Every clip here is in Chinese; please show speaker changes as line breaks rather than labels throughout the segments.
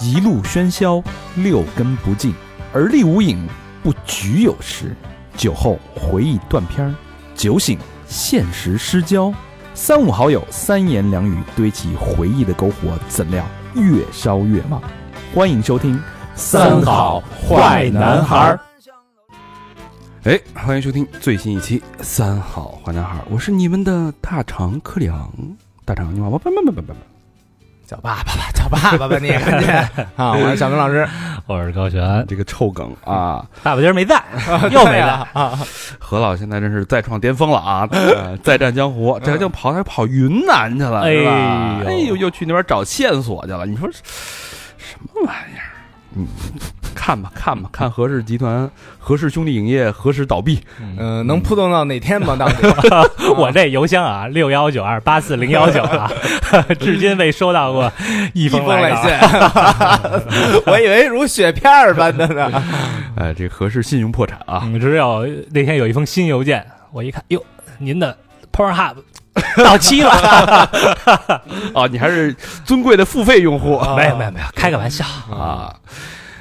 一路喧嚣，六根不净，而立无影，不局有时。酒后回忆断片儿，酒醒现实失焦。三五好友，三言两语堆起回忆的篝火，怎料越烧越旺。欢迎收听《
三好坏男孩儿》。
哎，欢迎收听最新一期《三好坏男孩》，我是你们的大肠克里昂，大肠你好，不不不不不不，
叫爸爸吧，叫爸爸吧你啊！我是小明老 师，
我是高璇，
这个臭梗啊！
爸爸今儿没在，又没在，
何老现在真是再创巅峰了啊！呃再战江湖，这就跑还跑云南去了，是吧？
嗯哎
哎
呦
呦，又去那边找线索去了。你说是什么玩意儿？嗯，看吧看吧，看何氏集团、何氏兄弟影业何时倒闭？
嗯，能扑动到哪天吗？到 底
我这邮箱啊，六幺九二八四零幺九啊，至今未收到过一
一
封啊
封来
稿。
信，啊 我以为如雪片儿般的呢。
哎，这何氏信用破产啊！
嗯，只有那天有一封新邮件，我一看，哟，您的 Pornhub 到期了，
啊，你还是尊贵的付费用户。
没有没有没有，开个玩笑，
啊。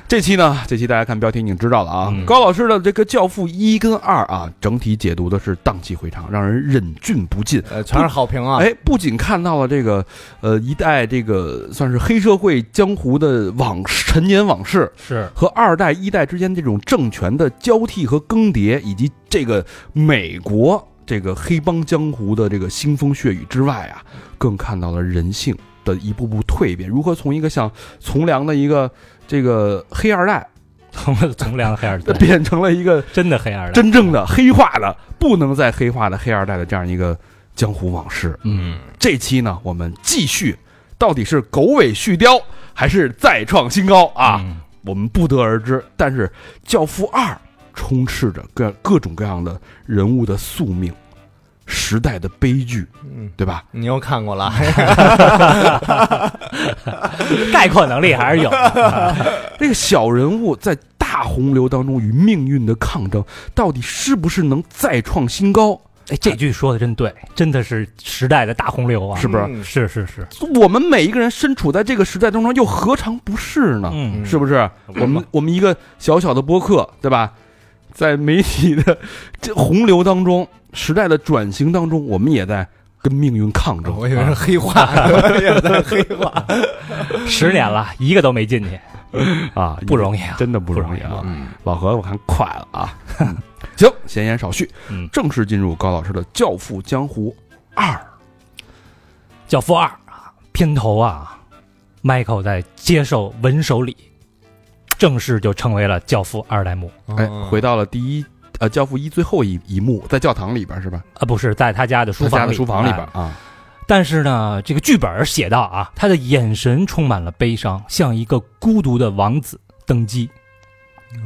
这期呢，这期大家看标题已经知道了啊。
嗯
高老师的这个《教父》一跟二啊，整体解读的是荡气回肠，让人忍俊不禁。
呃，全是好评啊！
哎，不仅看到了这个呃一代这个算是黑社会江湖的往事陈年往事，
是
和二代一代之间这种政权的交替和更迭，以及这个美国这个黑帮江湖的这个腥风血雨之外啊，更看到了人性的一步步蜕变，如何从一个像从良的一个这个黑二代，
从从良黑二代，
变成了一个
真的黑二代，
真正的黑化的、不能再黑化的黑二代的这样一个江湖往事。
嗯，
这期呢，我们继续，到底是狗尾续貂还是再创新高啊？
嗯
我们不得而知。但是《教父二》充斥着各各种各样的人物的宿命、时代的悲剧，
嗯，
对吧？
你又看过了，
概括能力还是有的，
这个小人物在大洪流当中与命运的抗争，到底是不是能再创新高？
哎，这句说的真对，真的是时代的大洪流啊，
是不是
嗯
是是是，
我们每一个人身处在这个时代当中，又何尝不是呢？
嗯
是不是？我们我们一个小小的播客，对吧？在媒体的这洪流当中，时代的转型当中，我们也在跟命运抗
哦
争。
我以为是黑化，
啊
我以为在黑化。
嗯十年了，一个都没进去，
啊，
不容易啊
真的不容易
不
啊
容！
嗯，
老何，我看快了啊。 行，闲言少叙，
嗯
正式进入高老师的《教父江湖二》。
教父二啊，片头啊，Michael 在接受文手礼，正式就成为了教父二代目
哎，
嗯
回到了第一呃《教父一》最后一一幕，在教堂里边是吧？
啊，不是在他家的书
他家
房
的
里，
书房里边
哎
啊，
但是呢，这个剧本写到啊，他的眼神充满了悲伤，像一个孤独的王子登基。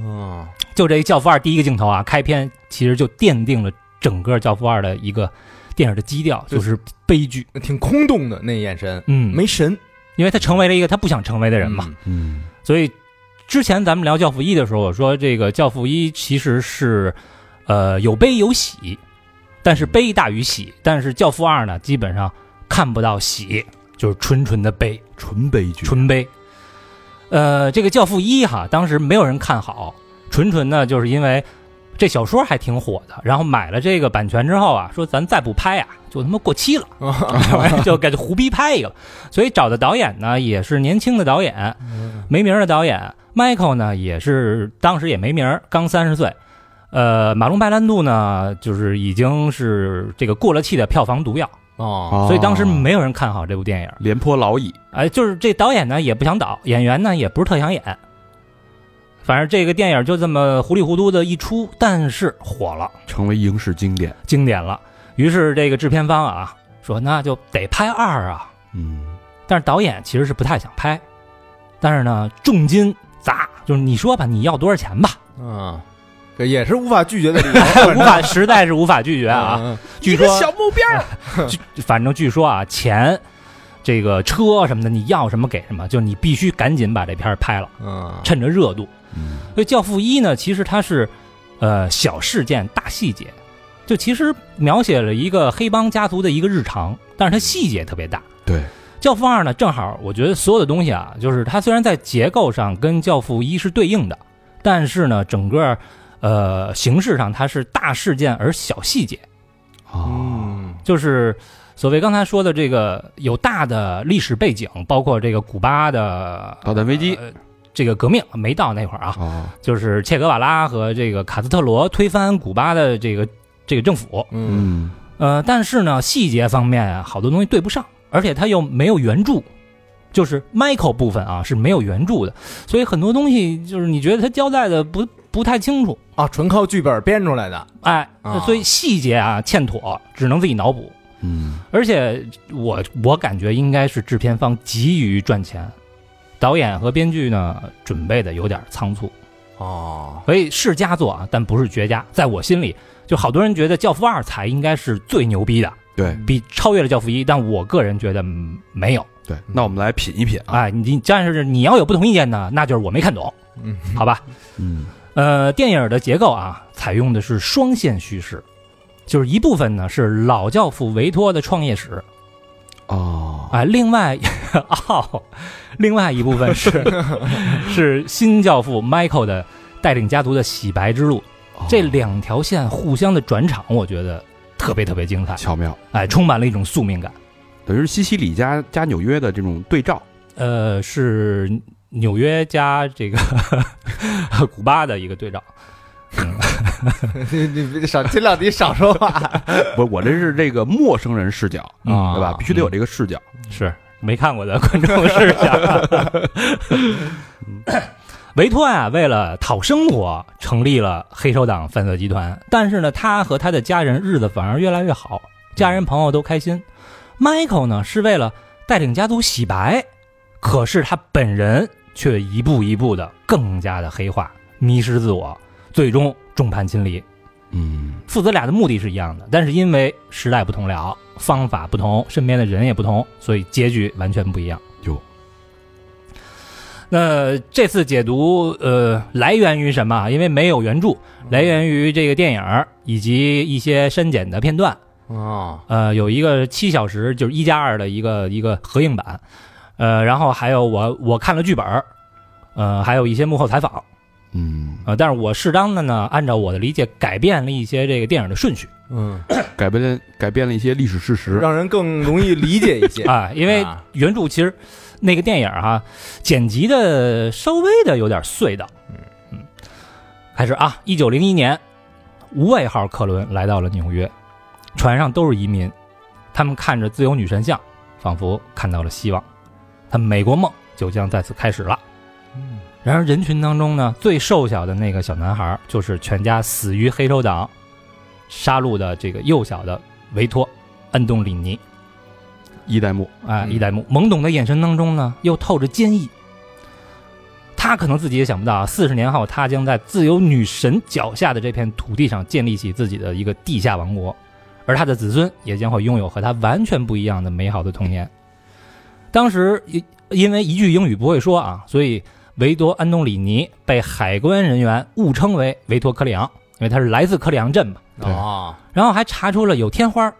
哦，
就这《教父二》第一个镜头啊，开篇其实就奠定了整个《教父二》的一个电影的基调，
对
就是悲剧。
挺空洞的那眼神，
嗯，
没，神
因为他成为了一个他不想成为的
的
人嘛。，
嗯，
所以之前咱们聊《教父一》的时候，我说这个《教父一》其实是呃有悲有喜，但是悲大于喜。但是《教父二》呢，基本上看不到喜，就是纯纯的悲，
纯悲剧，
纯悲。呃，这个《教父一》哈，当时没有人看好，纯纯呢就是因为这小说还挺火的，然后买了这个版权之后啊，说咱再不拍啊，就他妈过期了， 就给胡逼拍一个了。所以找的导演呢也是年轻的导演，没名儿的导演 Michael 呢，也是当时也没名儿，刚三十岁。呃，马龙白兰度呢，就是已经是这个过了气的票房毒药，
哦，
啊
所以当时没有人看好这部电影。
廉颇老矣，
哎，就是这导演呢也不想导，演员呢也不是特想演，反正这个电影就这么糊里糊涂的一出，但是火了，
成为影史经典。
经典了。于是这个制片方啊说，那就得拍二啊，
嗯，
但是导演其实是不太想拍，但是呢重金砸，就是你说吧，你要多少钱吧。
嗯，这也是无法拒绝的理 由，
无法，实在是无法拒绝啊。
嗯
啊，
据说，
目标，
反正据说啊，钱、这个车什么的，你要什么给什么，就你必须赶紧把这片儿拍了，
嗯，
趁着热度。
嗯
所以《教父一》呢，其实它是，呃，小事件大细节，就其实描写了一个黑帮家族的一个日常，但是它细节特别大。
对，
教父二》呢，正好我觉得所有的东西啊，就是它虽然在结构上跟《教父一》是对应的，但是呢，整个呃形式上它是大事件而小细节，
啊，
嗯，
就是所谓刚才说的这个有大的历史背景，包括这个古巴的
导弹危机
呃这个革命没到那会儿啊，
啊，
就是切格瓦拉和这个卡斯特罗推翻古巴的这个这个政府，
嗯
嗯，
呃，但是呢，细节方面啊，好多东西对不上，而且它又没有原著，就是 Michael 部分啊是没有原著的，所以很多东西就是你觉得他交代的不不太清楚，
啊，纯靠剧本编出来的，
哎
啊，
所以细节啊欠妥，只能自己脑补。
嗯，
而且我我感觉应该是制片方急于赚钱，导演和编剧呢准备的有点仓促，
哦，
所以是佳作啊，但不是绝佳。在我心里，就好多人觉得《教父二》才应该是最牛逼的，
对
比超越了《教父一》，但我个人觉得嗯没有。
对，那我们来品一品啊，
哎，你但是你要有不同意见呢，那就是我没看懂，
嗯，
好吧？
嗯
呃，电影的结构啊，采用的是双线叙事，就是一部分呢是老教父维托的创业史，
哦，
啊，另外 哦，另外一部 分是是新教父 Michael 的带领家族的洗白之路，
哦
这两条线互相的转场，我觉得特别特别精彩，
巧妙，
哎，充满了一种宿命感。
等于是西西里加加纽约的这种对照，
呃，是纽约加这个 古巴的一个对照，
你你你少尽量你少说话
不，我这是这个陌生人视角
啊
对吧？必须得有这个视角，
是没看过的观众试一下。嗯维托啊，为了讨生活，成立了黑手党犯罪集团。但是呢，他和他的家人日子反而越来越好，家人朋友都开心。Michael 呢，是为了带领家族洗白，可是他本人却一步一步的更加的黑化，迷失自我，最终众叛亲离。
嗯，
父子俩的目的是一样的，但是因为时代不同了，方法不同，身边的人也不同，所以结局完全不一样。
哟，
那这次解读，呃，来源于什么啊？因为没有原著，
嗯
来源于这个电影儿以及一些删减的片段。
哦，
呃，有一个七小时，就是一加二的一个一个合映版。呃，然后还有我我看了剧本儿，呃，还有一些幕后采访。
嗯，
呃，但是我适当的呢，按照我的理解改变了一些这个电影的顺序。
嗯，
改变了改变了一些历史事实，
让人更容易理解一些
啊，因为
啊
原著其实那个电影哈、剪辑的稍微的有点碎的。嗯嗯，开始啊，一九零一年，无畏号客轮来到了纽约，船上都是移民，他们看着自由女神像，仿佛看到了希望，他们美国梦就将再次开始了。然而，人群当中呢，最瘦小的那个小男孩，就是全家死于黑手党杀戮的这个幼小的维托·安东里尼。
一代目，
哎，
嗯
一代目懵懂的眼神当中呢，又透着坚毅。他可能自己也想不到啊，四十年后，他将在自由女神脚下的这片土地上建立起自己的一个地下王国，而他的子孙也将会拥有和他完全不一样的美好的童年。当时因因为一句英语不会说啊，所以维多·安东里尼被海关人员误称为维托·科里昂，因为他是来自科里昂镇嘛。
对
哦，
然后还查出了有天花儿，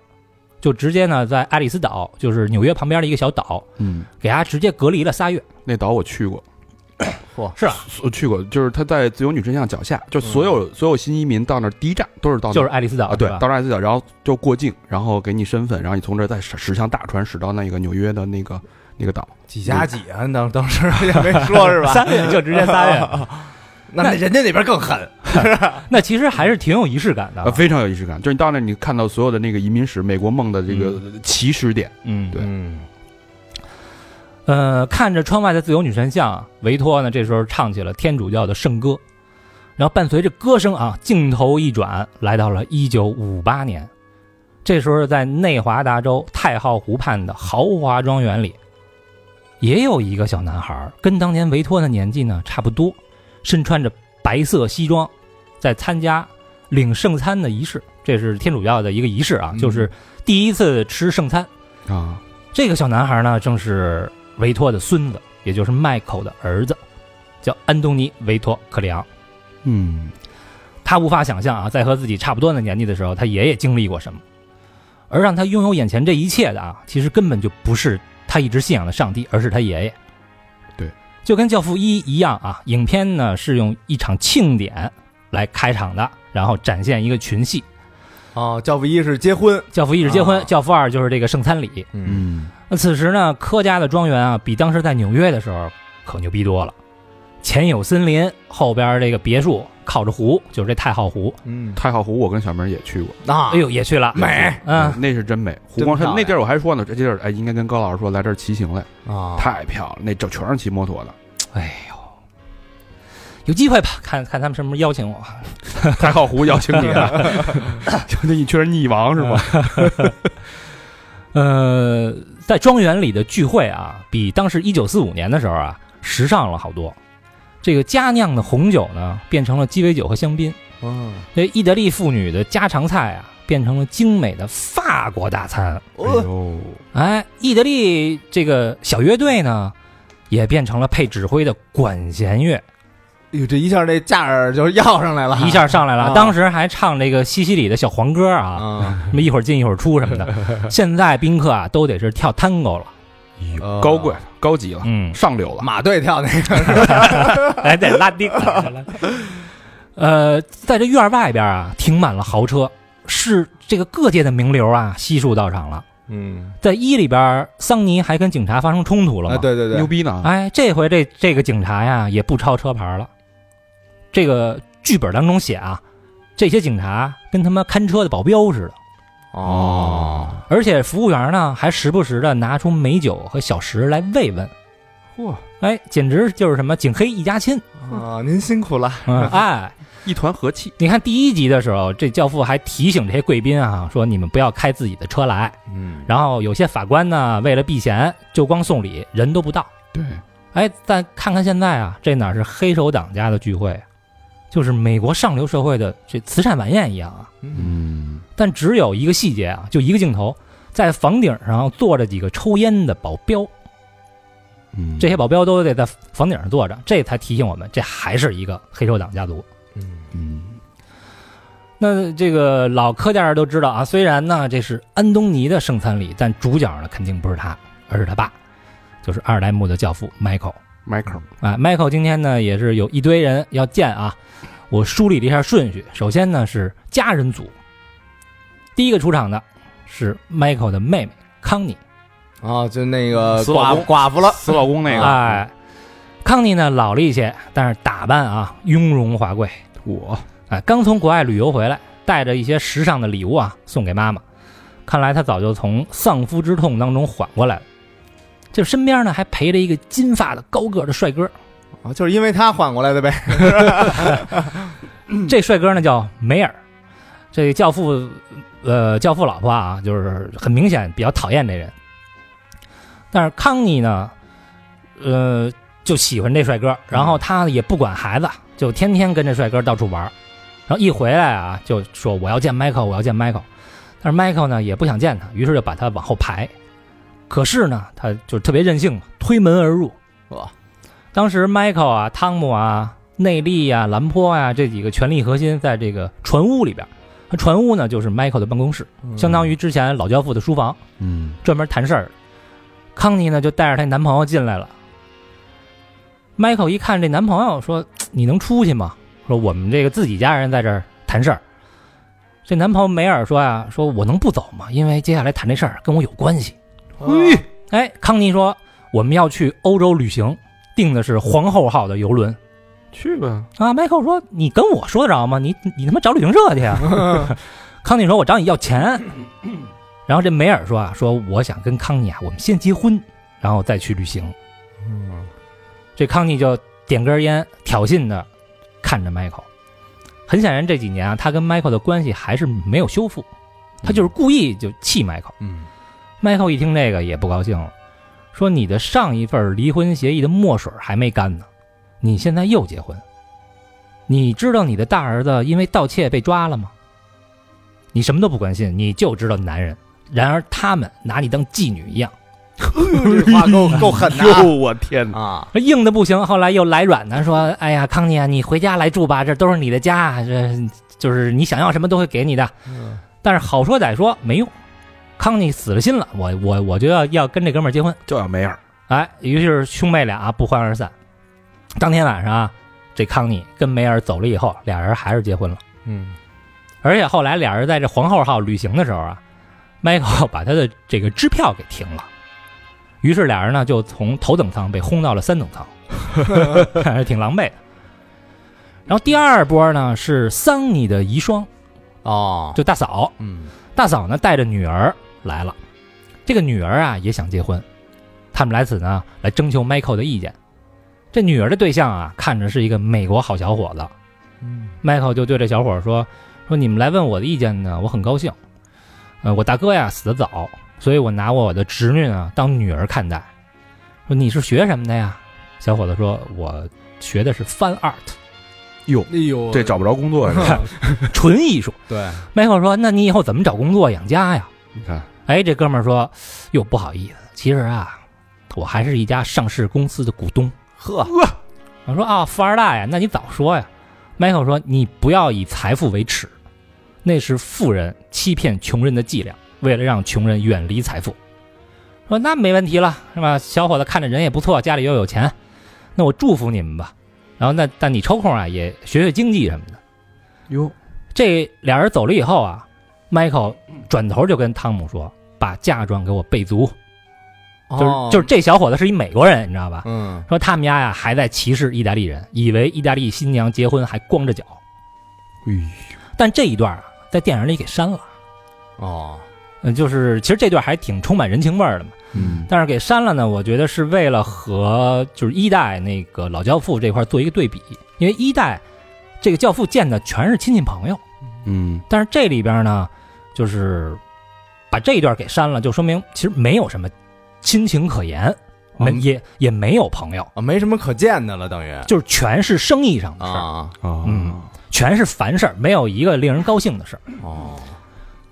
就直接呢在爱丽丝岛，就是纽约旁边的一个小岛，
嗯，
给他直接隔离了仨月。
那岛我去 过，
是啊，
我去过，就是他在自由女神像脚下，就所有、所有新移民到那儿第一站都是到那
就
儿
是爱丽丝岛
啊，对，
是吧
到那儿岛，然后就过境，然后给你身份，然后你从这儿再驶驶向大船，驶到那个纽约的那个那个岛。
几加几啊？当当时也没说 是吧？哦
仨月就直接仨月，
那那人家那边更狠，
那其实还是挺有仪式感
呃，
的。
非常有仪式感，就是你到那儿，你看到所有的那个移民史、美国梦的这个起始点，
嗯，
对
嗯，
呃，看着窗外的自由女神像，维托呢这时候唱起了天主教的圣歌，然后伴随着歌声啊，镜头一转，来到了一九五八年。这时候，在内华达州太浩湖畔的豪华庄园里，也有一个小男孩，跟当年维托的年纪呢差不多，身穿着白色西装，在参加领圣餐的仪式。这是天主教的一个仪式啊，
嗯
就是第一次吃圣餐。
啊，
这个小男孩呢，正是维托的孙子，也就是迈克的儿子，叫安东尼·维托·克里昂。
嗯，
他无法想象啊，在和自己差不多的年纪的时候，他爷爷经历过什么。而让他拥有眼前这一切的啊，其实根本就不是他一直信仰的上帝，而是他爷爷。
对，
就跟《教父一》一样啊，影片呢是用一场庆典来开场的，然后展现一个群戏。
哦，教父一是结婚，
《教父一》是结婚，
啊
教父二》就是这个圣餐礼。
嗯，
嗯，
那此时呢，科家的庄园啊，比当时在纽约的时候可牛逼多了。前有森林，后边这个别墅靠着湖，就是这太浩湖。
嗯，
太浩湖我跟小明也去过，
啊，
哎呦，也去了，
美
嗯，
那是真美。湖
真
光山
漂亮
那地儿我还说呢，这地儿哎，应该跟高老师说来这儿骑行来，
啊，
太漂亮，那整全是骑摩托的。
哎呦，有机会吧，看看他们什么时候邀请我。
太浩湖邀请你的，那你确实溺亡是吗？
呃，在庄园里的聚会啊，比当时一九四五年的时候啊，时尚了好多。这个佳酿的红酒呢，变成了鸡尾酒和香槟；
嗯，
这意大利妇女的家常菜啊，变成了精美的法国大餐。
嗯
哎
哦
呦，
哎，意大利这个小乐队呢，也变成了配指挥的管弦乐，
哎呦，这一下这价儿就要上来了，
一下上来了。
啊
当时还唱这个西西里的小黄歌啊，
啊，
什么一会儿进一会儿出什么 的。现在宾客啊都得是跳探戈了，
呃
高贵高级了，
嗯，
上流了。
马队跳那个，
还得拉丁。呃，在这院外边啊，停满了豪车，是这个各界的名流啊悉数到场了。
嗯，
在一里边，桑尼还跟警察发生冲突了嘛？
啊，对对对
牛，逼呢！
哎，这回这这个警察呀，也不超车牌了。这个剧本当中写啊，这些警察跟他妈看车的保镖似的，
哦，
而且服务员呢还时不时的拿出美酒和小食来慰问。
嚯，
哎，简直就是什么警黑一家亲。
啊，您辛苦了，
嗯，哎，
一团和气。
你看第一集的时候，这教父还提醒这些贵宾啊，说你们不要开自己的车来。
嗯，
然后有些法官呢，为了避嫌，就光送礼，人都不到。
对，
哎，但看看现在啊，这哪是黑手党家的聚会，啊就是美国上流社会的这慈善晚宴一样啊。
嗯，
嗯，
但只有一个细节啊，就一个镜头，在房顶上坐着几个抽烟的保镖，
嗯
这些保镖都得在房顶上坐着，这才提醒我们，这还是一个黑手党家族。
嗯
嗯，
那这个老科家人都知道啊，虽然呢这是安东尼的圣餐礼，但主角呢肯定不是他，而是他爸，就是二代目的教父 Michael
迈克尔，
啊。Michael 今天呢也是有一堆人要见啊，我梳理了一下顺序，首先呢是家人组，第一个出场的是 Michael 的妹妹康妮，
啊，就那个
死老
寡
公
寡妇了，
死老公那个，
哎，康妮呢老了一些，但是打扮啊雍容华贵，
我
哎，刚从国外旅游回来，带着一些时尚的礼物啊送给妈妈。看来他早就从丧夫之痛当中缓过来了。这身边呢还陪着一个金发的高个儿的帅哥，
啊，就是因为他缓过来的呗，
这帅哥呢叫梅尔。这教父，呃，教父老婆啊，就是很明显比较讨厌这人。但是康妮呢，呃，就喜欢这帅哥，然后他也不管孩子，就天天跟这帅哥到处玩儿。然后一回来啊，就说我要见 Michael，我要见 Michael。但是 Michael 呢也不想见他，于是就把他往后排。可是呢，他就是特别任性嘛，推门而入。
哇，
当时 Michael 啊、汤姆啊、内利啊、兰坡啊这几个权力核心在这个船屋里边儿。那船屋呢，就是 Michael 的办公室，
嗯
相当于之前老教父的书房，
嗯，
专门谈事儿。康妮呢就带着她男朋友进来了。Michael 一看这男朋友，啊说：“你能出去吗？”说我们这个自己家人在这儿谈事儿。这男朋友梅尔说呀、说我能不走吗？因为接下来谈这事儿啊跟我有关系。
嘿，
哎，康妮说我们要去欧洲旅行，订的是皇后号的游轮。
去吧，
啊，Michael 说：“你跟我说得着吗？你你他妈找旅行社去啊！” 康妮说：“我找你要钱。” 然后这梅尔说：“啊，说我想跟康妮啊，我们先结婚，然后再去旅行。”这康妮就点根烟，挑衅的看着 Michael。很显然，这几年啊，他跟 Michael 的关系还是没有修复，他就是故意就气 Michael。
嗯，
Michael 一听这个也不高兴了，说：“你的上一份离婚协议的墨水还没干呢，你现在又结婚，你知道你的大儿子因为盗窃被抓了吗？你什么都不关心，你就知道男人。然而他们拿你当妓女一样，
这话够够狠
嗯哟，
的
我天哪！
啊，
哎硬的不行。后来又来软的，说：‘哎呀，康妮啊，你回家来住吧，这都是你的家，这就是你想要什么都会给你的。’但是好说歹说没用，康妮死了心了，我我我就要要跟这哥们儿结婚。
就要梅尔，
哎，于是兄妹俩啊不欢而散。当天晚上啊，这康妮跟梅尔走了以后，俩人还是结婚了。
嗯
而且后来俩人在这皇后号旅行的时候啊，Michael 把他的这个支票给停了，于是俩人呢就从头等舱被轰到了三等舱， 还是挺狼狈的。然后第二波呢是桑尼的遗孀，
哦，
就大嫂，
嗯
大嫂呢带着女儿来了，这个女儿啊也想结婚，他们来此呢来征求 Michael 的意见。这女儿的对象啊，看着是一个美国好小伙子，
嗯
Michael 就对这小伙儿说：“说你们来问我的意见呢，我很高兴。呃，我大哥呀死得早，所以我拿我的侄女呢当女儿看待。说你是学什么的呀？”小伙子说：“我学的是 fan art，
哟，
哎呦，
这找不着工作是吧？
纯艺术。
对，”
Michael 说：“那你以后怎么找工作养家呀
你看，？”
哎，这哥们儿说：“哟，不好意思，其实啊，我还是一家上市公司的股东。”
呵，
我说啊，富二代呀，那你早说呀。Michael 说，你不要以财富为耻，那是富人欺骗穷人的伎俩，为了让穷人远离财富。说那没问题了，是吧？小伙子看着人也不错，家里又有钱，那我祝福你们吧。然后那但你抽空啊也学学经济什么的。
哟，
这俩人走了以后啊，Michael 转头就跟汤姆说：“把嫁妆给我备足。”就是、
哦
就是这小伙子是一美国人，你知道吧？
嗯
说他们家呀还在歧视意大利人，以为意大利新娘结婚还光着脚。
哎
但这一段啊，在电影里给删了。
哦，
嗯，就是其实这段还挺充满人情味儿的嘛，
嗯，
但是给删了呢，我觉得是为了和就是一代那个老教父这块做一个对比，因为一代这个教父见的全是亲戚朋友，
嗯，
但是这里边呢，就是把这一段给删了，就说明其实没有什么亲情可言，
哦
没
嗯
也也没有朋友，
啊，没什么可见的了，等于
就是全是生意上的事儿。
啊
啊，
嗯 全是烦事儿，没有一个令人高兴的事儿。
哦，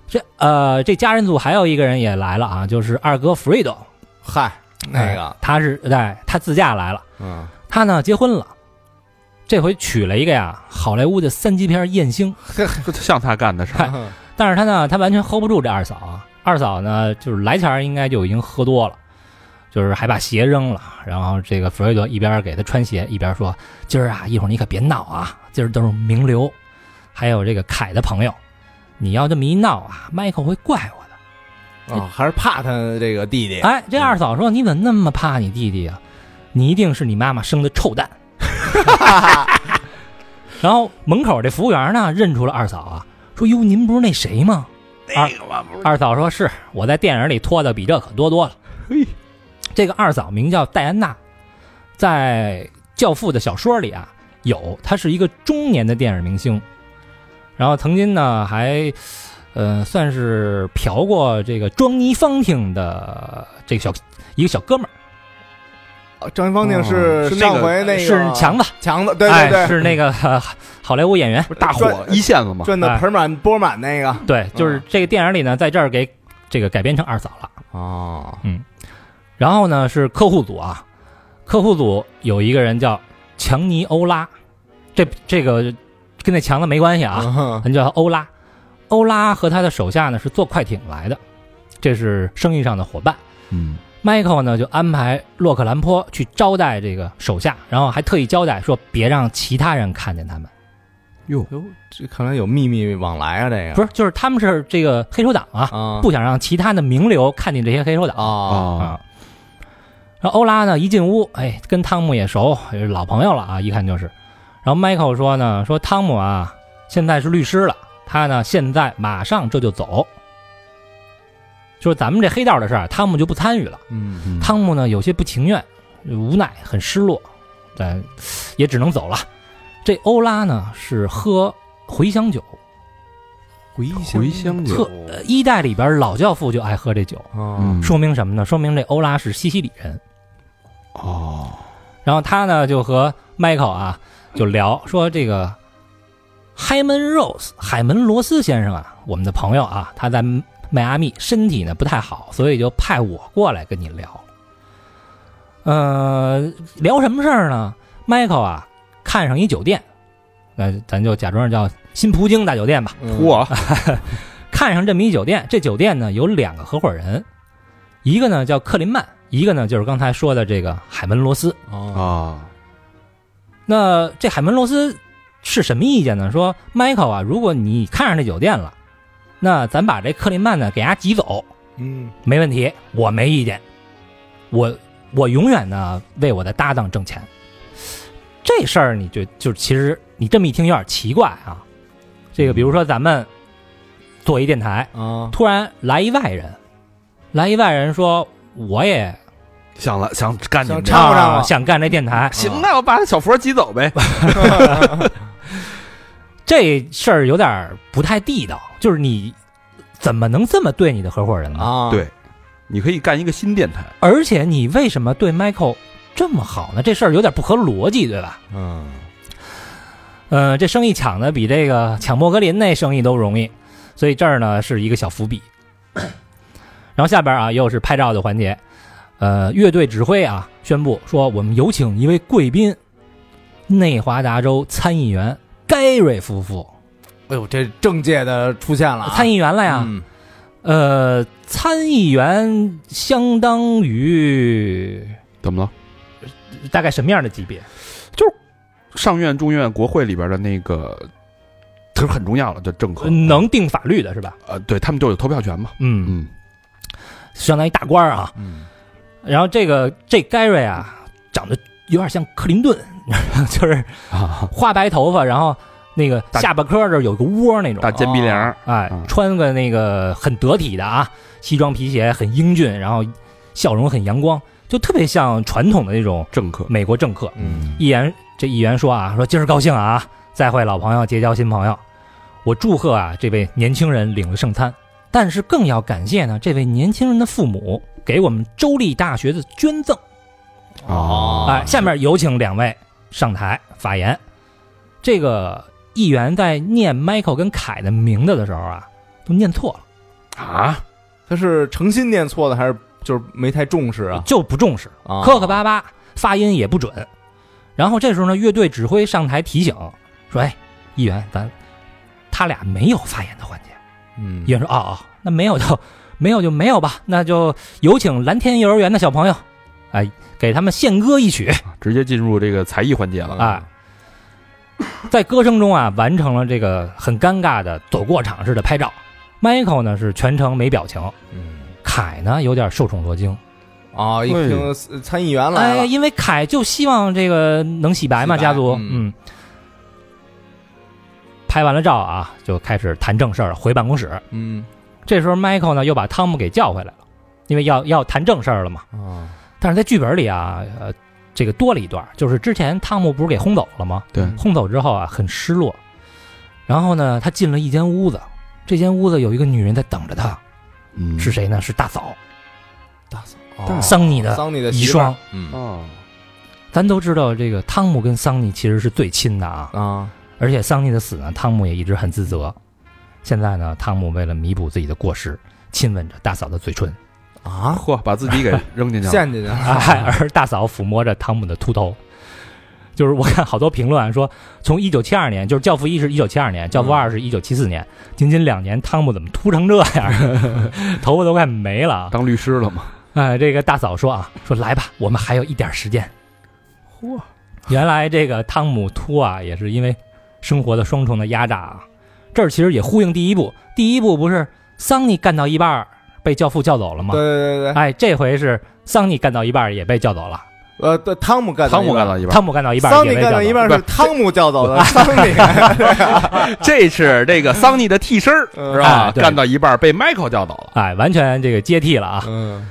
这呃，这家人组还有一个人也来了啊，就是二哥 Fredo，
嗨，那
哎
个，
他是对，他自驾来了，
嗯，
他呢结婚了，这回娶了一个呀好莱坞的三级片艳星，
这像他干的事儿，
但是他呢他完全 hold 不住这二嫂啊，二嫂呢就是来前儿应该就已经喝多了。就是还把鞋扔了，然后这个弗瑞德一边给他穿鞋，一边说：“今儿啊，一会儿你可别闹啊，今儿都是名流，还有这个凯的朋友，你要这么一闹啊，迈克会怪我的。”
哦，还是怕他这个弟弟，
哎，这二嫂说：“你怎么那么怕你弟弟啊？你一定是你妈妈生的臭蛋。”然后门口这服务员呢认出了二嫂啊，说：“哟，您不是那谁吗？”二二嫂说：“是我在电影里拖的比这可多多了。”
嘿，
这个二嫂名叫戴安娜，在《教父》的小说里啊有，她是一个中年的电影明星，然后曾经呢还。呃，算是嫖过这个庄妮·芳婷的这个小一个小哥们儿，
哦张云芳定
哦
是
是那
上
个
回那个
是强子，
强哎子，对对
哎，
对，
是那个、 呃好莱坞演员，
哎不是大火
转
一线了吗？
赚的盆满钵满那个
对，就是这个电影里呢，在这儿给这个改编成二嫂了。
哦，
然后呢是客户组啊，客户组有一个人叫强尼·欧拉，这这个跟那强子没关系啊，
啊，
人叫欧拉。欧拉和他的手下呢是坐快艇来的，这是生意上的伙伴。
嗯，
Michael 呢就安排洛克兰坡去招待这个手下，然后还特意交代说别让其他人看见他们。
哟，
哟，这看来有秘密往来啊，这个
不是，就是他们是这个黑手党啊，
啊，
不想让其他的名流看见这些黑手党
啊，
啊，
啊。然后欧拉呢一进屋，哎，跟汤姆也熟，也是老朋友了啊，一看就是。然后 Michael 说呢，说汤姆啊，现在是律师了，他呢现在马上这就走。就是咱们这黑道的事儿，汤姆就不参与了。
嗯，
嗯
汤姆呢有些不情愿，无奈，很失落，但也只能走了。这欧拉呢是喝茴香酒，
回
茴香酒
特呃一代里边老教父就爱喝这酒，
啊，
嗯
说明什么呢？说明这欧拉是西西里人。
哦，
然后他呢就和 Michael 啊就聊说这个海门 Rose 海门罗斯先生啊，我们的朋友啊，他在迈阿密身体呢不太好，所以就派我过来跟你聊。呃，聊什么事儿呢？Michael 啊看上一呃酒店，那咱就假装叫新葡京大酒店吧。
嗯
嚯，
看上这么一酒店，这酒店呢有两个合伙人，一个呢叫克林曼，一个呢就是刚才说的这个海门罗斯。
哦，
啊，
那这海门罗斯是什么意见呢？说 Michael 啊，如果你看上这酒店了，那咱把这克林曼呢给他挤走，
嗯，
没问题，我没意见，我我永远呢为我的搭档挣钱。这事儿你就就其实你这么一听有点奇怪啊。这个比如说咱们做一电台，
啊，
突然来一外人，来一外人说我也
想了想干你
想
们
插不上
啊
了
想干这电台，
行，那我把小佛挤走呗。
这事儿有点儿不太地道，就是你怎么能这么对你的合伙人呢？
啊，
对你可以干一个新电台，
而且你为什么对 Michael 这么好呢？这事儿有点不合逻辑，对吧？
嗯，
呃，这生意抢的比这个抢莫格林那生意都容易，所以这儿呢是一个小伏笔。然后下边啊又是拍照的环节，呃，乐队指挥啊宣布说我们有请一位贵宾，内华达州参议员盖瑞夫妇，
哎呦，这政界的出现了啊，
参议员了
哎
呀。呃，参议员相当于
怎么了？
大概什么样的级别？
上院、中院、国会里边的那个，其实很重要了，就政客
呃能定法律的是吧？
呃，对他们都有投票权嘛。
嗯，
嗯，
相当于大官儿啊。
嗯，
然后这个这盖瑞啊，长得有点像克林顿，就是
啊，
花白头发，然后那个
大
下巴颏儿这儿有个窝那种
大，尖鼻梁儿，
哎
嗯，
穿个那个很得体的啊，西装皮鞋，很英俊，然后笑容很阳光，就特别像传统的那种
政客。
美国政客。
嗯，
议员这议员说啊，说今儿高兴啊，再会老朋友，结交新朋友。我祝贺啊这位年轻人领了圣餐，但是更要感谢呢这位年轻人的父母给我们州立大学的捐赠。
哦
啊
哎，下面有请两位上台发言。这个议员在念 Michael 跟凯的名字的时候啊，都念错了，
啊，
他是诚心念错的，还是就是没太重视啊？
就不重视，
啊
磕磕巴巴，发音也不准。然后这时候呢，乐队指挥上台提醒说：“哎，议员，咱他俩没有发言的环节。”
嗯
议，员说：“哦哦，那没有就 没有就没有吧，那就有请蓝天幼儿园的小朋友，哎，给他们献歌一曲。
直接进入这个才艺环节了
啊，在歌声中啊，完成了这个很尴尬的走过场式的拍照。Michael 呢是全程没表情，
嗯，
凯呢有点受宠若惊，
啊，一听参议员来
哎，
了，
因为凯就希望这个能洗白嘛，
洗白
家族，
嗯
嗯。拍完了照啊，就开始谈正事儿，回办公室。
嗯，
这时候 Michael 呢又把汤姆给叫回来了，因为要要谈正事儿了嘛。
啊，
但是在剧本里啊，呃，这个多了一段，就是之前汤姆不是给轰走了吗？
嗯
对
轰走之后啊，很失落。然后呢，他进了一间屋子，这间屋子有一个女人在等着他，
嗯
是谁呢？是大嫂
大嫂，
桑尼的
哦桑尼的
遗
媳妇儿
孀。
嗯
哦，
咱都知道，这个汤姆跟桑尼其实是最亲的啊。
啊，
而且桑尼的死呢，汤姆也一直很自责。现在呢，汤姆为了弥补自己的过失，亲吻着大嫂的嘴唇，
啊，
嚯，把自己给扔 进去了。
陷进去
哎，而大嫂抚摸着汤姆的秃头。就是我看好多评论啊说，从一九七二年，就是《教父一》是一九七二年，《教父二》是一九七四年，仅仅两年，汤姆怎么秃成这样， 头发都快没了啊。
当律师了 嘛？
哎，这个大嫂说啊，说来吧，我们还有一点时间。
嚯，
原来这个汤姆秃啊，也是因为生活的双重的压榨啊。这儿其实也呼应第一部，第一部不是桑尼干到一半儿被教父叫走了吗
对？对对对，
哎，这回是桑尼干到一半儿也被叫走了。
呃，对，汤姆干，
汤姆干到一半，
汤姆干到一半儿
桑
也
尼
被
干
叫
到
走了
一半
不
是
是
汤姆叫 走的，桑尼，
这是这个桑尼的替 身儿
嗯
是吧？
哎对
干到一半被 Michael 叫走了。
哎，完全这个接替了啊。
嗯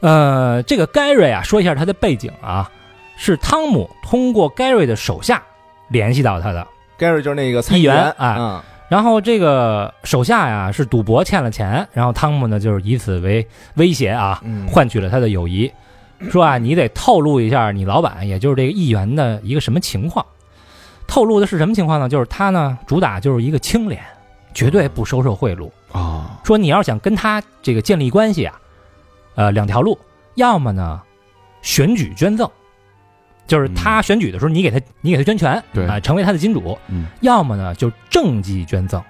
呃，这个 Gary 啊，说一下他的背景啊，是汤姆通过 Gary 的手下联系到他的。
，Gary 就是那个参
议员
员
哎
嗯
然后这个手下呀是赌博欠了钱，然后汤姆呢就是以此为威胁啊，
嗯，
换取了他的友谊，说啊你得透露一下你老板，也就是这个议员的一个什么情况。透露的是什么情况呢？就是他呢主打就是一个清廉，绝对不收受贿赂。
啊，
说你要想跟他这个建立关系啊，呃，两条路，要么呢选举捐赠，就是他选举的时候你给他、你给他捐权，
嗯对
啊、成为他的金主；
嗯
要么呢就政绩捐赠，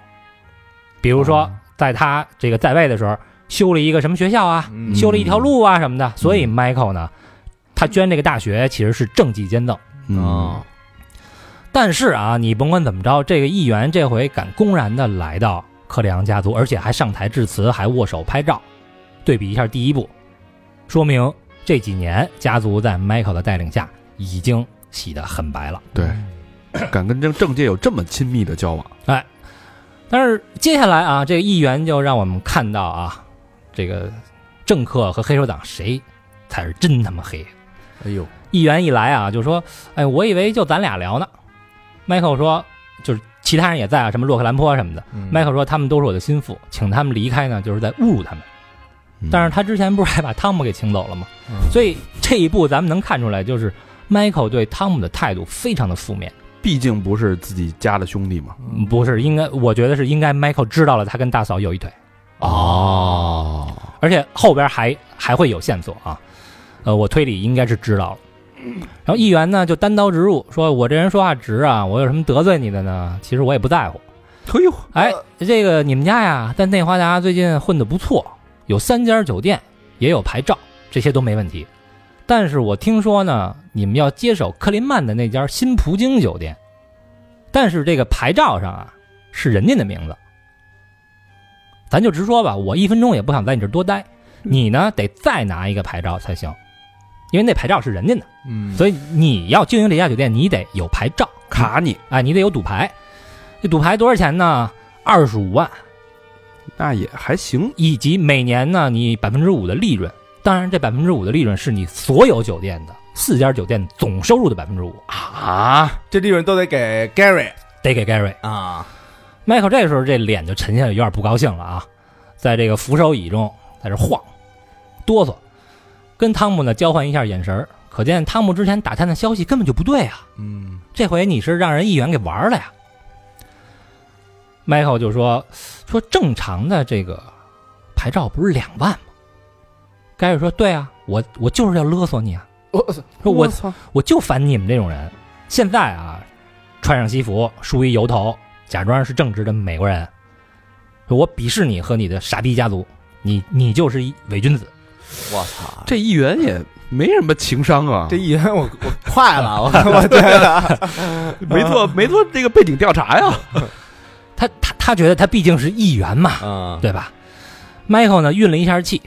比如说、
啊
在他这个在位的时候修了一个什么学校啊，
嗯
修了一条路啊什么的。所
嗯
以 Michael 呢，他捐这个大学其实是政绩捐赠。
嗯，
啊，
但是啊，你甭管怎么着，这个议员这回敢公然的来到克里昂家族，而且还上台致辞，还握手拍照，对比一下第一部，说明这几年家族在 Michael 的带领下已经洗得很白了。
对， 敢跟这政界有这么亲密的交往，
但是接下来啊，这个议员就让我们看到啊，这个政客和黑手党谁才是真他妈黑。
哎呦，
议员一来啊，就说：“哎，我以为就咱俩聊呢。”Michael 说：“就是其他人也在啊，什么洛克兰坡什么的。”
麦克
Michael 说他们都是我的心腹，请他们离开呢，就是在侮辱他们。
嗯
但是他之前不是还把汤姆给请走了吗？
嗯
所以这一步咱们能看出来，就是 Michael 对汤姆的态度非常的负面。
毕竟不是自己家的兄弟嘛。
嗯不是应该，我觉得是应该 Michael 知道了他跟大嫂有一腿，
哦，
而且后边还还会有线索啊。呃，我推理应该是知道了。然后议员呢就单刀直入，说我这人说话直啊，我有什么得罪你的呢？其实我也不在乎。
哎呦，
哎，这个你们家呀，在内华达最近混得不错，有三家酒店，也有牌照，这些都没问题。但是我听说呢，你们要接手克林曼的那家新葡京酒店，但是这个牌照上啊是人家的名字。咱就直说吧，我一分钟也不想在你这儿多待，你呢得再拿一个牌照才行，因为那牌照是人家的，
嗯，
所以你要经营这家酒店，你得有牌照。
卡你
哎，你得有赌牌。这赌牌多少钱呢？二十五万，
那也还行，
以及每年呢你百分之五的利润。当然，这百分之五的利润是你所有酒店的四家酒店总收入的百分之五，
啊，这利润都得给 Gary
得给 Gary。
啊，
Michael 这时候这脸就沉下来，有点不高兴了啊，在这个扶手椅中在这晃，哆嗦，跟汤姆呢交换一下眼神儿可见汤姆之前打探的消息根本就不对啊。
嗯
这回你是让人议员给玩了呀？Michael 就说说正常的这个牌照不是两万吗？盖瑞说对啊，我我就是要勒索你啊，说我
操，
我就烦你们这种人。现在啊，穿上西服，梳一油头，假装是正直的美国人，说我鄙视你和你的傻逼家族，你你就是一伪君子。
我操，
这议员也没什么情商啊，
这一人我我快 了，我我对了，
没 做没做这个背景调查呀。
他他他觉得他毕竟是议员嘛，
嗯，
对吧？Michael 呢，运了一下气，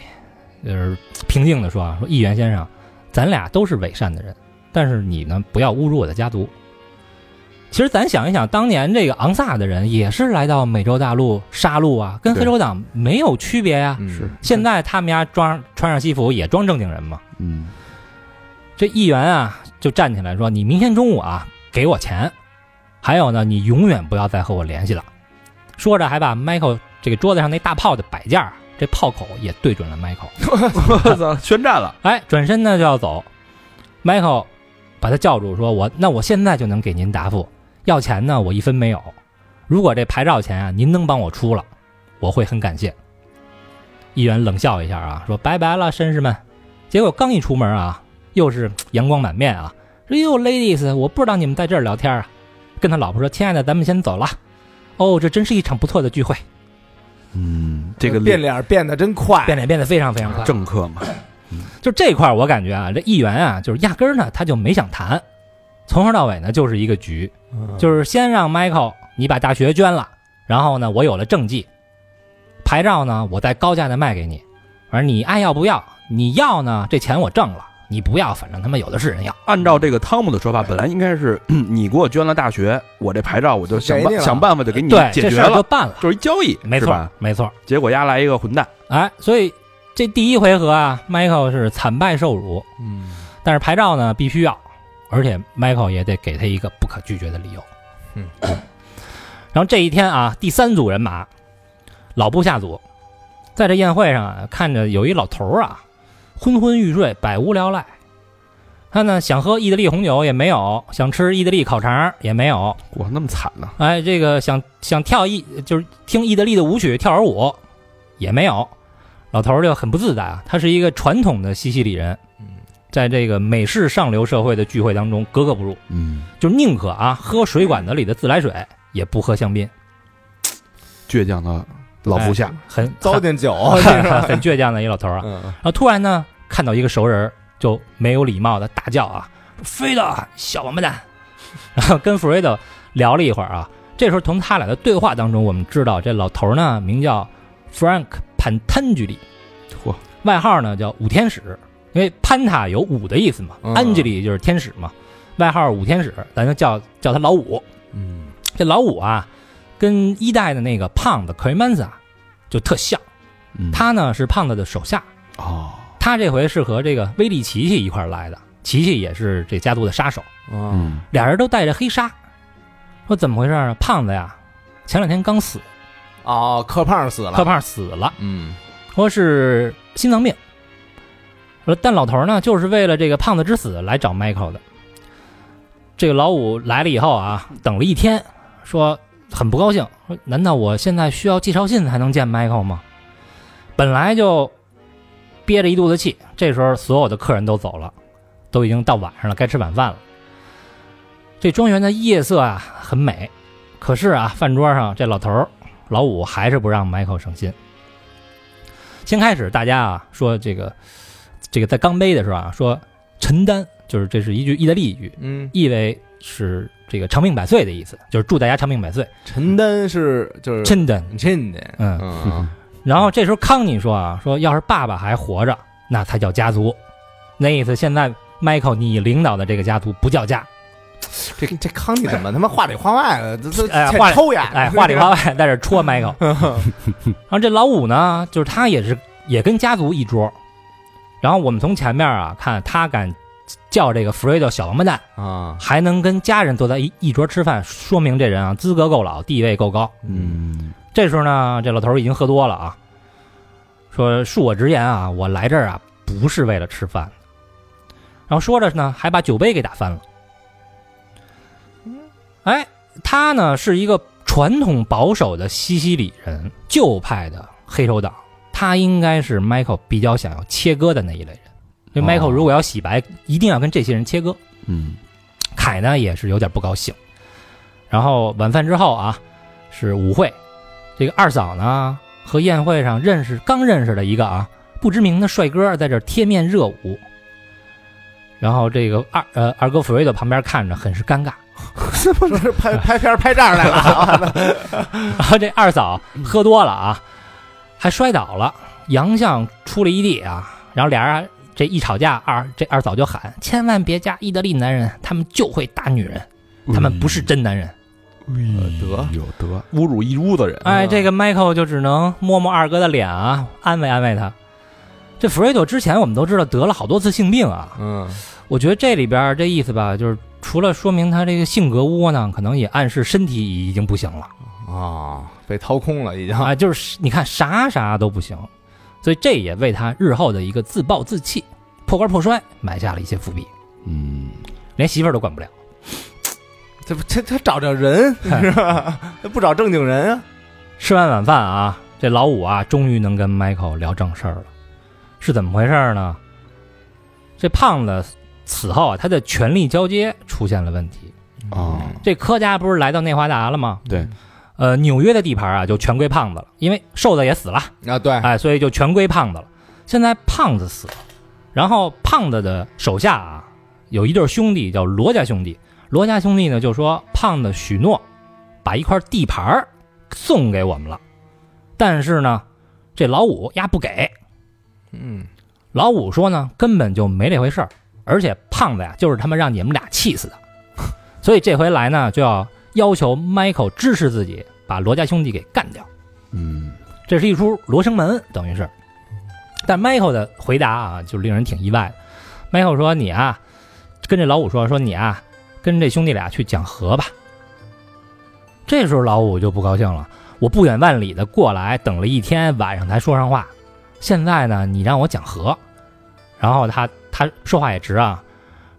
就是平静的说啊，说议员先生，咱俩都是伪善的人，但是你呢，不要侮辱我的家族。其实咱想一想，当年这个昂萨的人也是来到美洲大陆杀戮啊，跟
对
黑手党没有区别呀、
嗯
是
现在他们家装穿上西服也装正经人嘛。
嗯，
这议员啊，就站起来说：“你明天中午啊，给我钱。还有呢，你永远不要再和我联系了。”说着还把 Michael 这个桌子上那大炮的摆件儿，这炮口也对准了 Michael。
我操， 宣战了，
哎，转身呢就要走，Michael 把他叫住，说：“我那我现在就能给您答复，要钱呢我一分没有。如果这牌照钱啊您能帮我出了，我会很感谢。”议员冷笑一下啊，说：“拜拜了，绅士们。”结果刚一出门啊，又是阳光满面啊，说：“哟，ladies，我不知道你们在这儿聊天啊。”跟他老婆说：“亲爱的，咱们先走了。”哦，这真是一场不错的聚会，
嗯，这个
变脸变得真快，
变脸变得非常非常快。
政客嘛，
就这块儿，我感觉啊，这议员啊，就是压根儿呢，他就没想谈，从头到尾呢就是一个局，
嗯
就是先让 Michael 你把大学捐了，然后呢，我有了政绩，牌照呢，我再高价的卖给你，反正你爱要不要，你要呢，这钱我挣了，你不要，反正他妈有的是人要。
按照这个汤姆的说法，本来应该是 你给我捐了大学，我这牌照我就想
给你
办
了
想办法就给你
对，
解
这
决
事儿就
了，
办了，
就是一交易，
没
是
错
吧？，
没错。
结果丫来一个混蛋，
哎，所以这第一回合啊，Michael 是惨败受辱，
嗯
但是牌照呢必须要，而且 Michael 也得给他一个不可拒绝的理由。
嗯，
然后这一天啊，第三组人马，老部下组，在这宴会上啊看着有一老头儿啊，昏昏欲睡，百无聊赖。他呢想喝意大利红酒也没有，想吃意大利烤肠儿也没有，
哇，那么惨呢，
哎，这个想想跳意就是听意大利的舞曲跳会儿舞也没有，老头儿就很不自在啊。他是一个传统的西西里人，
嗯
在这个美式上流社会的聚会当中格格不入，
嗯，
就宁可啊喝水管子里的自来水，也不喝香槟。
倔强的老部下，
哎很
糟
很
践酒，
很倔强的一老头儿啊。
嗯
然后突然呢，看到一个熟人儿，就没有礼貌的大叫啊：“飞的小王八蛋！”然后跟弗瑞德聊了一会儿啊。这时候从他俩的对话当中，我们知道这老头儿呢名叫 Frank 潘坦居里，
嚯，
外号呢叫五天使，因为潘塔有五的意思嘛，
嗯
安吉里就是天使嘛，外号五天使，咱就叫叫他老五。
嗯
这老五啊，跟一代的那个胖子 c r e m a n z a 就特像，
嗯
他呢是胖子的手下。
哦，
他这回是和这个威利奇奇一块儿来的，奇奇也是这家族的杀手，
嗯
嗯
俩人都带着黑纱。说怎么回事呢？胖子呀，前两天刚死，
哦，柯胖死
柯
了，
胖死了，
嗯
说是心脏病。说但老头呢，就是为了这个胖子之死来找 Michael 的。这个老五来了以后啊，等了一天，说很不高兴，说难道我现在需要介绍信才能见 Michael 吗？本来就憋着一肚子气，这时候所有的客人都走了，都已经到晚上了，该吃晚饭了。这庄园的夜色啊很美，可是啊，饭桌上这老头儿老五还是不让 Michael 省心。先开始大家啊说这个这个在干杯的时候啊说陈丹，就是这是一句意大利语，
嗯，
意为是这个长命百岁的意思，就是祝大家长命百岁。
陈丹是就是
陈丹，
陈的，
嗯
嗯
然后这时候康妮说啊，说要是爸爸还活着，那才叫家族。那意思现在 Michael 你领导的这个家族不叫家，
这这康妮怎么他妈话里话外的？这这
哎
欠
话里
抽呀！
哎，话里话外在这戳 Michael。然后这老五呢，就是他也是也跟家族一桌。然后我们从前面啊看，他敢叫这个弗瑞德小王八蛋，
啊，
还能跟家人坐在一一桌吃饭，说明这人啊资格够老，地位够高。
嗯
嗯
这时候呢，这老头儿已经喝多了啊，说恕我直言啊，我来这儿啊不是为了吃饭。然后说着呢，还把酒杯给打翻了。哎，他呢是一个传统保守的西西里人，旧派的黑手党，他应该是 Michael 比较想要切割的那一类人。因为 Michael
哦
如果要洗白，一定要跟这些人切割。
嗯
凯呢也是有点不高兴。然后晚饭之后啊，是舞会，这个二嫂呢和宴会上认识刚认识的一个啊不知名的帅哥在这儿贴面热舞。然后这个二呃二哥弗瑞德旁边看着很是尴尬，
这不 是拍拍片儿拍这儿来了？
然后这二嫂喝多了啊，还摔倒了，洋相出了一地啊。然后俩人这一吵架，二这二嫂就喊：“千万别嫁意大利男人，他们就会打女人，他们不是真男人。”
得
嗯有嗯呃得侮辱一屋子人，
哎，
嗯
这个 Michael 就只能摸摸二哥的脸啊，安慰安慰他。这 Fredo 之前我们都知道得了好多次性病啊，
嗯
我觉得这里边儿这意思吧，就是除了说明他这个性格窝囊，可能也暗示身体已经不行了
啊，被掏空了已经。
啊，就是你看啥啥都不行，所以这也为他日后的一个自暴自弃、破罐破摔埋下了一些伏笔，
嗯，
连媳妇儿都管不了。
这不这他找着人是吧？他不找正经人啊？
吃完晚饭啊，这老五啊，终于能跟 Michael 聊正事儿了。是怎么回事儿呢？这胖子此后啊，他的权力交接出现了问题。
哦
这柯家不是来到内华达了吗？
对，
呃，纽约的地盘啊，就全归胖子了，因为瘦子也死了，
啊，对，
哎，所以就全归胖子了。现在胖子死了，然后胖子的手下啊，有一对兄弟叫罗家兄弟。罗家兄弟呢，就说胖子许诺把一块地盘儿送给我们了，但是呢，这老五丫不给。
嗯，
老五说呢，根本就没这回事儿，而且胖子呀，就是他妈让你们俩气死的。 所以这回来呢，就要要求 Michael 支持自己，把罗家兄弟给干掉。
嗯
这是一出罗生门，等于是。但 Michael 的回答啊，就令人挺意外的。Michael 说：“你啊，跟这老五说，说你啊，跟这兄弟俩去讲和吧。”这时候老五就不高兴了，我不远万里的过来，等了一天，晚上才说上话。现在呢，你让我讲和，然后他他说话也直啊，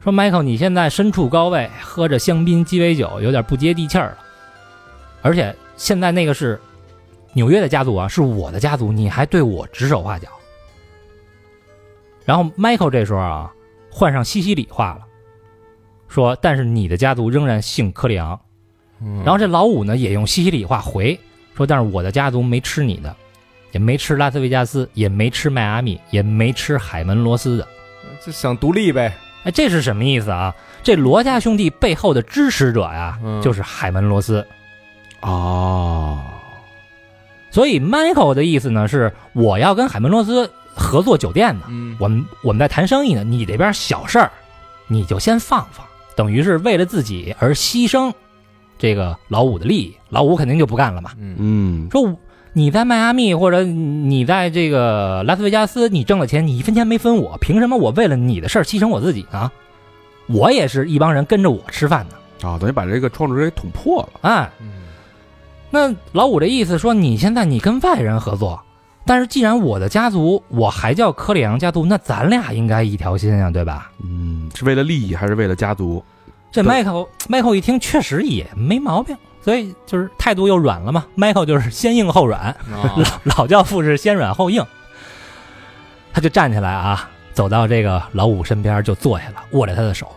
说 Michael，你现在身处高位，喝着香槟鸡尾酒，有点不接地气儿了。而且现在那个是纽约的家族啊，是我的家族，你还对我指手画脚。然后 Michael 这时候啊，换上西西里话了，说：“
嗯
但是你的家族仍然姓科里昂。”然后这老五呢，也用西西里话回说但是我的家族没吃你的，也没吃拉斯维加斯，也没吃迈阿密，也没吃海门罗斯的。
就想独立呗，
哎，这是什么意思啊？这罗家兄弟背后的支持者呀，
嗯
就是海门罗斯。
哦，
所以 Michael 的意思呢是，我要跟海门罗斯合作酒店呢，
嗯，
我们我们在谈生意呢，你这边小事儿，你就先放放，等于是为了自己而牺牲这个老五的利益，老五肯定就不干了嘛。
嗯
嗯，
说你在迈阿密或者你在这个拉斯维加斯，你挣了钱，你一分钱没分我，凭什么我为了你的事儿牺牲我自己呢？我也是一帮人跟着我吃饭呢，
啊、等于把这个创制给捅破了。
哎，
嗯
那老五这意思说，你现在你跟外人合作，但是既然我的家族我还叫科里昂家族，那咱俩应该一条心啊，对吧？
嗯，是为了利益还是为了家族？
这
对
Michael Michael 一听，确实也没毛病，所以就是态度又软了嘛。Michael 就是 先硬后软，
啊
老老教父是先软后硬，他就站起来啊，走到这个老五身边就坐下了，握着他的手。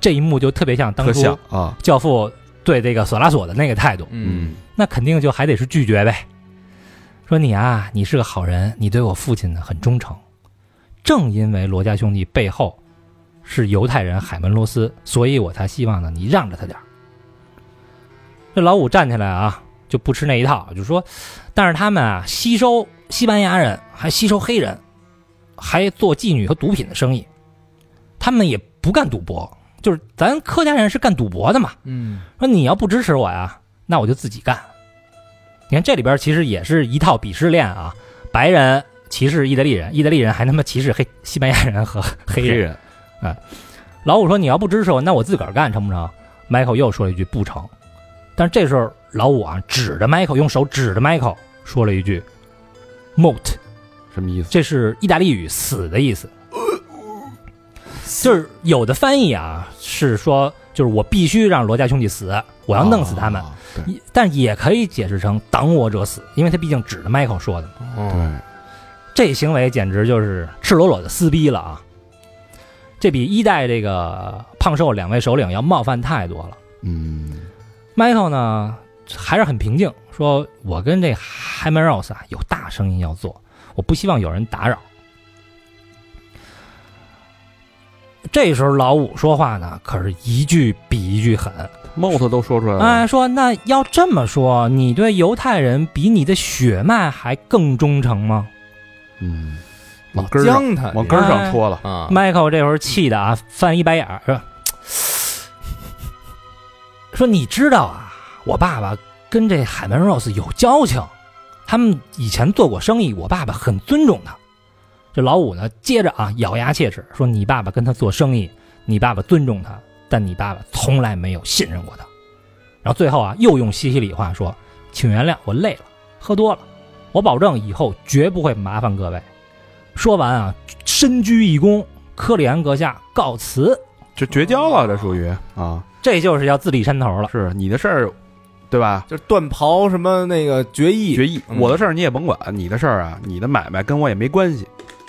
这一幕就特别像当
特像
初
啊，
教父对这个索拉索的那个态度，
嗯，
那肯定就还得是拒绝呗。说你啊，你是个好人，你对我父亲呢很忠诚。正因为罗家兄弟背后是犹太人海门罗斯，所以我才希望呢你让着他点儿。这老五站起来啊，就不吃那一套，就说，但是他们啊吸收西班牙人，还吸收黑人，还做妓女和毒品的生意，他们也不干赌博，就是咱客家人是干赌博的嘛。
嗯
说你要不支持我呀，那我就自己干。你看这里边其实也是一套鄙视链啊，白人歧视意大利人，意大利人还他妈歧视黑西班牙人和 黑人。
人
老五说你要不支持我，那我自个儿干成不成？Michael 又说了一句不成。但是这时候老五啊指着 Michael 用手指着 Michael 说了一句 “mot”，
什么意思？
这是意大利语“死”的意思。就是有的翻译啊是说，就是我必须让罗家兄弟死，我要弄死他们。
啊对
也但也可以解释成“挡我者死”，因为他毕竟指着 Michael 说的嘛。
哦
对，
这行为简直就是赤裸裸的撕逼了啊！这比一代这个胖瘦两位首领要冒犯太多了。
嗯
Michael 呢还是很平静，说我跟这 h a m e r o s 啊有大生意要做，我不希望有人打扰。这时候老五说话呢，可是一句比一句狠。
，mot 都说出来了，
哎，说那要这么说，你对犹太人比你的血脉还更忠诚吗、
嗯，往根儿上
将他
往根儿
哎
上戳了，
啊
m i c h a e l 这会儿气的啊，翻一白眼儿，说：“说你知道啊，我爸爸跟这海门 Rose 有交情，他们以前做过生意，我爸爸很尊重他。”这老五呢，接着啊，咬牙切齿说：“你爸爸跟他做生意，你爸爸尊重他，但你爸爸从来没有信任过他。”然后最后啊，又用西西里话说：“请原谅，我累了，喝多了，我保证以后绝不会麻烦各位。”说完啊，深鞠一躬，科里安阁下告辞。
就绝交了，这属于啊，
这就是要自立山头了。
是你的事儿，对吧？
就是断袍什么那个决议，
决议，
嗯
我的事儿你也甭管，你的事儿啊，你的买卖跟我也没关系，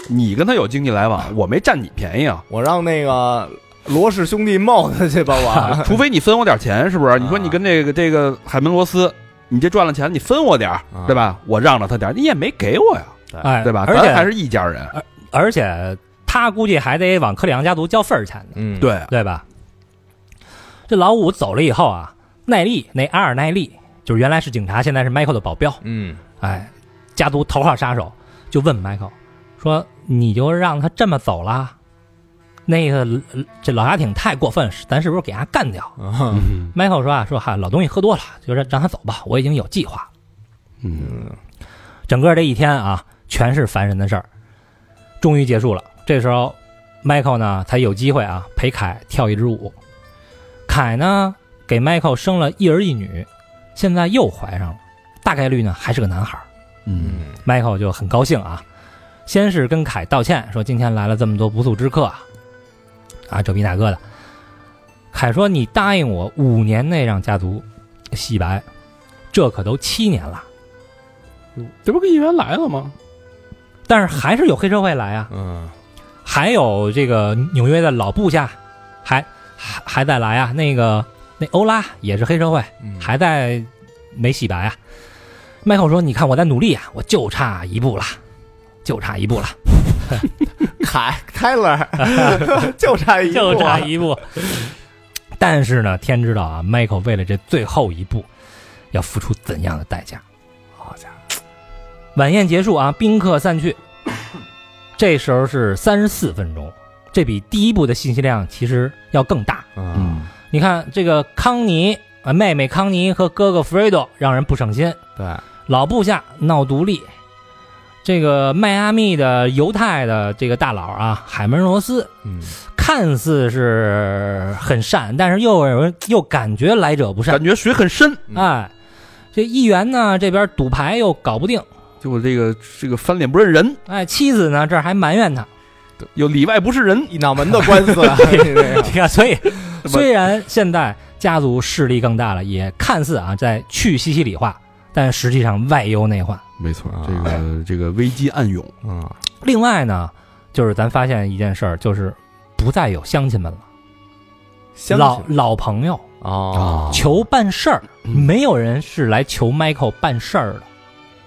你跟他有经济来往，我没占你便宜 啊，
我让那个罗氏兄弟冒他去吧， 我
除非你分我点钱，是不是？你说你跟这个这个海门罗斯，你这赚了钱，你分我点儿，
啊
对吧？我让着他点儿，你也没给我呀，
哎，
对吧？
而
咱还
且
是一家人，
而且他估计还得往科里昂家族交份儿钱呢，
嗯，
对，
对吧？这老五走了以后啊，奈利那阿尔奈利就是原来是警察，现在是 Michael 的保镖，
嗯
哎，家族头号杀手，就问 Michael 说：“你就让他这么走啦？那个呃这老家挺太过分，咱是不是给他干掉？”
嗯
啊
Michael 说啊，说哈，老东西喝多了，就让让他走吧，我已经有计划了。
嗯，
整个这一天啊，全是烦人的事儿，终于结束了。这时候，Michael 呢才有机会啊陪凯跳一支舞。凯呢给 Michael 生了一儿一女，现在又怀上了，大概率呢还是个男孩儿。
嗯，
嗯
Michael 就很高兴啊，先是跟凯道歉，说今天来了这么多不速之客啊，啊，这逼大哥的。凯说：“你答应我，五年内让家族洗白，这可都七年了，
这不跟议员来了吗？
但是还是有黑社会来啊，
嗯
还有这个纽约的老部下，还还还在来啊。那个那欧拉也是黑社会，
嗯，
还在没洗白啊。迈克说：“你看我在努力啊，我就差一步了，就差一步 了，
凯泰勒就差一步
就差一 步。”但是呢，天知道啊，迈克为了这最后一步，要付出怎样的代价？
好家伙，
晚宴结束啊，宾客散去。这时候是三十四分钟，这比第一部的信息量其实要更大。
嗯，
你看这个康妮啊，妹妹康妮和哥哥弗瑞多让人不省心，
对，
老部下闹独立。这个迈阿密的犹太的这个大佬啊，海门罗斯
嗯，
看似是很善，但是又有人又感觉来者不善
感，觉水很深，
嗯
哎，这议员呢这边赌牌又搞不定，
就这个这个翻脸不认人，
哎，妻子呢这儿还埋怨他，
又里外不是人，
一脑门的官司，这个
你看，所以 虽然现在家族势力更大了，也看似啊在去西西里化，但实际上外忧内患。
没错
啊
这个这个危机暗涌，
嗯，
另外呢，就是咱发现一件事儿，就是不再有乡亲们了，
相
老
信
老朋友
啊，
哦
求办事儿，
嗯
没有人是来求 Michael 办事儿的，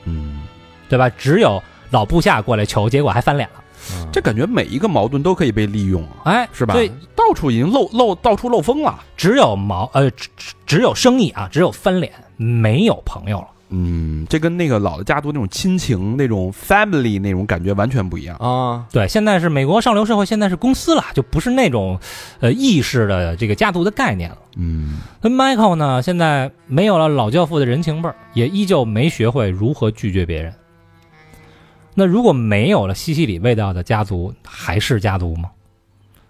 嗯，
对吧？只有老部下过来求，结果还翻脸了，
嗯
这感觉每一个矛盾都可以被利用啊，
哎，
是吧
所以？
到处已经漏漏到处漏风了，
只有毛呃，只只只有生意啊，只有翻脸，没有朋友了。
嗯，这跟那个老的家族那种亲情、那种 family 那种感觉完全不一样。
啊，
对，现在是美国上流社会，现在是公司了，就不是那种，呃，意识的这个家族的概念了。
嗯，
那 Michael 呢，现在没有了老教父的人情味儿，也依旧没学会如何拒绝别人。那如果没有了西西里味道的家族，还是家族吗？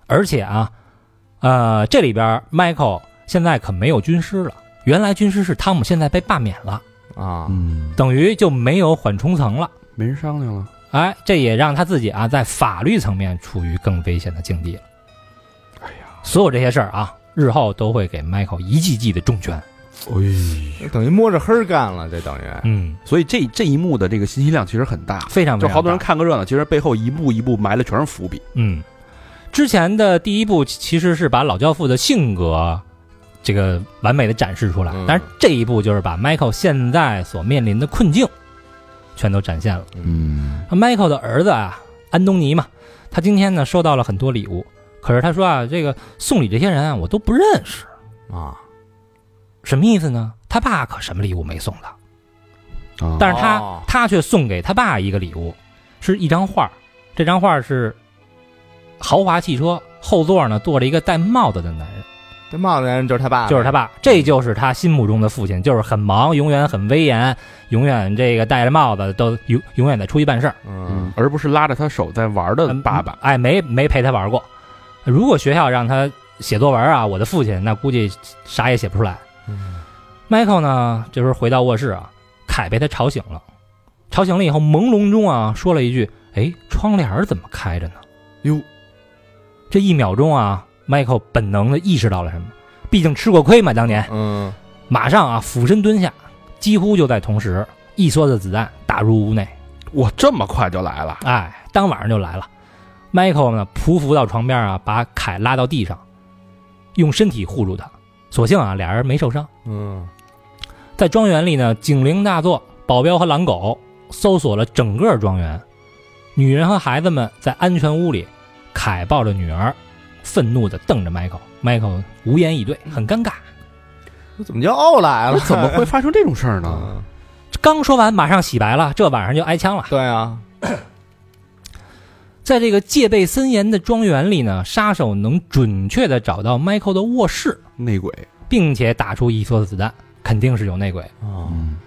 而且啊，呃，这里边儿 Michael 现在可没有军师了，原来军师是汤姆，现在被罢免了，
啊，
嗯，
等于就没有缓冲层了。
没人商量了，
哎，这也让他自己啊，在法律层面处于更危险的境地了。哎呀，所有这些事儿啊，日后都会给 Michael 一记记的重拳。
哎，
等于摸着黑儿干了，这等于
嗯，
所以这这一幕的这个信息量其实很大，
非常非
就
常
好多人
大。
看个热闹，其实背后一步一步埋的全是伏笔。
嗯，之前的第一部其实是把老教父的性格这个完美的展示出来，
嗯
但是这一部就是把 Michael 现在所面临的困境全都展现了。
嗯，
那 Michael 的儿子啊，安东尼嘛，他今天呢收到了很多礼物，可是他说啊，这个送礼这些人啊，我都不认识。
啊，
什么意思呢？他爸可什么礼物没送他，
啊
但是他、
哦
他却送给他爸一个礼物，是一张画儿。这张画儿是豪华汽车后座呢坐着一个戴帽子的男人，
这帽子男人就是他
啊
爸，
就是
嗯
他，爸，这就是他心目中的父亲，就是很忙，永远很威严，永远这个戴着帽子都永永远得出去办事儿。
嗯
嗯，，而不是拉着他手在玩的嗯爸爸。
哎，没没陪他玩过。如果学校让他写作文啊，我的父亲那估计啥也写不出来。
嗯
Michael 呢，这时候回到卧室啊，凯被他吵醒了。吵醒了以后，朦胧中啊，说了一句：“哎，窗帘儿怎么开着呢
哟，？”
这一秒钟啊，Michael 本能的意识到了什么，毕竟吃过亏嘛，当年。
嗯，
马上啊，俯身蹲下，几乎就在同时，一梭子子弹打入屋内。
哇，这么快就来了，
哎，当晚上就来了。Michael 呢，匍匐到床边啊，把凯拉到地上，用身体护住他。所幸啊，俩人没受伤。
嗯，
在庄园里呢，警铃大作，保镖和狼狗搜索了整个庄园。女人和孩子们在安全屋里，凯抱着女儿，愤怒地瞪着 Michael。Michael 无言以对，很尴尬。
我怎么就哦来了？
怎么会发生这种事儿呢？
嗯？
刚说完，马上洗白了，这晚上就挨枪了。
对啊，
在这个戒备森严的庄园里呢，杀手能准确地找到 Michael 的卧室，
内鬼，
并且打出一梭子子弹，肯定是有内鬼。
啊，
嗯，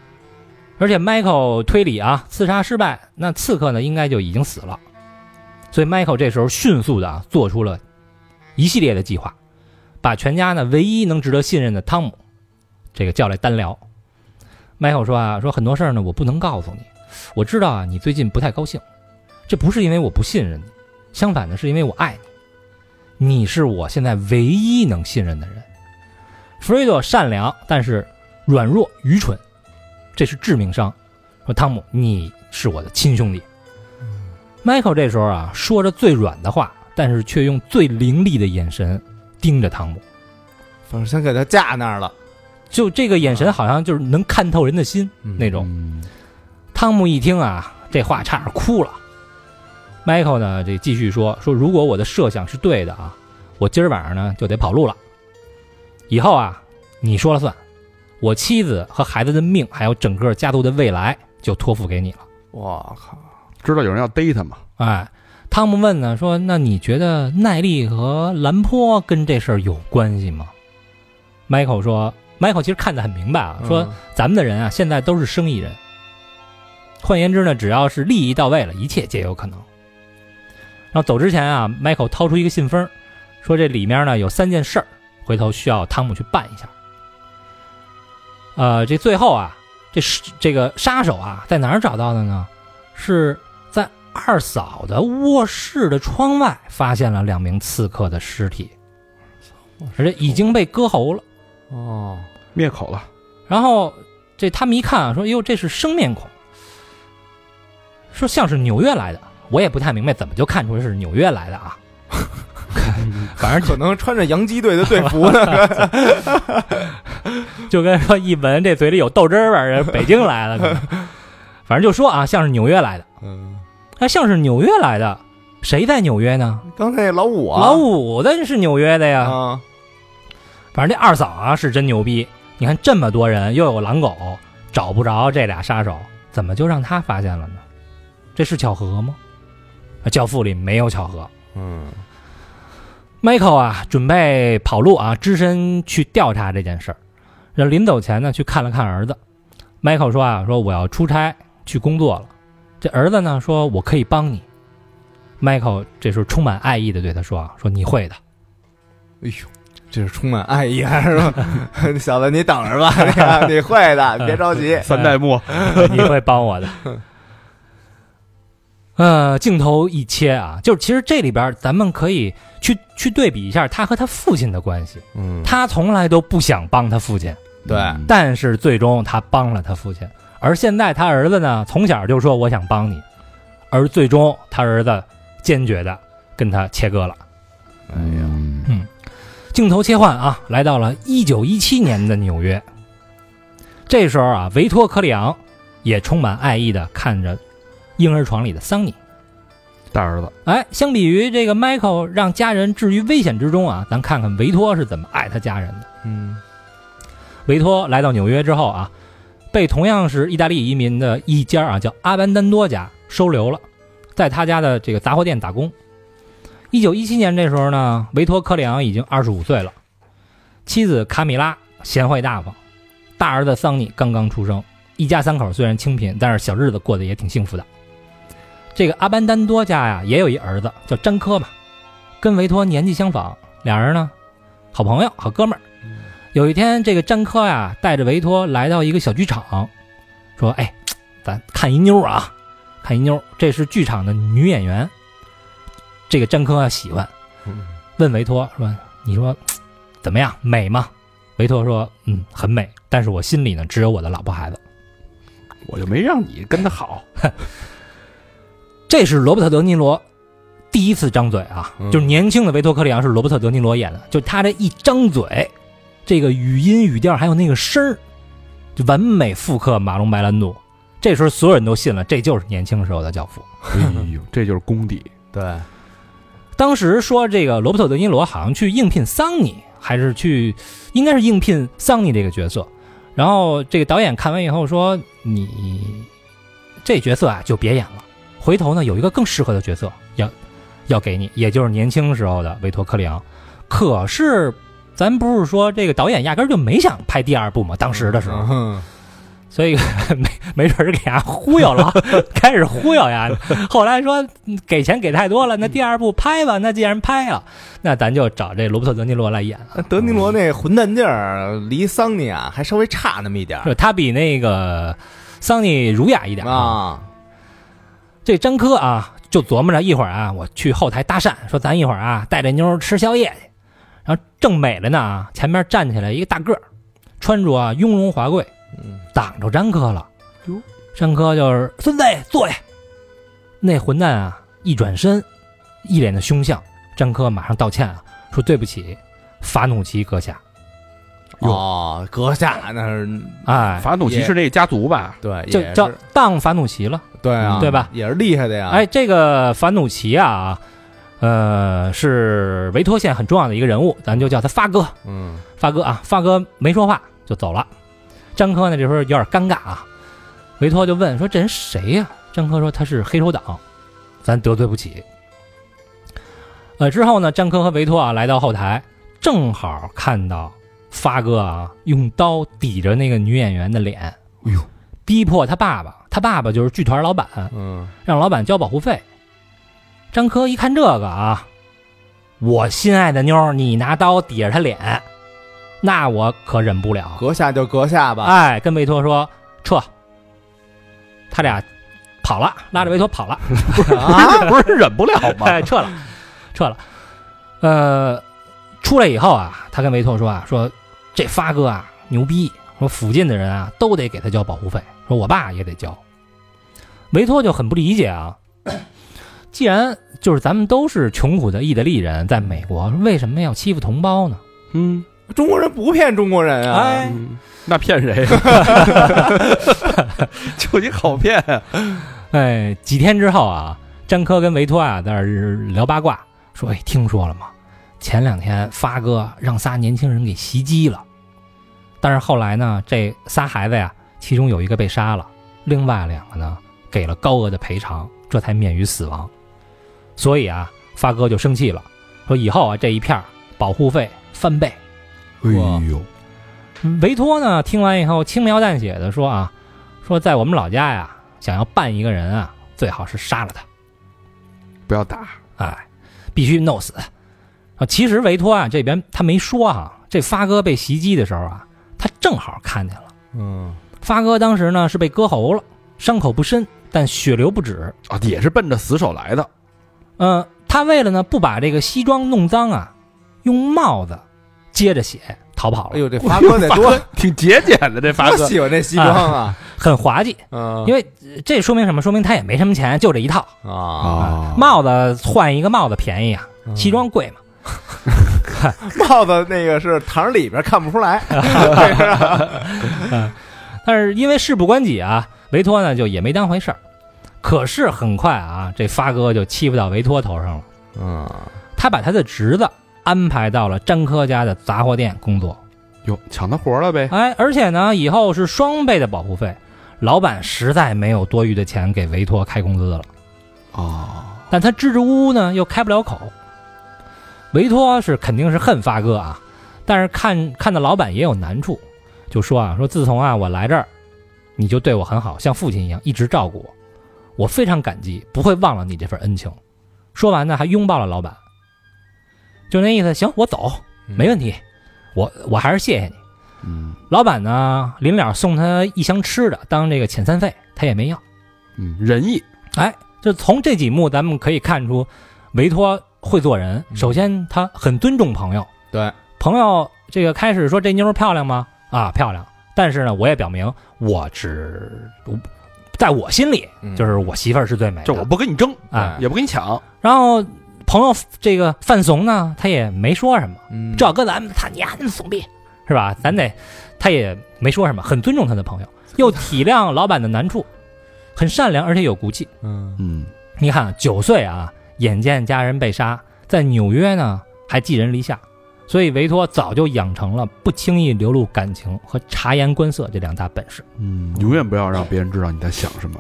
而且 Michael 推理啊，刺杀失败，那刺客呢应该就已经死了，所以 Michael 这时候迅速的啊做出了一系列的计划，把全家呢唯一能值得信任的汤姆这个叫来单聊。Michael 说啊，说很多事儿呢我不能告诉你，我知道啊你最近不太高兴，这不是因为我不信任你，相反呢是因为我爱你，你是我现在唯一能信任的人。弗瑞德善良，但是软弱愚蠢，这是致命伤。说汤姆，你是我的亲兄弟。Michael 这时候啊，说着最软的话，但是却用最凌厉的眼神盯着汤姆。
反正先给他架那儿了，
就这个眼神好像就是能看透人的心那种。
嗯
汤姆一听啊，这话差点哭了。Michael 呢，这继续说说，如果我的设想是对的啊，我今儿晚上呢就得跑路了。以后啊，你说了算，我妻子和孩子的命，还有整个家族的未来，就托付给你了。
我靠，
知道有人要逮他嘛？
哎，汤姆问呢，说那你觉得耐力和兰坡跟这事儿有关系吗？Michael 说，Michael 其实看得很明白啊，说、咱们的人啊，现在都是生意人。换言之呢，只要是利益到位了，一切皆有可能。然后走之前啊，Michael 掏出一个信封，说这里面呢有三件事儿，回头需要汤姆去办一下。呃，这最后啊，这是这个杀手啊，在哪儿找到的呢？是在二嫂的卧室的窗外发现了两名刺客的尸体，而且已经被割喉了。
嗯哦，
灭口了，
然后这他们一看啊，说：“哟，这是生面孔，说像是纽约来的。”我也不太明白怎么就看出来是纽约来的啊。
嗯
反正可能穿着洋基队的队服呢，
就跟说一闻这嘴里有豆汁儿味儿，北京来的，可能反正就说啊，像是纽约来的。
嗯，
那像是纽约来的，谁在纽约呢？
刚才那老五啊，
老五的是纽约的呀。
啊，
反正这二嫂啊是真牛逼，你看这么多人，又有狼狗，找不着这俩杀手，怎么就让他发现了呢？这是巧合吗？啊教父里没有巧合。
嗯
Michael 啊，准备跑路啊，只身去调查这件事儿。然后临走前呢，去看了看儿子。Michael 说啊，说我要出差去工作了。这儿子呢说，我可以帮你。Michael 这时候充满爱意的对他说啊，说你会的。
哎呦，这是充满爱意还啊是吧？ 小子，你等着吧，那个你会的，别着急。
三代目，
你会帮我的。呃，镜头一切啊，就是其实这里边儿咱们可以去去对比一下他和他父亲的关系。
嗯，
他从来都不想帮他父亲，
对
嗯
但是最终他帮了他父亲。而现在他儿子呢，从小就说我想帮你，而最终他儿子坚决的跟他切割了。
哎呀，
嗯
镜头切换啊，来到了一九一七年的纽约。这时候啊，维托·科里昂也充满爱意的看着婴儿床里的桑尼。
大儿子，
哎，相比于这个 Michael 让家人置于危险之中啊，咱看看维托是怎么爱他家人的。
嗯，
维托来到纽约之后啊，被同样是意大利移民的一家啊叫阿班丹多家收留了，在他家的这个杂货店打工。一九一七年这时候呢，维托·科里昂已经二十五岁了，妻子卡米拉贤惠大方，大儿子桑尼刚刚出生，一家三口虽然清贫，但是小日子过得也挺幸福的。这个阿班丹多家呀，也有一儿子叫詹科嘛，跟维托年纪相仿，俩人呢好朋友、好哥们儿。有一天，这个詹科呀带着维托来到一个小剧场，说：“哎，咱看一妞啊，看一妞，这是剧场的女演员。”这个詹科啊喜欢，问维托说：“你说怎么样，美吗？”维托说：“嗯，很美，但是我心里呢只有我的老婆孩子。”
我就没让你跟他好，
这是罗伯特·德尼罗第一次张嘴啊，
嗯
就是年轻的维托·克里昂是罗伯特·德尼罗演的，就他这一张嘴，这个语音、语调还有那个声儿，就完美复刻马龙·白兰度。这时候所有人都信了，这就是年轻时候的教父。
哎呦，这就是功底，
对，
当时说这个罗伯特·德尼罗好像去应聘桑尼，还是去应该是应聘桑尼这个角色。然后这个导演看完以后说：“你这角色啊就别演了，回头呢有一个更适合的角色要要给你，也就是年轻时候的维托·科里昂。”可是咱不是说这个导演压根儿就没想拍第二部吗？当时的时候，
嗯
所以 没没准儿给伢忽悠了，开始忽悠伢。后来说嗯给钱给太多了，那第二部拍吧。那既然拍了，那咱就找这罗伯特·德尼罗来演啊了。
德尼罗那混蛋劲儿离桑尼啊还稍微差那么一点儿
就他比那个桑尼儒雅一点。
啊，
这詹科啊，就琢磨着一会儿啊，我去后台搭讪，说咱一会儿啊带着妞儿吃宵夜去。然后正美着呢，前面站起来一个大个儿，穿着啊雍容华贵，
嗯
挡着詹科了
哟。
詹科就是孙子坐下。那混蛋啊，一转身，一脸的凶相。詹科马上道歉啊，说对不起，法努奇阁下。
哦，阁下那是
哎，
法努奇是那个家族吧？
对，
就
也
叫
是
当法努奇了。
对啊，
对吧？
也是厉害的呀。
哎，这个法努奇啊，呃，是维托县很重要的一个人物，咱就叫他发哥。
嗯，
发哥啊，发哥没说话就走了。张科呢，这时候有点尴尬啊。维托就问说：“这人谁呀、张科说：“他是黑手党，咱得罪不起。”呃，之后呢，张科和维托啊来到后台，正好看到发哥啊用刀抵着那个女演员的脸，哎
呦，
逼迫他爸爸，他爸爸就是剧团老板，
嗯，
让老板交保护费。张科一看这个啊，我心爱的妞儿，你拿刀抵着她脸，那我可忍不了。
阁下就阁下吧。
哎，跟维托说撤，他俩跑了，拉着维托跑了，
啊，
不是忍不了吗？
哎，撤了，撤了。呃，出来以后啊，他跟维托说啊，说这发哥啊牛逼，说附近的人啊都得给他交保护费，说我爸也得交。维托就很不理解啊， 既然就是咱们都是穷苦的意大利人，在美国为什么要欺负同胞呢？
嗯，
中国人不骗中国人啊。
哎
嗯那骗 谁？就你好骗，
哎，几天之后啊，詹科跟维托啊在那儿聊八卦，说：“哎，听说了吗？前两天发哥让仨年轻人给袭击了，但是后来呢，这仨孩子呀，其中有一个被杀了，另外两个呢给了高额的赔偿，这才免于死亡。所以啊，发哥就生气了，说以后啊这一片儿保护费翻倍。”
哎
哇
呦，
维托呢，听完以后轻描淡写的说啊，说在我们老家呀，想要办一个人啊，最好是杀了他。
不要打，
哎，必须弄死。啊，其实维托啊这边他没说啊，这发哥被袭击的时候啊，他正好看见了。
嗯，
发哥当时呢是被割喉了，伤口不深，但血流不止。
啊，也是奔着死守来的。
嗯、他为了呢不把这个西装弄脏啊，用帽子接着血逃跑
哎
了，
呦，这 发哥得多
挺节俭的这发
多
哥，
喜欢这西装啊。
很滑稽。
嗯，
因为呃这说明什么？说明他也没什么钱，就这一套。
啊，
啊帽子换一个帽子便宜啊，
嗯
西装贵嘛。
帽子那个是堂里边看不出来。
但是因为事不关己啊，维托呢就也没当回事儿。可是很快啊，这发哥就欺负到维托头上了。
嗯，
他把他的侄子安排到了詹科家的杂货店工作，
哟，抢他活了呗。啊
哎，而且呢，以后是双倍的保护费。老板实在没有多余的钱给维托开工资了，
哦，
但他支支吾吾呢又开不了口。维托是肯定是恨发哥啊，但是看看到老板也有难处，就说啊，说自从啊我来这儿，你就对我很好，像父亲一样一直照顾我，我非常感激，不会忘了你这份恩情。说完呢，还拥抱了老板，就那意思，行，我走，没问题，我我还是谢谢你。
嗯
老板呢，临了送他一箱吃的当这个遣散费，他也没要。
嗯，仁义，
哎，就从这几幕咱们可以看出，维托会做人。
嗯
首先，他很尊重朋友。
对，
朋友这个开始说这妞儿漂亮吗？啊，漂亮。但是呢，我也表明我只我在我心里
嗯
就是我媳妇儿是最美的。
就我不跟你争，
啊，
哎
也不跟你抢，
然后朋友这个范怂呢，他也没说什么。
嗯
这跟咱们他你还那么怂逼是吧？咱得，他也没说什么，很尊重他的朋友，又体谅老板的难处，很善良而且有骨气。
嗯
嗯，
你看，九岁啊，眼见家人被杀，在纽约呢还寄人篱下，所以维托早就养成了不轻易流露感情和察言观色这两大本事。
嗯，永远不要让别人知道你在想什么。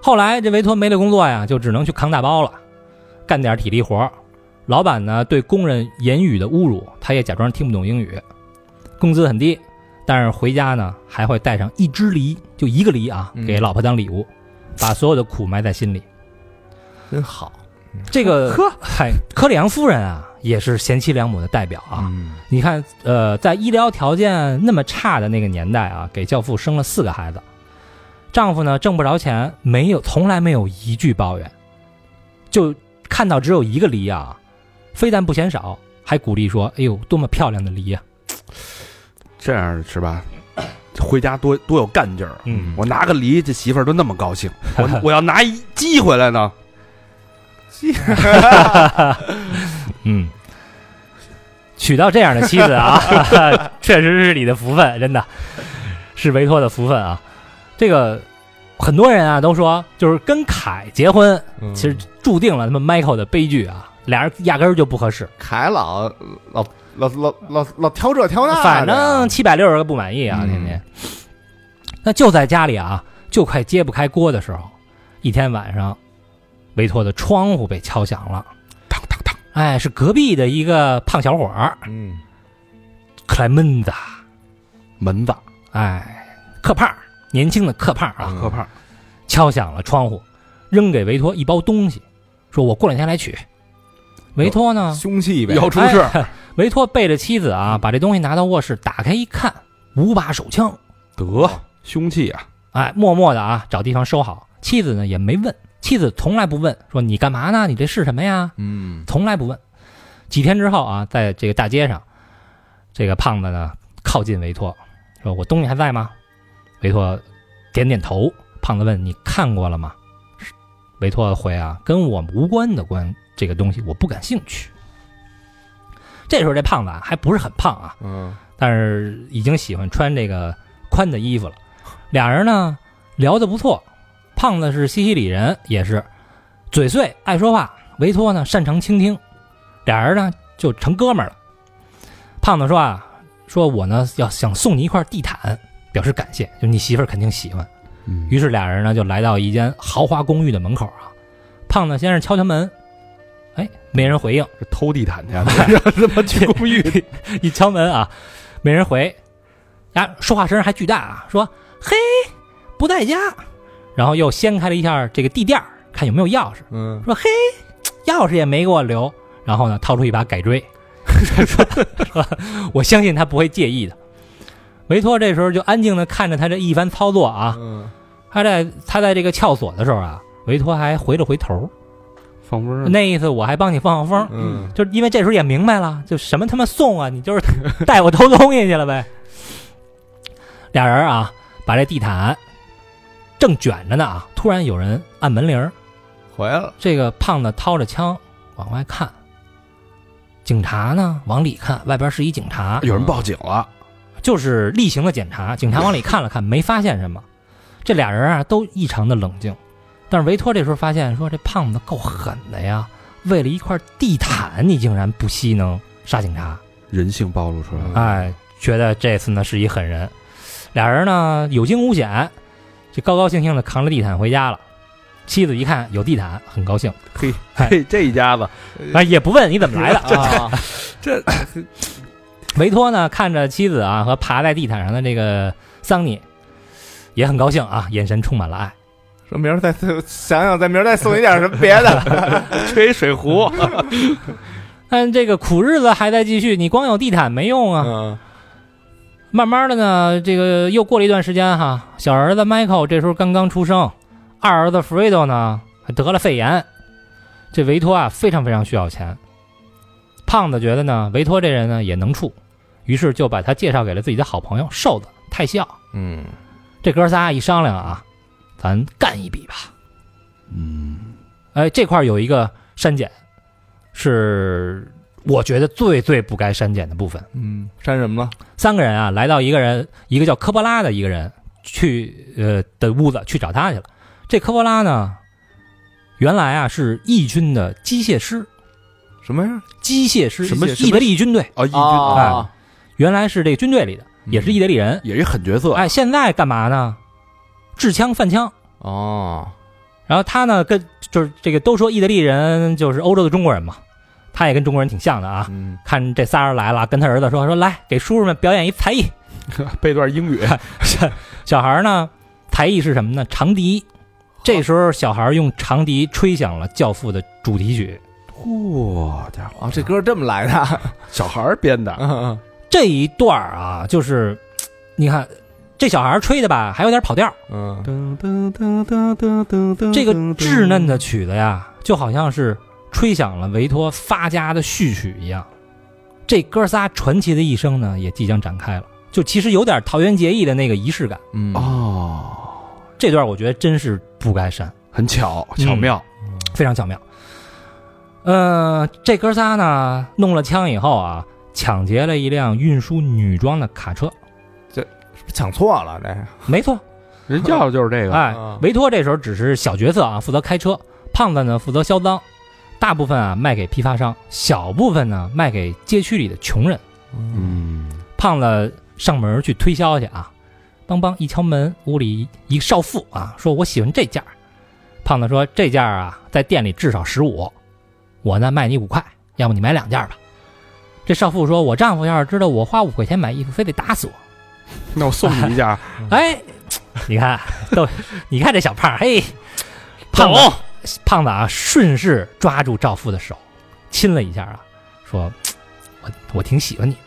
后来这维托没了工作呀，就只能去扛大包了，干点体力活儿。老板呢对工人言语的侮辱，他也假装听不懂英语，工资很低，但是回家呢还会带上一只梨，就一个梨啊，
嗯
给老婆当礼物，把所有的苦埋在心里。
真好
这个
呵，
嗨，科里昂夫人啊，也是贤妻良母的代表啊。
嗯
你看，呃，在医疗条件那么差的那个年代啊，给教父生了四个孩子，丈夫呢挣不着钱，没有从来没有一句抱怨，就看到只有一个梨啊，非但不嫌少，还鼓励说：“哎呦，多么漂亮的梨啊呀、
这样是吧？回家多多有干劲儿。啊
嗯，
我拿个梨，这媳妇儿都那么 高兴。我我要拿一鸡回来呢，
嗯，娶到这样的妻子啊， 确实是你的福分，真的是维托的福分啊。这个很多人啊都说，就是跟凯结婚，
嗯
其实注定了他们 Michael 的悲剧啊，俩人压根儿就不合适。
凯老老老老老老挑这挑那
啊
的，
反正七百六十个不满意啊，
嗯
天天。那就在家里啊，就快揭不开锅的时候，一天晚上，维托的窗户被敲响了，
当当当，
哎，是隔壁的一个胖小伙儿
嗯，
克莱门子，
门子
哎，克胖儿，年轻的克胖儿啊，
嗯
可怕，
敲响了窗户，扔给维托一包东西，说我过两天来取。维托呢，
凶器呗，
要出事儿， 嗯
哎维托背着妻子啊，把这东西拿到卧室，打开一看，五把手枪。
得凶器啊，
哎，默默的啊，找地方收好。妻子呢也没问，妻子从来不问，说你干嘛呢？你这是什么呀？
嗯
从来不问。几天之后啊，在这个大街上，这个胖子呢靠近维托，说：“我东西还在吗？”维托点点头。胖子问：“你看过了吗？”维托回啊：“跟我无关的关这个东西，我不感兴趣。”这时候这胖子啊还不是很胖啊，
嗯，
但是已经喜欢穿这个宽的衣服了。俩人呢聊得不错，胖子是西西里人，也是嘴碎爱说话，维托呢擅长倾听，俩人呢就成哥们儿了。胖子说啊，说我呢要想送你一块地毯，表示感谢，就你媳妇儿肯定喜欢。
嗯
于是俩人呢就来到一间豪华公寓的门口啊，胖子先是敲敲门，哎，没人回应。
这偷地毯去 啊，让他妈去公寓，
一敲门啊，没人回，呀，说话声还巨大啊，说嘿，不在家，然后又掀开了一下这个地垫儿，看有没有钥匙，
嗯
说嘿，钥匙也没给我留，然后呢，掏出一把改锥， 说说我相信他不会介意的。 维托这时候就安静的看着他这一番操作啊，
嗯，
他在他在这个撬锁的时候啊，维托还回了回头，
放风儿
那意思我还帮你放放风，
嗯
就是因为这时候也明白了，就什么他妈送啊，你就是 带我偷东西去了呗。俩人啊，把这地毯正卷着呢啊，突然有人按门铃儿，
回来了，
这个胖子掏着枪往外看，警察呢往里看，外边是一警察，
啊有人报警了，
就是例行的检查。警察往里看了看，没发现什么。这俩人啊都异常的冷静，但是维托这时候发现说，这胖子够狠的呀，为了一块地毯，你竟然不惜能杀警察。
人性暴露出来了，
哎，觉得这次呢是一狠人。俩人呢有惊无险，就高高兴兴的扛着地毯回家了。妻子一看有地毯，很高兴，
嘿
哎，
这这一家子
啊也不问你怎么来的。
啊，
维托呢看着妻子啊和爬在地毯上的这个桑尼，也很高兴啊，眼神充满了爱。
说明儿再想想，再明儿再送你点什么别的，
缺一水壶，
但这个苦日子还在继续，你光有地毯没用啊。
嗯
慢慢的呢，这个又过了一段时间哈，小儿子 Michael 这时候刚刚出生，二儿子 Fredo 呢还得了肺炎，这维托啊非常非常需要钱。胖子觉得呢，维托这人呢也能处，于是就把他介绍给了自己的好朋友瘦子泰西奥。
嗯，
这哥仨一商量啊，咱干一笔吧。
嗯，
哎，这块儿有一个删减，是我觉得最最不该删减的部分。
嗯，删什么了？
三个人啊，来到一个人，一个叫科波拉的一个人去呃的屋子去找他去了。这科波拉呢，原来啊是义军的机械师，
什么呀？哦
机械师
什么什么
意大利军队，
啊，义军
啊
啊，
嗯
原来是这个军队里的，也是意大利人。
也是一狠角色，
哎，现在干嘛呢？制枪贩枪。
哦，
然后他呢，跟就是这个都说意大利人就是欧洲的中国人嘛，他也跟中国人挺像的啊。
嗯
看这仨人来了，跟他儿子说说来给叔叔们表演一才艺。
背段英语，
小 小孩儿呢，才艺是什么呢？长笛。这时候，小孩儿用长笛吹响了《教父》的主题曲。
嚯家伙，
啊，这歌这么来的，
小孩儿编的，
嗯
这一段儿啊，就是嘖你看这小孩儿吹的吧，还有点跑调儿。
嗯
噔噔噔噔噔噔噔
这个稚嫩的曲子呀，就好像是吹响了维托发家的序曲一样。这哥仨传奇的一生呢，也即将展开了。就其实有点桃园结义的那个仪式感。
嗯
哦，
这段我觉得真是不该删。
很巧巧妙，
非常巧妙。呃，这哥仨呢，弄了枪以后啊，抢劫了一辆运输女装的卡车。
抢错了这
没错，
嗯人要的就是 这个，啊
哎，维托这时候只是小角色啊，负责开车；胖子呢负责销赃，大部分啊卖给批发商，小部分呢卖给街区里的穷人。
嗯，
嗯，
胖子上门去推销去啊，梆梆一敲门，屋里一个少妇啊说：“我喜欢这件儿。”胖子说：“这件儿啊，在店里至少十五，我呢卖你五块，要不你买两件儿吧。”这少妇说：“我丈夫要是知道我花五块钱买衣服，非得打死我。”
那我送你一件儿，
哎， 你看，都， 你看这小胖儿，嘿，胖
走
子，胖子啊，顺势抓住赵父的手，亲了一下啊，说：“我我挺喜欢你的，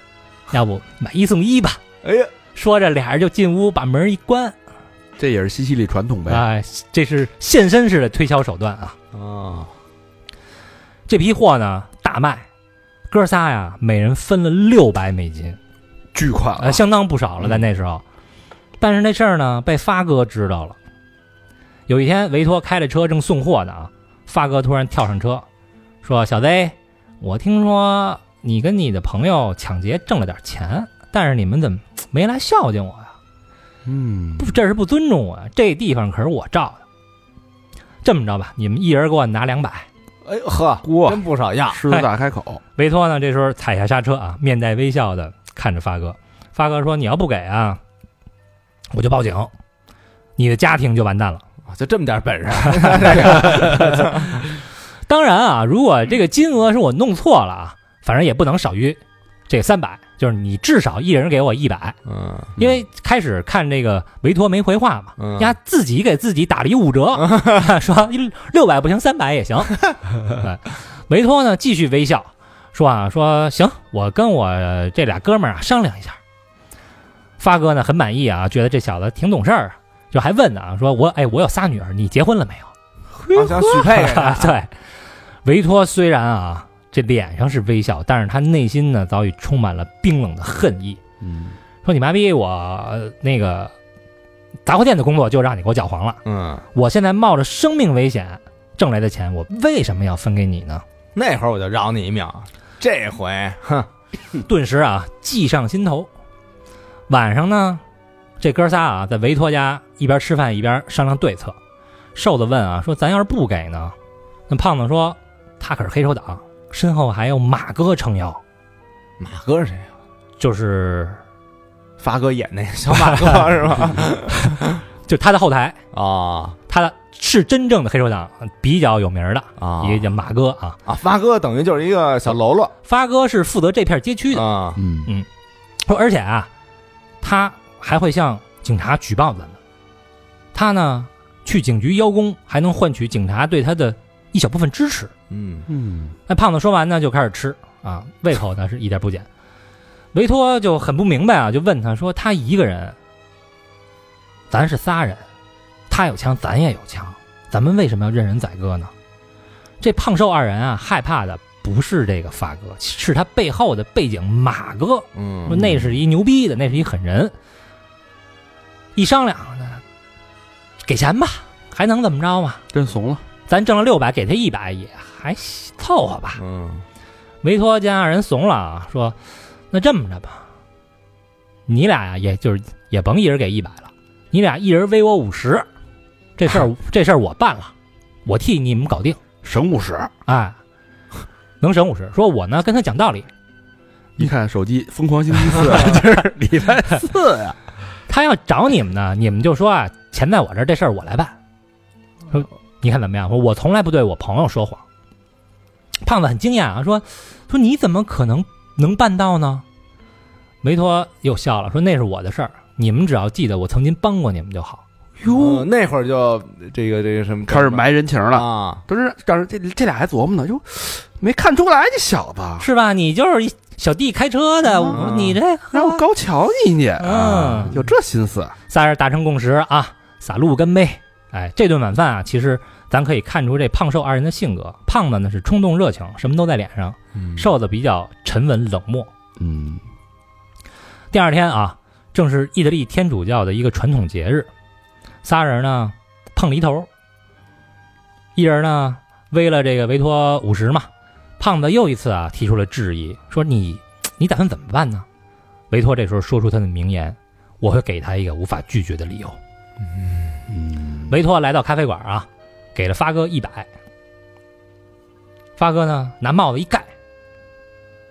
要不买一送一吧
哎呀，？”
说着，俩人就进屋，把门一关。
这也是西西里传统呗。
哎，这是现身式的推销手段啊！
啊，
这批货呢大卖，哥仨呀，每人分了六百美金，
巨款
呃，
了，
相当不少了，在那时候。但是那事儿呢，被发哥知道了。有一天，维托开着车正送货呢啊，发哥突然跳上车，说：“小 Z，我听说你跟你的朋友抢劫挣了点钱，但是你们怎么没来孝敬我呀？
嗯
不，这是不尊重我呀！这地方可是我照的。这么着吧，你们一人给我拿两百。”
哎呦呵，
哇，
真不少样，
狮子大开口，
维托呢，这时候踩下刹车啊，面带微笑的看着发哥。发哥说：“你要不给啊，我就报警，你的家庭就完蛋了。
就这么点本事，”
当然啊，如果这个金额是我弄错了啊，反正也不能少于这三百，就是你至少一人给我一百，
嗯
因为开始看这个维托没回话嘛，
嗯
丫自己给自己打了一五折， 说六百不行，三百也 行。哎维托呢继续微笑说啊说行，我跟我呃这俩哥们儿啊商量一下。发哥呢很满意啊，觉得这小子挺懂事儿啊，就还问呢啊说我哎我有仨女儿，你结婚了没有？
好想许配给他
对，维托虽然啊这脸上是微笑，但是他内心呢早已充满了冰冷的恨意。
嗯，
说你妈逼我呃那个杂货店的工作就让你给我搅黄了，
嗯，
我现在冒着生命危险挣来的钱，我为什么要分给你呢？
那会儿我就饶你一命，这回
顿时啊，计上心头。晚上呢，这哥仨啊在维托家一边吃饭一边商量对策。瘦子问啊，说咱要是不给呢？那胖子说他可是黑手党，身后还有马哥撑腰，
马哥是谁呀？
就是
发哥演那个小马哥是吧？
就他的后台，
啊
他的是真正的黑手党，比较有名儿的，
啊
也叫马哥啊。
啊！发哥等于就是一个小喽啰
发哥是负责这片街区的，
啊，
嗯
说而且啊，他还会向警察举报咱们。他呢去警局邀功，还能换取警察对他的一小部分支持。
嗯
嗯，
那胖子说完呢，就开始吃啊，胃口呢是一点不减。维托就很不明白啊，就问他说：“他一个人，咱是仨人，他有枪，咱也有枪，咱们为什么要任人宰割呢？”这胖瘦二人啊，害怕的不是这个发哥，是他背后的背景马哥。说
嗯
那是一牛逼的，那是一狠人。一商量，那给钱吧，还能怎么着嘛？
真怂了，
咱挣了六百，给他一百也还凑合吧。
嗯
维托见二人怂了啊，说：“那这么着吧，你俩呀，也就是也甭一人给一百了，你俩一人微我五十，这事儿这事儿我办了，我替你们搞定。
省五十。
哎，能省五十。说我呢跟他讲道理，
一看手机，疯狂星期四，
啊
今儿礼拜四
嗯
呀，
他要找你们呢，你们就说啊，钱在我这儿，这事儿我来办。说你看怎么样？说我从来不对我朋友说谎。胖子很惊讶啊，说说你怎么可能能办到呢？梅托又笑了，说那是我的事儿，你们只要记得我曾经帮过你们就好。
哟，那会儿就这个这个什么
开始埋人情了。
啊，
当时，当时这这俩还琢磨呢，哟，没看出来这小子，
是吧？你就是一小弟开车的，我
嗯
你这
让我高瞧你你啊
嗯，
有这心思，
仨人达成共识啊，撒路干杯。哎，这顿晚饭啊，其实咱可以看出这胖瘦二人的性格。胖子呢是冲动热情，什么都在脸上；
嗯
瘦子比较沉稳冷漠。
嗯，
第二天啊，正是意大利天主教的一个传统节日，仨人呢碰了一头，一人呢为了这个维托五十嘛，胖子又一次啊提出了质疑，说你嘖你打算怎么办呢？维托这时候说出他的名言：“我会给他一个无法拒绝的理由。”
嗯，
维托来到咖啡馆啊，给了发哥一百。发哥呢，拿帽子一盖，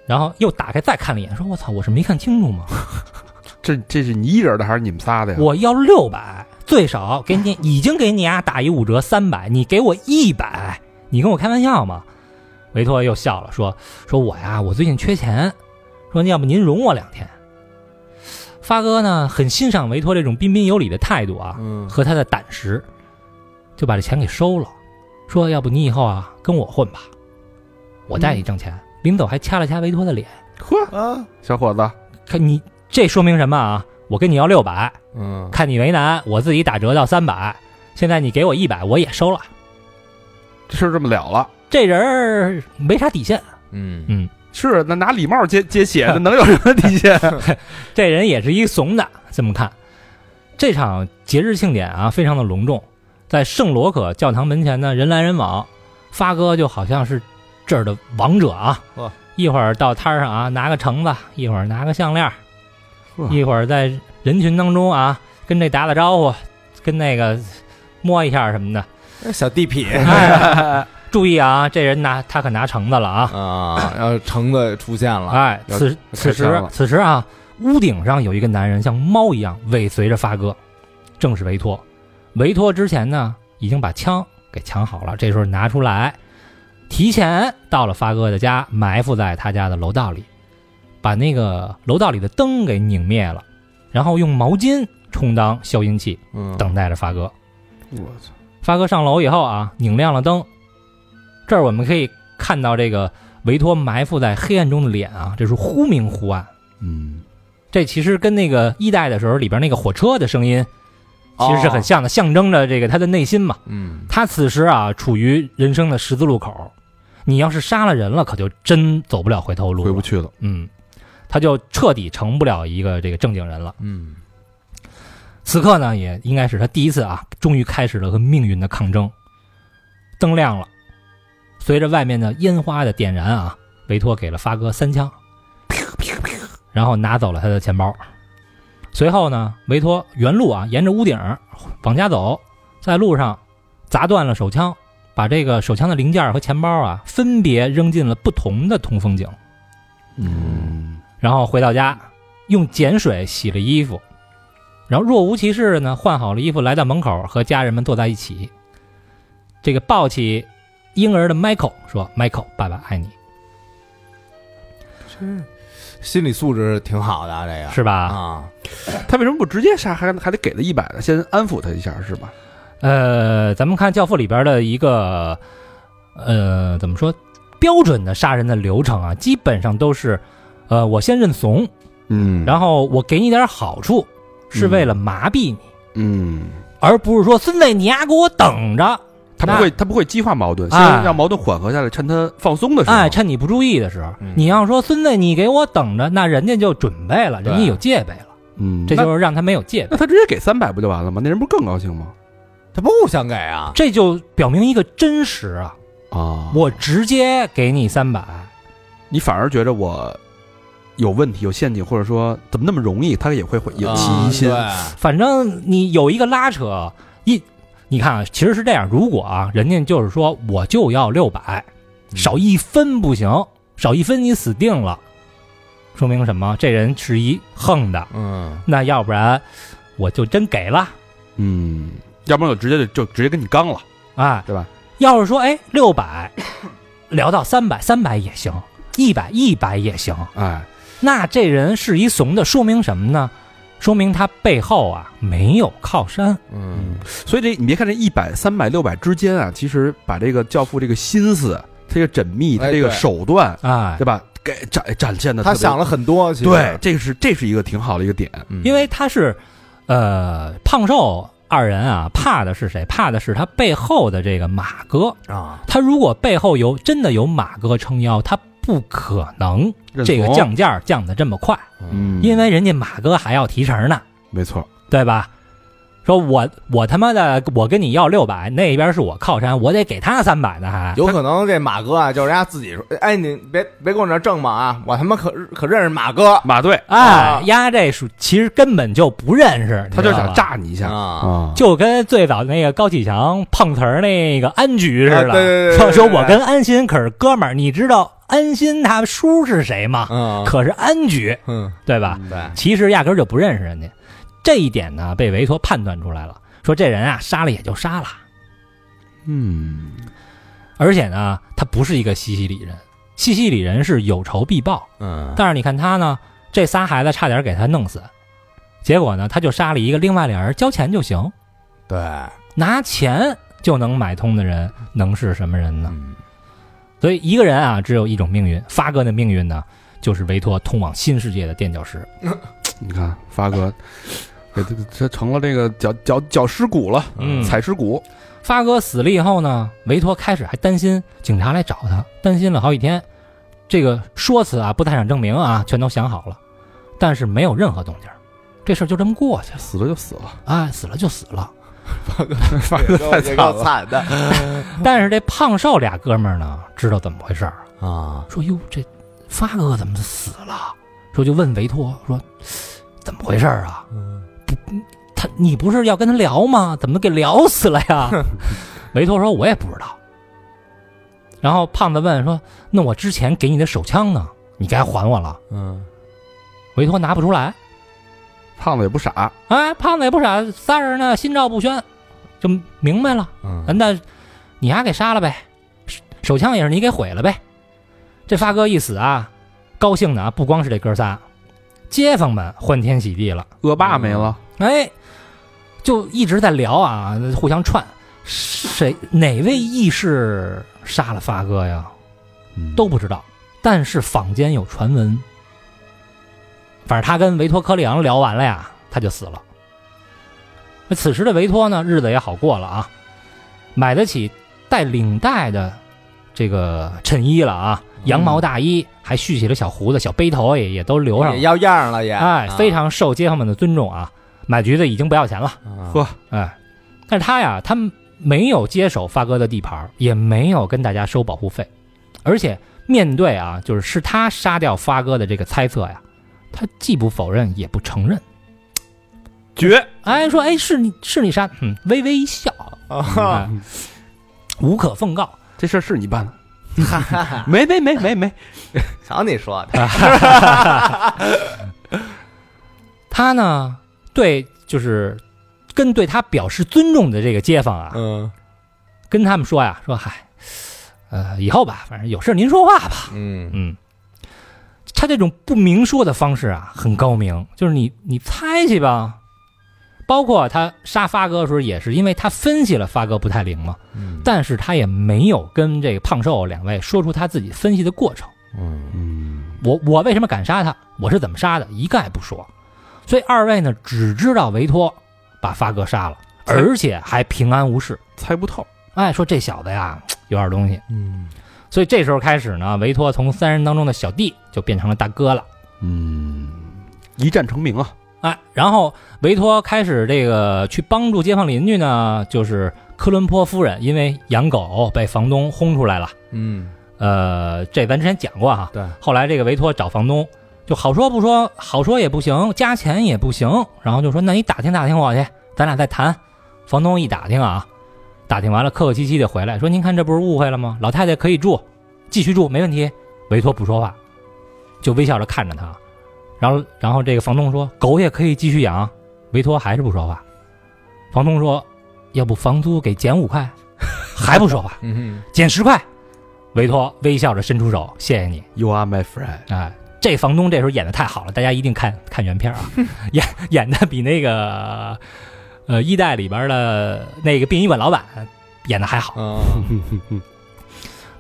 然后又打开再看了一眼，说：“我操，我是没看清楚吗？
这这是你一人的还是你们仨的呀？
我要六百，最少给你已经给你啊打一五折三百，你给我一百，你跟我开玩笑吗？”维托又笑了，说：“说我呀，我最近缺钱，说要不您容我两天。”发哥呢，很欣赏维托这种彬彬有礼的态度啊，
嗯，
和他的胆识，就把这钱给收了，说要不你以后啊跟我混吧，我带你挣钱。临走还掐了掐维托的脸，
啊，
小伙子，
看你这说明什么啊？我跟你要六百，
嗯，
看你为难，我自己打折到三百，现在你给我一百，我也收了。
这事儿这么了了。
这人儿没啥底线，
嗯
嗯，
是，那拿礼貌接接血， 那能有什么底线？
这人也是一怂的。这么看，这场节日庆典啊，非常的隆重，在圣罗可教堂门前呢，人来人往。发哥就好像是这儿的王者啊
哇，
一会儿到摊儿上啊拿个橙子，一会儿拿个项链儿
哇，
一会儿在人群当中啊跟这打打招呼，跟那个摸一下什么的。
小地痞
哎注意啊，这人拿他可拿橙子了啊！
啊，然后橙子出现了，
哎，
啊要
此此
开
时
枪了
此时啊，屋顶上有一个男人像猫一样尾随着发哥，正是维托。维托之前呢，已经把枪给抢好了，这时候拿出来，提前到了发哥的家，埋伏在他家的楼道里，把那个楼道里的灯给拧灭了，然后用毛巾充当消音器，
嗯，
等待着发哥。
我操！
发哥上楼以后啊，拧亮了灯，这儿我们可以看到这个维托埋伏在黑暗中的脸啊，这是忽明忽暗。
嗯，
这其实跟那个一代的时候里边那个火车的声音其实是很
哦
像的，象征着这个他的内心嘛。
嗯，
他此时啊处于人生的十字路口，你要是杀了人了，可就真走不了回头路了。
回不去了。
嗯，他就彻底成不了一个这个正经人了。
嗯
此刻呢，也应该是他第一次啊，终于开始了和命运的抗争。灯亮了，随着外面的烟花的点燃啊，维托给了发哥三枪，
嗯
然后拿走了他的钱包。随后呢，维托原路啊，沿着屋顶儿往家走，在路上砸断了手枪，把这个手枪的零件儿和钱包啊，分别扔进了不同的通风井。
嗯，
然后回到家，用碱水洗了衣服，然后若无其事的呢，换好了衣服来到门口，和家人们坐在一起。这个抱起婴儿的 Michael 说：“Michael，爸爸爱你，
心理素质挺好的啊这个
是吧
啊，
他为什么不直接杀，还还得给他一百呢？先安抚他一下是吧？？”
呃，咱们看《教父》里边的一个，呃，怎么说，标准的杀人的流程啊，基本上都是，呃，我先认怂，
嗯
然后我给你点好处，是为了麻痹你，
嗯，
而不是说孙子你丫给我等着，
他不会，他不会激化矛盾，先
啊
哎
让矛盾缓和下来，趁他放松的时候。
哎，趁你不注意的时候，
嗯
你要说孙子，你给我等着，那人家就准备了，
对
人家有戒备了，
嗯，
这
那
就是让他没有戒备，
那他直接给三百不就完了吗？那人不更高兴吗？
他不想给啊，
这就表明一个真实啊！
啊
我直接给你三百，
你反而觉得我有问题、有陷阱，或者说怎么那么容易，他也会会有起疑心。
啊
反正你有一个拉扯一，你看啊，其实是这样，如果啊，人家就是说我就要六百，
嗯
少一分不行，少一分你死定了，说明什么？这人是一横的，
对，嗯，
那要不然我就真给了。
嗯，要不然我直接就就直接跟你刚了。
啊，
对吧？
要是说哎六百 聊到三百，三百也行，一百一百也行，
哎，
那这人是一怂的，说明什么呢？说明他背后啊没有靠山。
嗯，
所以这你别看这一百、三百、六百之间啊，其实把这个教父这个心思、他这个缜密、
哎
他这个
对
手段，
啊，
对吧？给展展现的
他想了很多，其实
对，，这个是这是一个挺好的一个点。
嗯
因为他是，呃，胖瘦二人啊，怕的是谁？怕的是他背后的这个马哥。
啊，
他如果背后有真的有马哥撑腰，他不可能
认
这个
怂，
降价降的这么快，
嗯，
因为人家马哥还要提成呢。
没错，
对吧？说我我他妈的我跟你要六百，那边是我靠山，我得给他三百呢还。
有可能这马哥啊，就是人家自己说，哎，你别别跟我这挣嘛啊，我他妈可可认识马哥
马队，
哎，
啊
丫这属其实根本就不认识，
他就
你知道
想
吧，
炸你一下
啊，
啊，
就跟最早那个高启强碰瓷儿那个安局似的，
啊对对对对
说
对
说我跟安心可是哥们儿，你知道安心他叔是谁吗？
嗯
啊
可是安局
嗯，
对吧？
对，
其实压根儿就不认识人家，这一点呢被韦陀判断出来了，说这人啊杀了也就杀了，
嗯，
而且呢他不是一个西西里人，西西里人是有仇必报，
嗯
但是你看他呢，这仨孩子差点给他弄死，结果呢他就杀了一个，另外俩人交钱就行，
对，
拿钱就能买通的人能是什么人呢？
嗯
所以一个人啊只有一种命运，发哥的命运呢就是维托通往新世界的垫脚石。
你看发哥，给这这成了这个脚脚脚尸骨了，
嗯
踩尸骨，
发哥死了以后呢，维托开始还担心警察来找他，担心了好几天。这个说辞啊，不在场证明啊，全都想好了，但是没有任何动静儿，这事儿就这么过去了。
死了就死了，
哎，死了就死了。
发
也
哥
够
太
也
惨
够
了，
惨的
但是这胖瘦俩哥们儿呢，知道怎么回事儿，
啊，
说哟，这发哥怎么死了？说就问维托说怎么回事儿啊？他你不是要跟他聊吗？怎么给聊死了呀？ 维托说：“我也不知道。”然后胖子问说：“那我之前给你的手枪呢？你该还我了。
嗯”
维托拿不出来，
胖子也不傻，
哎，胖子也不傻，仨人呢心照不宣，就明白了。
嗯，
那你丫给杀了呗，手手枪也是你给毁了呗。这发哥一死啊，高兴的啊，不光是这哥仨，街坊们欢天喜地了。
恶霸没了，
哎，就一直在聊啊，互相串，谁哪位义士杀了发哥呀？都不知道，但是坊间有传闻，反正他跟维托科里昂聊完了呀，他就死了。那此时的维托呢，日子也好过了啊，买得起带领带的这个衬衣了啊，
嗯
羊毛大衣，还蓄起了小胡子，小背头也也都留上
也
了，
要样了也，
哎，
啊
非常受街坊们的尊重啊。买橘子已经不要钱了，
呵
啊
哎，但是他呀，他没有接手发哥的地盘，也没有跟大家收保护费，而且面对啊，就是是他杀掉发哥的这个猜测呀，他既不否认也不承认，
绝，
哎，说哎是你是你杀，嗯，微微一笑，
啊，
哎无可奉告。
这事儿是你办的。没没没没没，
瞧你说的，
他呢，对就是跟对他表示尊重的这个街坊啊，
嗯
跟他们说呀，说嗨，呃，以后吧，反正有事您说话吧。
嗯
嗯，他这种不明说的方式啊，很高明，就是你你猜去吧。包括他杀发哥的时候，也是因为他分析了发哥不太灵嘛，
嗯
但是他也没有跟这个胖瘦两位说出他自己分析的过程。
嗯
嗯，
我我为什么敢杀他？我是怎么杀的？一概不说。所以二位呢，只知道维托把发哥杀了，而且还平安无事。
猜不透，
哎，说这小子呀，有点东西。
嗯
所以这时候开始呢，维托从三人当中的小弟就变成了大哥了。
嗯，一战成名啊，
哎，然后维托开始这个去帮助街坊邻居呢，就是科伦坡夫人，因为养狗被房东轰出来了。
嗯，
呃，这咱之前讲过哈。
对，
后来这个维托找房东，就好说不说，好说也不行，加钱也不行，然后就说那你打听打听我去，咱俩再谈。房东一打听啊，打听完了客客气气的回来说：“您看这不是误会了吗？老太太可以住，继续住没问题。”维托不说话，就微笑着看着他。然后，然后这个房东说：“狗也可以继续养。”维托还是不说话。房东说：“要不房租给减五块？”还不说话，
嗯
减十块。维托微笑着伸出手：“谢谢你。”
You are my friend，
哎，这房东这时候演的太好了，大家一定看看原片啊，演演的比那个呃一代里边的那个殡仪馆老板演的还好。
嗯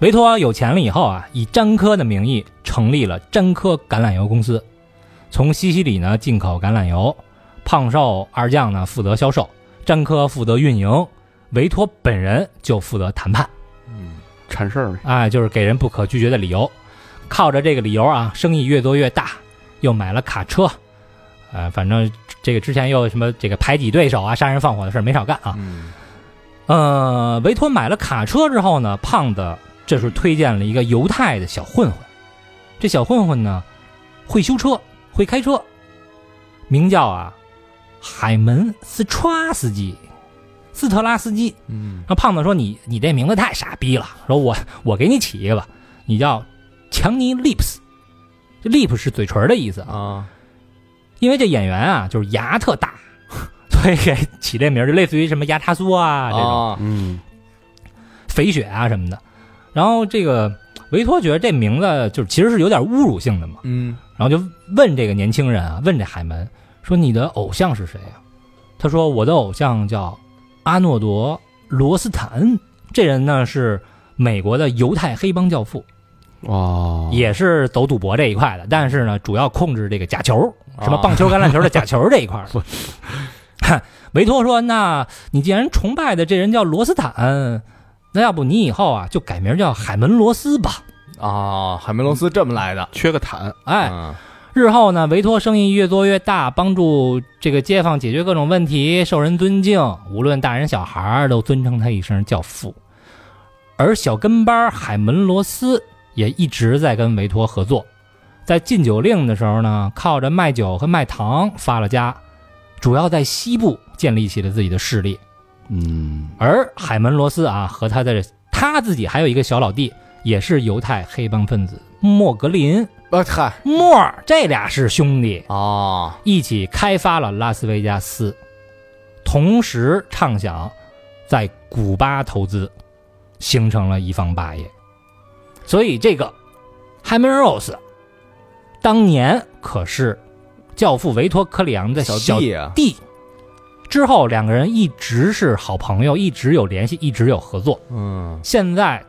维托有钱了以后啊，以詹科的名义成立了詹科橄榄油公司，从西西里呢进口橄榄油，胖瘦二将呢负责销售，詹科负责运营，维托本人就负责谈判。
嗯
铲事儿呢，
啊，就是给人不可拒绝的理由。靠着这个理由啊，生意越做越大，又买了卡车，呃，反正这个之前又什么这个排挤对手啊、杀人放火的事儿没少干啊。
嗯
呃，维托买了卡车之后呢，胖子这时候推荐了一个犹太的小混混。这小混混呢，会修车，会开车，名叫啊海门斯川斯基，斯特拉斯基。
嗯
然后胖子说：“你你这名字太傻逼了，说我我给你起一个吧，你叫强尼 lips，这 lip 是嘴唇的意思啊。
啊，
因为这演员啊就是牙特大， 所以给起这名儿就类似于什么牙叉苏啊这种。
啊
嗯，
肥雪啊什么的。然后这个维托觉得这名字就是其实是有点侮辱性的嘛，
嗯
然后就问这个年轻人啊，问这海门说你的偶像是谁啊？他说我的偶像叫阿诺德·罗斯坦恩，这人呢是美国的犹太黑帮教父，
哦，
也是走赌博这一块的，但是呢主要控制这个假球，什么
啊
棒球、橄榄球的 假球这一块儿。哈维托说：“那你既然崇拜的这人叫罗斯坦恩，那要不你以后啊就改名叫海门罗斯吧？
啊，海梅罗斯这么来的，
缺个坦，
哎，
嗯
日后呢，维托生意越做越大，帮助这个街坊解决各种问题，受人尊敬，无论大人小孩儿都尊称他一声教父。而小跟班海门罗斯也一直在跟维托合作，在禁酒令的时候呢，靠着卖酒和卖糖发了家，主要在西部建立起了自己的势力。
嗯，
而海门罗斯啊和他的他自己还有一个小老弟，也是犹太黑帮分子莫格林
啊嗨
莫尔，这俩是兄弟，
啊
一起开发了拉斯维加斯，同时畅想在古巴投资，形成了一方霸业。所以这个 h a m m e r Rose 当年可是教父维托科里昂的小
弟啊，
弟。之后两个人一直是好朋友，一直有联系，一直有合作。
嗯
现在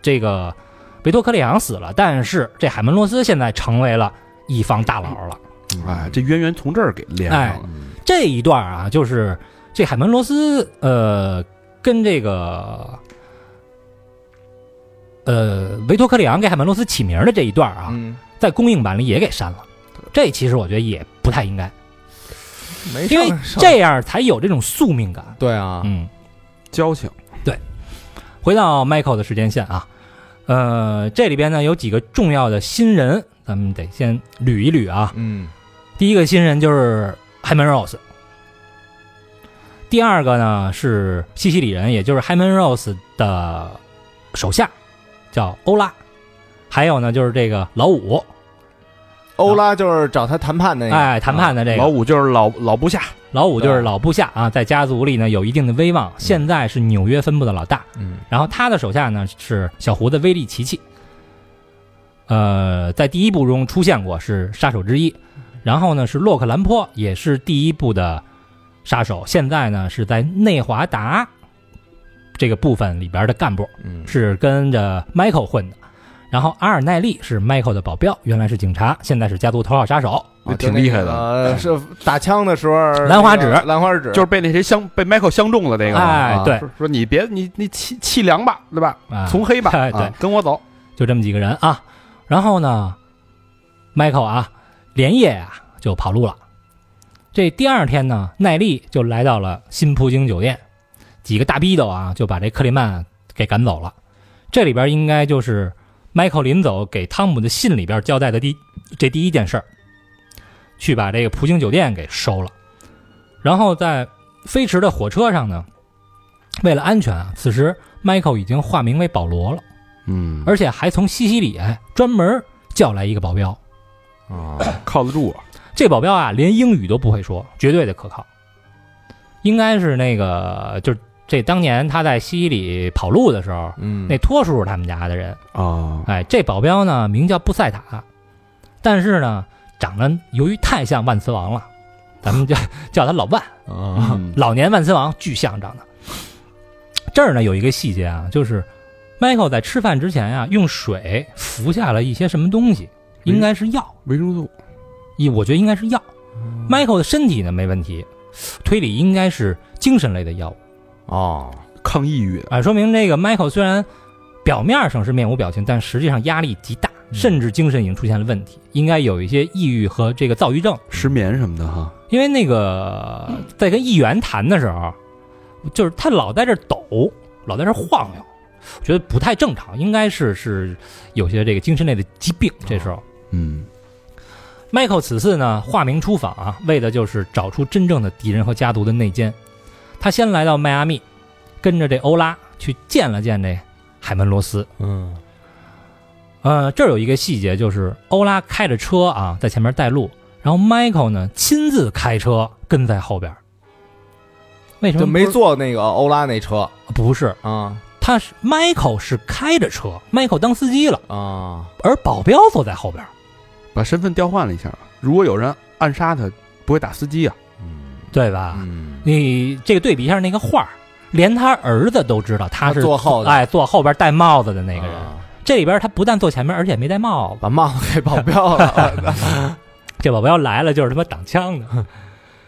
这个维托克里昂死了，但是这海门罗斯现在成为了一方大佬了。
哎，这渊源从这儿给连
哎
上了，
这一段啊，就是这海门罗斯，呃，跟这个，呃，维托克里昂给海门罗斯起名的这一段啊，
嗯，
在公映版里也给删了。这其实我觉得也不太应该，
没事
因为
儿上
这样才有这种宿命感。
对啊，
嗯，
交情，
回到 Michael 的时间线啊，呃，这里边呢有几个重要的新人，咱们得先捋一捋啊。
嗯
第一个新人就是海门 Rose，第二个呢是西西里人，也就是海门 Rose 的手下，叫欧拉，还有呢就是这个老五，
欧拉就是找他谈判那个，
哎，谈判的这个、
老五就是老老部下，
老五就是老部下啊，在家族里呢有一定的威望，现在是纽约分部的老大。
嗯
然后他的手下呢是小胡子威利奇奇，呃，在第一部中出现过，是杀手之一。然后呢是洛克兰坡，也是第一部的杀手，现在呢是在内华达这个部分里边的干部，
嗯
是跟着 Michael 混的。然后阿尔奈利是 Michael 的保镖，原来是警察，现在是家族头号杀手。
啊挺厉害
就那
的，
个呃，是打枪的时候，
兰花指
那个兰花指
就是被那谁相被 Michael 相中了那个嘛，
哎
啊
对
说说你别你你气气凉吧，对吧？
啊，
从黑吧，
哎
啊
对，
跟我走，
就这么几个人啊。然后呢，Michael 啊，连夜啊就跑路了。这第二天呢，耐力就来到了新葡京酒店，几个大逼斗啊就把这克里曼给赶走了。这里边应该就是 Michael 临走给汤姆的信里边交代的第这第一件事儿，去把这个葡京酒店给收了。然后在飞驰的火车上呢，为了安全啊，此时 Michael 已经化名为保罗了。
嗯，
而且还从西西里哎专门叫来一个保镖。
啊，
靠得住啊，
这保镖啊，连英语都不会说，绝对的可靠。应该是那个，就是这当年他在西西里跑路的时候，
嗯
那托叔叔他们家的人。
啊，
哎，这保镖呢，名叫布塞塔，但是呢，长得由于太像万磁王了，咱们就叫 他老万。
啊
嗯
老年万磁王巨像长的。这儿呢有一个细节啊，就是 Michael 在吃饭之前啊，用水服下了一些什么东西，应该是药，
维生素，
一我觉得应该是药。Michael 的身体呢没问题，推理应该是精神类的药物
哦，
抗抑郁的，
啊，说明这个 Michael 虽然表面上是面无表情，但实际上压力极大，甚至精神已经出现了问题，应该有一些抑郁和这个躁郁症。
失眠什么的哈，
因为那个在跟议员谈的时候，就是他老在这抖，老在这晃悠，我觉得不太正常，应该是是有些这个精神类的疾病。这时候
嗯，
，Michael 此次呢化名出访啊，为的就是找出真正的敌人和家族的内奸。他先来到迈阿密，跟着这欧拉去见了见这海门罗斯。
嗯
呃，这儿有一个细节，就是欧拉开着车啊，在前面带路，然后 Michael 呢亲自开车跟在后边儿。为什么
就没
嗯不是？
坐那个欧拉那车
不是，
啊
他是 Michael 是开着车，Michael 当司机了，
啊，
而保镖坐在后边儿。
把身份调换了一下。如果有人暗杀他，不会打司机啊。
对吧？
嗯，
你这个对比一下那个画儿，连他儿子都知道他是
坐后的
哎坐后边戴帽子的那个人。
啊
这里边他不但坐前面，而且没戴帽子。
把帽子给保 镖了，
这保镖来了就是他妈挡枪的。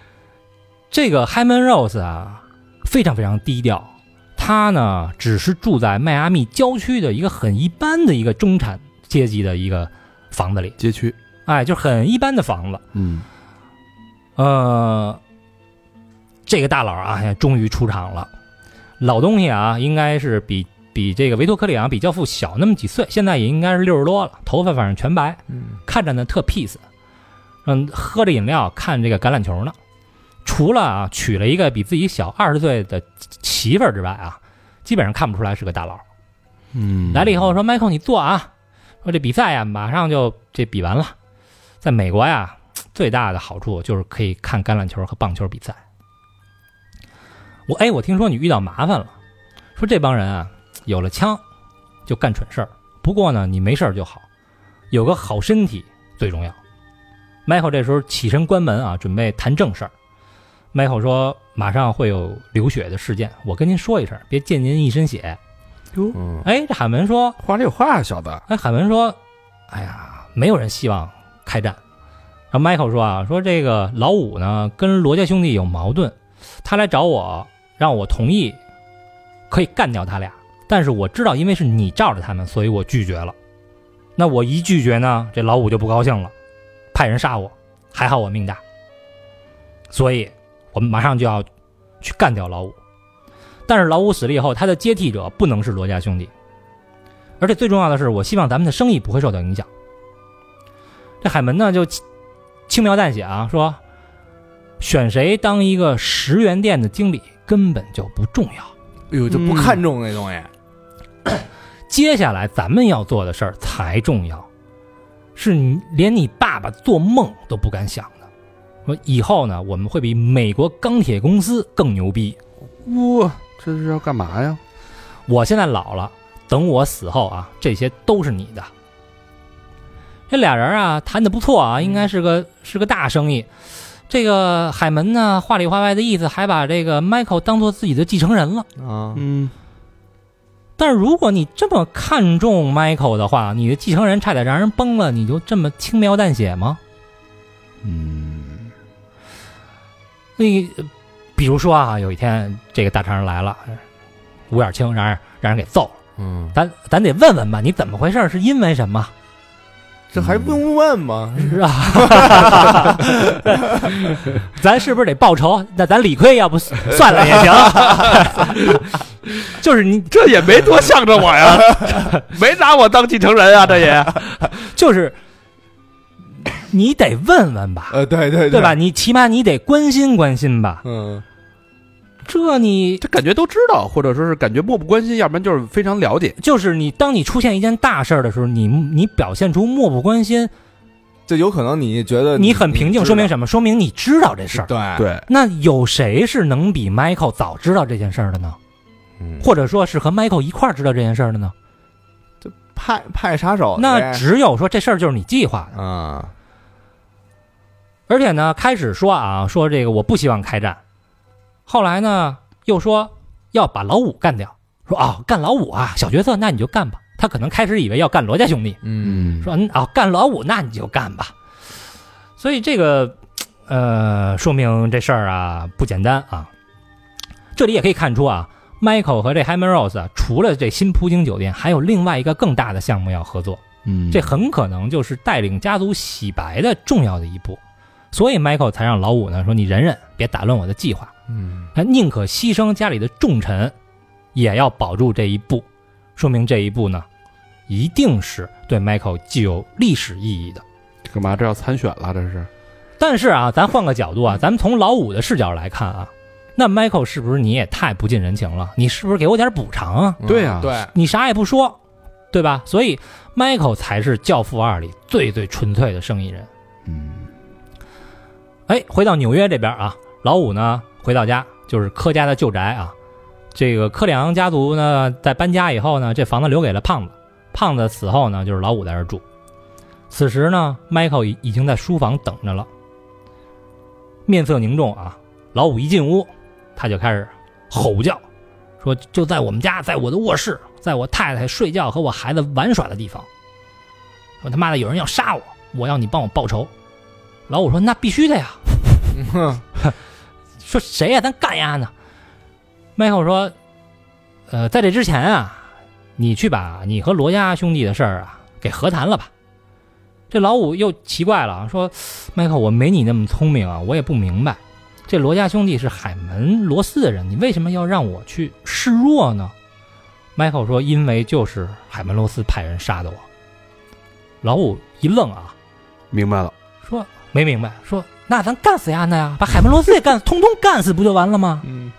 这个 Hyman Rose 啊，非常非常低调。他呢，只是住在迈阿密郊区的一个很一般的一个中产阶级的一个房子里，
街区，
哎，就是很一般的房子。
嗯，
呃，这个大佬啊，哎终于出场了。老东西啊，应该是比比这个维托克里昂比教父小那么几岁，现在也应该是六十多了，头发反正全白，
嗯
看着呢特 peace。嗯，喝着饮料看这个橄榄球呢。除了啊娶了一个比自己小二十岁的媳妇儿之外啊，基本上看不出来是个大佬。
嗯
来了以后说：“Michael，你坐啊。”说这比赛呀，马上就这比完了。在美国呀，最大的好处就是可以看橄榄球和棒球比赛。我哎，我听说你遇到麻烦了，说这帮人啊，有了枪就干蠢事儿。不过呢，你没事儿就好，有个好身体最重要。Michael 这时候起身关门啊，准备谈正事儿。Michael 说：“马上会有流血的事件，我跟您说一声，别溅您一身血。
嗯”
哎，这海门说：“
话里有话啊，小子，
哎，海文说：“哎呀，没有人希望开战。”然后 Michael 说：“啊，说这个老五呢跟罗家兄弟有矛盾，他来找我，让我同意可以干掉他俩，但是我知道因为是你罩着他们，所以我拒绝了。那我一拒绝呢，这老五就不高兴了，派人杀我。还好我命大，所以我们马上就要去干掉老五。但是老五死了以后，他的接替者不能是罗家兄弟。”而且最重要的是，我希望咱们的生意不会受到影响。这海门呢就轻轻描淡写啊，说选谁当一个十元店的经理根本就不重要。
哎呦，就不看重那东西，
接下来咱们要做的事儿才重要，是你连你爸爸做梦都不敢想的。说以后呢，我们会比美国钢铁公司更牛逼。
哇，这是要干嘛呀？
我现在老了，等我死后啊，这些都是你的。这俩人啊，谈的不错啊，应该是个是个大生意。这个海门呢，话里话外的意思，还把这个 Michael 当做自己的继承人了。
啊，
嗯，
但是如果你这么看重 Michael 的话，你的继承人差点让人崩了，你就这么轻描淡写吗？嗯，你呃比如说啊，有一天这个大肠人来了，五眼青让人让人给揍了。
嗯，
咱咱得问问吧，你怎么回事儿？是因为什么？
这还问不问吗？
是啊， 咱是不是得报仇？那咱理亏，要不算了也 行。就是你，
这也没多向着我 呀，没拿我当继承人啊，这也，
就是你得问问吧，
呃，对对
对吧？？你起码你得关心关心吧。
嗯，
这你
这感觉都知道，或者说是感觉漠不关心，要不然就是非常了解。
就是你，当你出现一件大事儿的时候，你你表现出漠不关心，
就有可能你觉
呃
得
你很平静，说明
什
什么？说明你知道这事儿。
对，
对，
那有谁是能比 Michael 早知道这件事儿的呢？
嗯
或者说是和 Michael 一块儿知道这件事儿的呢？
派派杀手
那
只
只有说这事儿就是你计划的。
啊，
而且呢，开始说啊，说这个我不希望开战，后来呢又说要把老五干掉，说啊、干老五啊小角色，那你就干吧。他可能开始以为要干罗家兄弟，
嗯，
说嗯啊、干老五那你就干吧。所以这个呃，说明这事儿啊不简单啊。这里也可以看出啊，Michael 和这 Hammer Rose 啊，除了这新葡京酒店，还有另外一个更大的项目要合作。
嗯，
这很可能就是带领家族洗白的重要的一步。所以 Michael 才让老五呢说：“你忍忍，别打乱我的计划。
嗯
他宁可牺牲家里的重臣，也要保住这一步。说明这一步呢，一定是对 Michael 具有历史意义的。
干嘛这要参选了？这是
但是啊，咱换个角度啊，咱们从老五的视角来看啊，那 Michael 是不是你也太不近人情了？你是不是给我点补偿啊？
对啊
嗯对，
你啥也不说，对吧？所以 Michael 才是《教父二》里最最纯粹的生意人。
嗯
哎，回到纽约这边啊，老五呢回到家就是柯家的旧宅啊。这个柯里昂家族呢，在搬家以后呢，这房子留给了胖子。胖子死后呢，就是老五在这儿住。此时呢，Michael 已已经在书房等着了，面色凝重啊。老五一进屋，他就开始吼叫，说：“就在我们家，在我的卧室，在我太太睡觉和我孩子玩耍的地方，说他妈的有人要杀我，我要你帮我报仇。”老五说：“那必须的呀，
哼
说谁呀、咱干呀呢？Michael 说，呃，在这之前啊，你去把你和罗家兄弟的事儿啊给和谈了吧。这老五又奇怪了，说，Michael，我没你那么聪明啊，我也不明白，这罗家兄弟是海门罗斯的人，你为什么要让我去示弱呢？Michael 说，因为就是海门罗斯派人杀的我。老五一愣啊，
明白了，
说没明白，说那咱干死亚那呀，把海门罗斯也干死，通通干死不就完了吗
嗯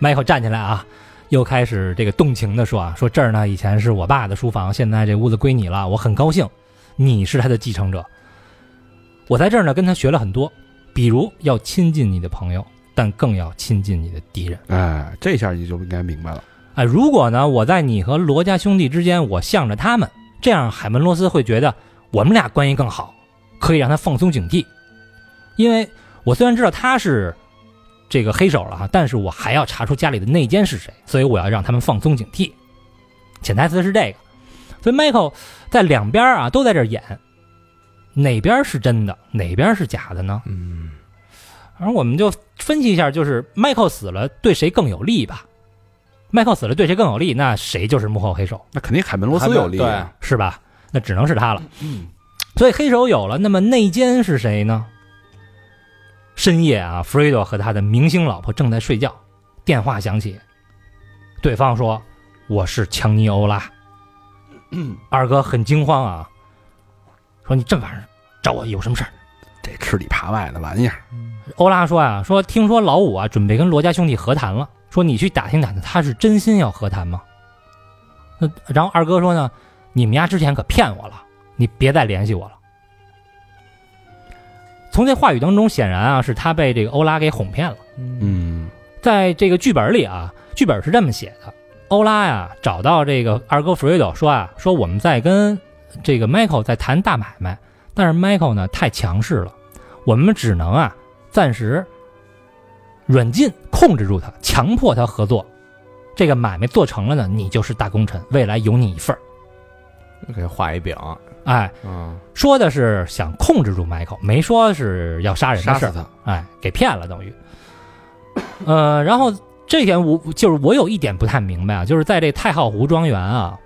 ？Michael 站起来啊，又开始这个动情的说啊，说这儿呢以前是我爸的书房，现在这屋子归你了，我很高兴，你是他的继承者。我在这儿呢跟他学了很多，比如要亲近你的朋友，但更要亲近你的敌人。
哎，这下你就应该明白了，
哎，如果呢，我在你和罗家兄弟之间，我向着他们，这样海门罗斯会觉得我们俩关系更好，可以让他放松警惕。因为我虽然知道他是这个黑手了哈，但是我还要查出家里的内奸是谁，所以我要让他们放松警惕。潜台词是这个，所以 Michael 在两边啊都在这儿演，哪边是真的，哪边是假的呢？
嗯
而我们就分析一下，就是麦克死了对谁更有利吧？麦克死了对谁更有利？那谁就是幕后黑手，
那肯定海门罗斯有利啊，
是吧？那只能是他了。
嗯，
所以黑手有了，那么内奸是谁呢？深夜啊，弗瑞多和他的明星老婆正在睡觉，电话响起，对方说：“我是强尼欧拉。”二哥很惊慌啊，说：“你这玩意儿找我有什么事儿？”
这吃里扒外的玩意儿，
欧拉说啊，说听说老五啊准备跟罗家兄弟和谈了，说你去打听打听，他是真心要和谈吗？那然后二哥说呢，你们家之前可骗我了，你别再联系我了。从这话语当中，显然啊是他被这个欧拉给哄骗了。
嗯
嗯
在这个剧本里啊，剧本是这么写的：欧拉呀、找到这个二哥弗瑞斗说啊，说我们在跟这个 Michael 在谈大买卖，但是 Michael 呢太强势了，我们只能啊暂时软禁控制住他，强迫他合作。这个买卖做成了呢，你就是大功臣，未来有你一份儿。
给画一饼，
哎，
嗯
说的是想控制住 Michael，没说是要杀人的
杀
事
死
儿。
他，
哎，给骗了等于。呃，然后这点我就是我有一点不太明白啊，就是在这太浩湖庄园啊，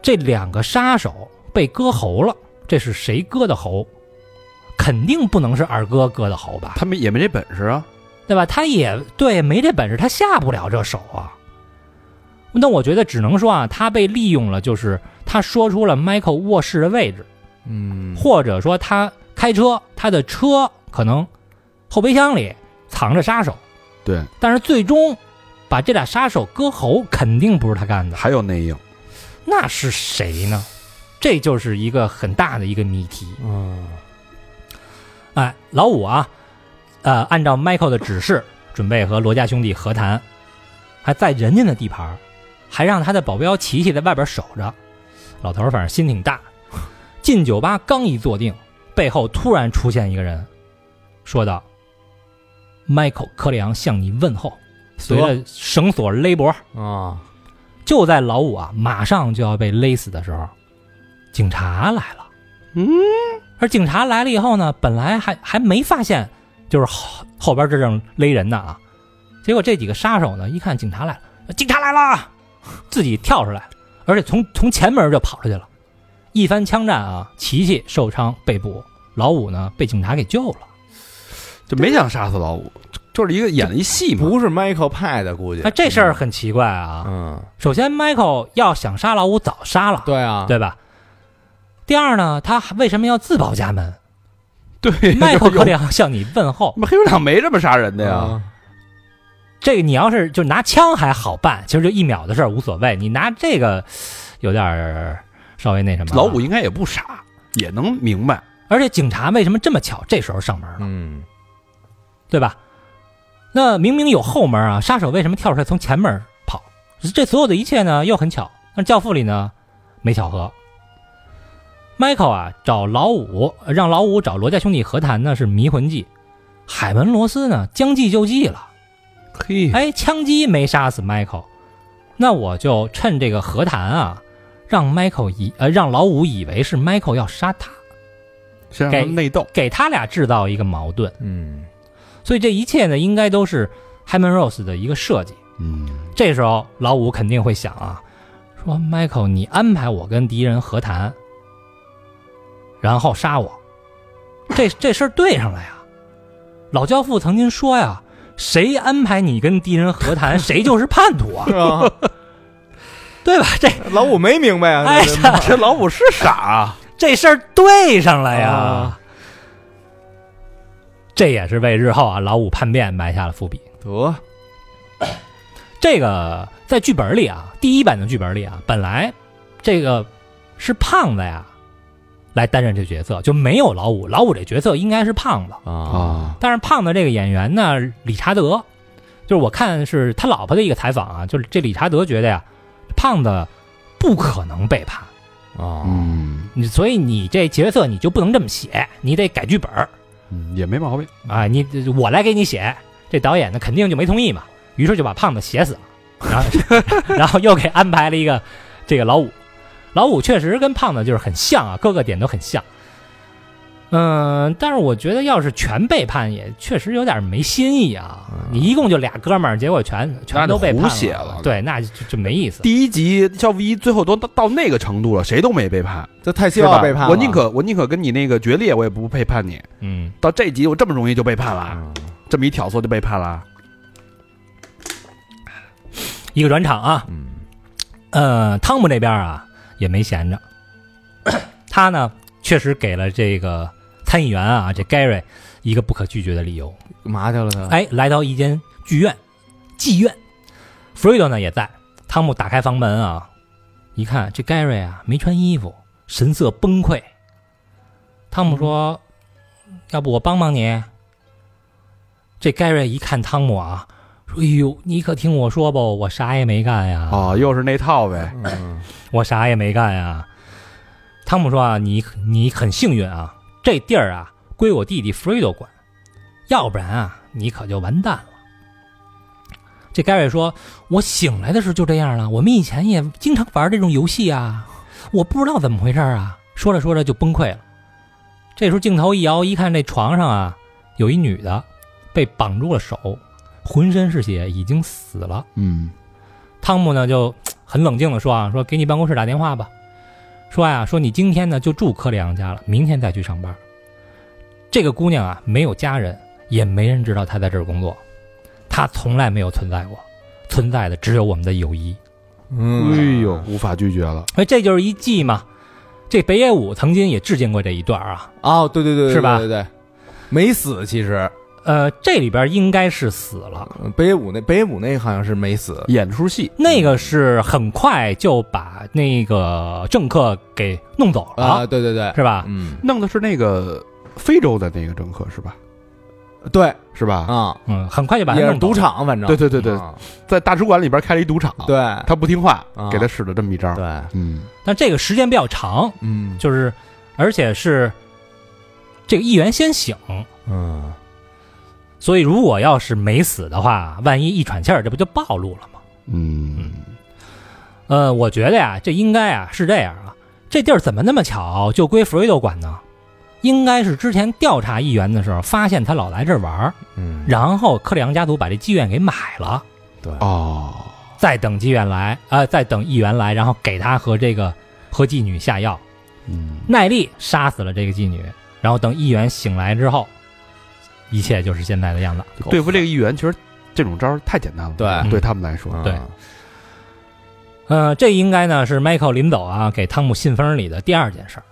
这两个杀手被割喉了，这是谁割的喉？肯定不能是二哥割的喉吧？
他们也没这本事啊，
对吧？他也对，没这本事，他下不了这手啊。那我觉得只能说啊，他被利用了，就是他说出了 Michael 卧室的位置，
嗯
或者说他开车，他的车可能后备箱里藏着杀手，
对，
但是最终把这俩杀手割喉，肯定不是他干的，
还有内应，
那是谁呢？这就是一个很大的一个谜题。
嗯
哎，老五啊，呃，按照 Michael 的指示，准备和罗家兄弟和谈，还在人家的地盘儿，还让他的保镖琪琪在外边守着。老头儿反正心挺大。进酒吧刚一坐定，背后突然出现一个人，说道：“Michael 科里昂向你问候。”随着绳索勒脖，
啊
就在老五啊马上就要被勒死的时候，警察来了。
嗯，
而警察来了以后呢，本来还还没发现，就是后后边这正勒人呢啊。结果这几个杀手呢，一看警察来了，警察来了，自己跳出来了。而且从从前门就跑出去了。一番枪战啊，琪琪受伤被捕，老五呢被警察给救了。
就没想杀死老五，就是一个演了一戏嘛。
不是 Michael 派的，估计
那。哎这事儿很奇怪啊。
嗯，
首先，Michael 要想杀老五，早杀了，
对啊，
对吧？第二呢，他还为什么要自报家门？
对，
迈克
有
可得要向你问候。
黑手党没这么杀人的
对
呀。
啊，
这个你要是就拿枪还好办，其实就一秒的事儿无所谓。你拿这个有点儿稍微那什么。
老五，应该也不傻，也能明白。
而且警察为什么这么巧这时候上门了，
嗯，
对吧？那明明有后门啊，杀手为什么跳出来从前门跑？这所有的一切呢又很巧，但是教父里呢没巧合。Michael 啊找老五，让老五找罗家兄弟和谈呢是迷魂计，海文罗斯呢将计就计了。
嘿，
哎，枪击没杀死 Michael，那我就趁这个和谈啊，让 Michael 以呃让老五以为是 Michael 要杀他，
先让他们内斗。
给他俩制造一个矛盾。
嗯，
所以这一切呢，应该都是 Hyman Rose 的一个设计。
嗯，
这时候老五肯定会想啊，说 Michael，你安排我跟敌人和谈，然后杀我，这这事儿对上了呀。老教父曾经说呀，谁安排你跟敌人和 谈，谁就是叛徒啊
是，啊，
对吧？这
老五没明白啊，
哎
对
呀，
这老五是傻啊。
这事儿对上了呀。
啊
这也是为日后啊老五叛变埋下了伏笔。
得，
这个在剧本里啊，第一版的剧本里啊，本来这个是胖子呀来担任这角色，就没有老五。老五这角色应该是胖子，
啊，
啊
但是胖子这个演员呢，理查德，就是我看是他老婆的一个采访啊，就是这理查德觉得呀，胖子不可能背叛，
啊，
嗯，
你所以你这角色你就不能这么写，你得改剧本儿
嗯也没毛病。
啊，你我来给你写。这导演呢肯定就没同意嘛，于是就把胖子写死了，然后 然后又给安排了一个这个老五，老五确实跟胖子就是很像啊，各个点都很像。嗯，但是我觉得要是全背叛，也确实有点没新意啊。你一共就俩哥们儿，结果全全都背
嗯
叛
那就胡写了
对，那就就没意思。
第一集《教父一》最后都到到那个程度了，谁都没背叛，
这太希
是吧
望背叛了，
我宁可我宁可跟你那个决裂，我也不背叛你。
嗯，
到这集我这么容易就背叛了，
嗯
这么一挑唆就背叛了。
一个转场啊，
嗯，
呃，汤姆这边啊也没闲着， 他呢确实给了这个参议员啊这 Gary 一个不可拒绝的理由，
干嘛去了他？
哎，来到一间剧院，妓院，弗瑞德呢也在。汤姆打开房门啊，一看这 Gary 啊没穿衣服，神色崩溃。汤姆说：“要不我帮帮你？”啊这 Gary 一看汤姆啊，说：“哎呦，你可听我说吧，我啥也没干呀。”
哦，又是那套呗。
嗯，
我啥也没干呀。汤姆说啊，你你很幸运啊，这地儿啊归我弟弟弗瑞多管，要不然啊你可就完蛋了。这盖瑞说，我醒来的时候就这样了，我们以前也经常玩这种游戏啊，我不知道怎么回事儿啊。说着说着就崩溃了。这时候镜头一摇，一看这床上啊有一女的被绑住了手，浑身是血，已经死了。
嗯，
汤姆呢就很冷静的说啊，说给你办公室打电话吧，说呀、说你今天呢就住克里昂家了，明天再去上班。这个姑娘啊，没有家人，也没人知道她在这儿工作，她从来没有存在过，存在的只有我们的友谊。
嗯
哎呦，，无法拒绝了。
所以这就是一计嘛。这北野武曾经也致敬过这一段啊，
哦，对对对，对
是吧
对对，对没死，其实
呃，这里边应该是死了，
嗯北野武那北野武那好像是没死，
演出戏，
那个是很快就把那个政客给弄走了，
啊，对对对，
是吧？
嗯，
弄的是那个非洲的那个政客是吧？
对
是吧？
啊，
嗯，很快就把他
也
弄
是
走
赌
了。
场，反正
对对对对，
啊
在大使馆里边开了一赌场，
对
他不听话
啊，
给他使了这么一招。
对，
嗯，
但这个时间比较长，
嗯
就是而且是这个议员先醒，
嗯，
所以如果要是没死的话，万一一喘气儿，这不就暴露了吗？
嗯，
呃，我觉得呀、这应该啊是这样啊，这地儿怎么那么巧就归弗瑞德管呢？应该是之前调查议员的时候，发现他老来这儿玩儿，
嗯，
然后克里昂家族把这妓院给买了，
对，
哦，
再等机员来，呃，再等议员来，然后给他和这个和妓女下药。
嗯，
耐力杀死了这个妓女，然后等议员醒来之后，一切就是现在的样子。
对付这个议员，其实这种招儿太简单了，
对
对他们来说，
嗯
对呃，这应该呢是 Michael 临走啊给汤姆信封里的第二件事儿。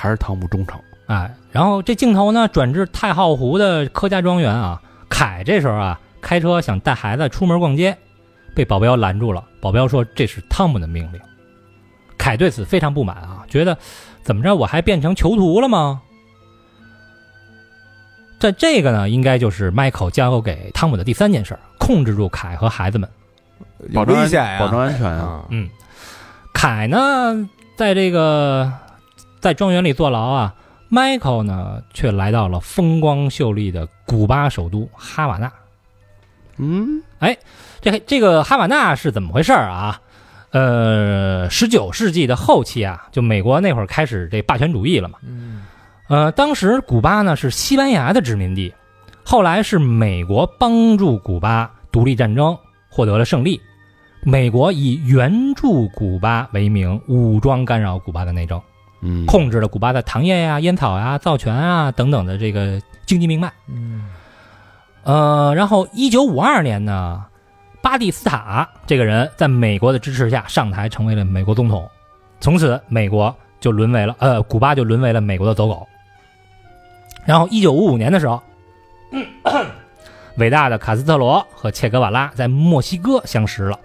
还是汤姆忠诚，
哎，然后这镜头呢转至太浩湖的柯家庄园啊，凯这时候啊开车想带孩子出门逛街，被保镖拦住了。保镖说这是汤姆的命令。凯对此非常不满啊，觉得怎么着我还变成囚徒了吗？但这个呢，应该就是迈克交给汤姆的第三件事儿，控制住凯和孩子们。
有危险呀，
保证安全啊！
啊，
嗯，凯呢，在这个在庄园里坐牢啊，Michael 呢却来到了风光秀丽的古巴首都哈瓦那。
嗯，
这这个哈瓦那是怎么回事儿啊？呃，十九世纪的后期啊，就美国那会儿开始这霸权主义了嘛。
嗯
呃，当时古巴呢是西班牙的殖民地，后来是美国帮助古巴独立战争获得了胜利，美国以援助古巴为名武装干扰古巴的内政，
嗯，
控制了古巴的糖业呀、烟草呀、造船啊等等的这个经济命脉。
嗯
呃，然后一九五二年呢，巴蒂斯塔这个人在美国的支持下上台，成为了美国总统。从此，美国就沦为了呃，古巴就沦为了美国的走狗。然后，一九五五年的时候，伟大的卡斯特罗和切格瓦拉在墨西哥相识了。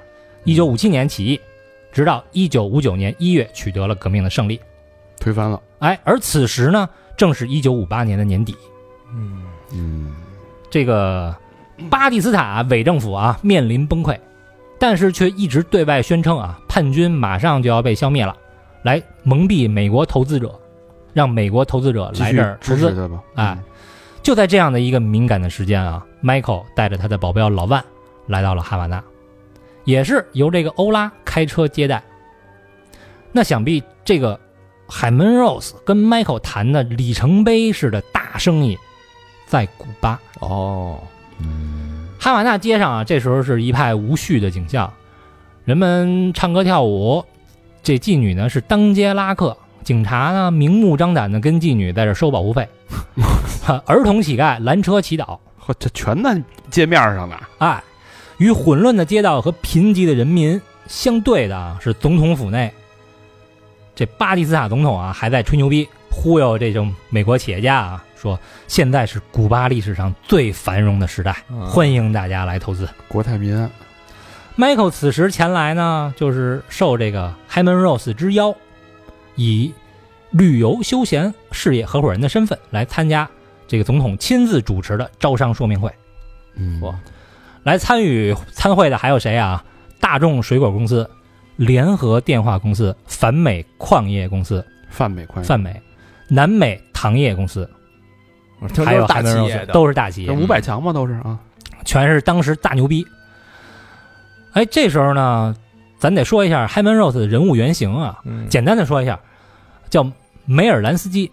一九五七年起义，直到一九五九年一月取得了革命的胜利。
推翻了，
哎，而此时呢，正是一九五八年的年底。
嗯，
嗯，
这个巴蒂斯塔伪政府啊面临崩溃，但是却一直对外宣称啊叛军马上就要被消灭了，来蒙蔽美国投资者，让美国投资者
继
来
续
这儿投
支持
资。
他吧，嗯
哎，就在这样的一个敏感的时间啊，Michael 带着他的保镖老万来到了哈瓦那，也是由这个欧拉开车接待。那想必这个海门 Rose 跟 Michael 谈的里程碑式的大生意，在古巴。
哦，
哈瓦那街上啊，这时候是一派无序的景象，人们唱歌跳舞，这妓女呢是当街拉客，警察呢明目张胆的跟妓女在这收保护费， 儿童乞丐拦车乞讨，
呵，这全在界面上呢，
哎，与混乱的街道和贫瘠的人民相对的啊，是总统府内，这巴蒂斯塔总统啊还在吹牛逼，忽悠这种美国企业家啊，说现在是古巴历史上最繁荣的时代，
嗯
欢迎大家来投资。
国泰民安，
Michael 此时前来呢，就是受这个 Hyman Rose 之邀，以旅游休闲事业合伙人的身份来参加这个总统亲自主持的招商说明会。
嗯，
哇
来参与参会的还有谁啊？大众水果公司、联合电话公司、泛美矿业公司、
泛美宽，
泛美、南美糖业公司，
我听
还
都
有
是嗯大
Hyman
企
Rose
业的，
都是大企业
这，五百强嘛都是啊，
全是当时大牛逼。哎，这时候呢，咱得说一下 Hyman Rose 的人物原型啊。
嗯
简单的说一下，叫梅尔兰斯基，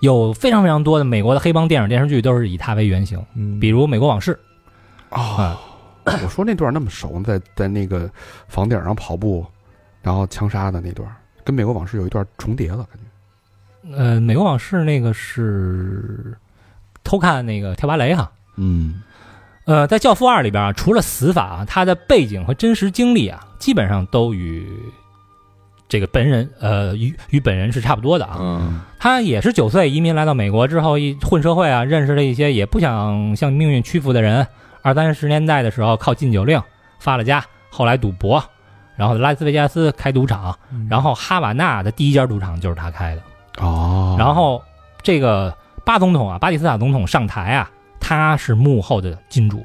有非常非常多的美国的黑帮电影电视剧都是以他为原型，
嗯
比如《美国往事
哦，我说那段那么熟，在在那个房顶上跑步，然后枪杀的那段，跟美国往事有一段重叠了，感觉。》。
呃，《美国往事》那个是偷看那个跳芭蕾哈。
嗯，
呃，在《教父二》里边啊，除了死法啊，他的背景和真实经历啊，基本上都与这个本人呃与与本人是差不多的啊。
嗯
他也是九岁移民来到美国之后，一混社会啊，认识了一些也不想向命运屈服的人。二三十年代的时候，靠禁酒令发了家，后来赌博，然后拉斯维加斯开赌场，然后哈瓦那的第一家赌场就是他开的。
哦，
然后这个巴总统啊，巴蒂斯塔总统上台啊，他是幕后的金主，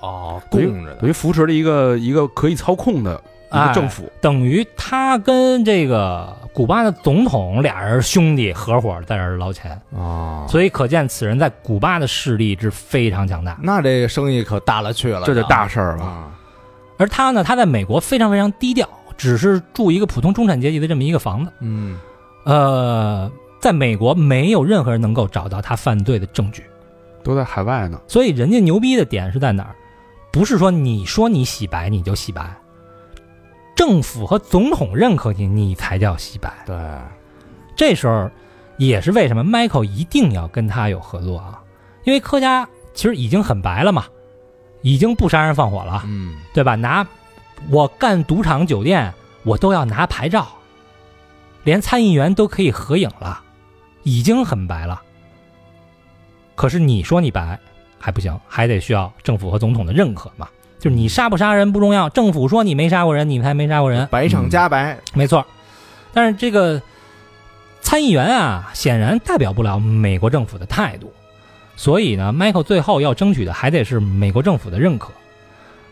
哦供着的
等，于扶持了一个一个可以操控的一个
哎
政府，
等于他跟这个古巴的总统俩人兄弟合伙在这儿捞钱，
哦，
所以可见此人在古巴的势力之非常强大。
那这个生意可大了去了，
这就大事儿了。
啊，
而他呢，他在美国非常非常低调，只是住一个普通中产阶级的这么一个房子。
嗯，
呃，在美国没有任何人能够找到他犯罪的证据，
都在海外呢，
所以人家牛逼的点是在哪儿？不是说你说你洗白你就洗白，政府和总统认可你，你才叫洗白。
对，
这时候也是为什么 Michael 一定要跟他有合作啊，因为科家其实已经很白了嘛，已经不杀人放火了，啊
嗯，
对吧？拿我干赌场、酒店，我都要拿牌照，连参议员都可以合影了，已经很白了。可是你说你白还不行，还得需要政府和总统的认可嘛。就是你杀不杀人不重要，政府说你没杀过人，你才没杀过人。
白上加白，
没错儿，但是这个参议员啊，显然代表不了美国政府的态度，所以呢，Michael 最后要争取的还得是美国政府的认可。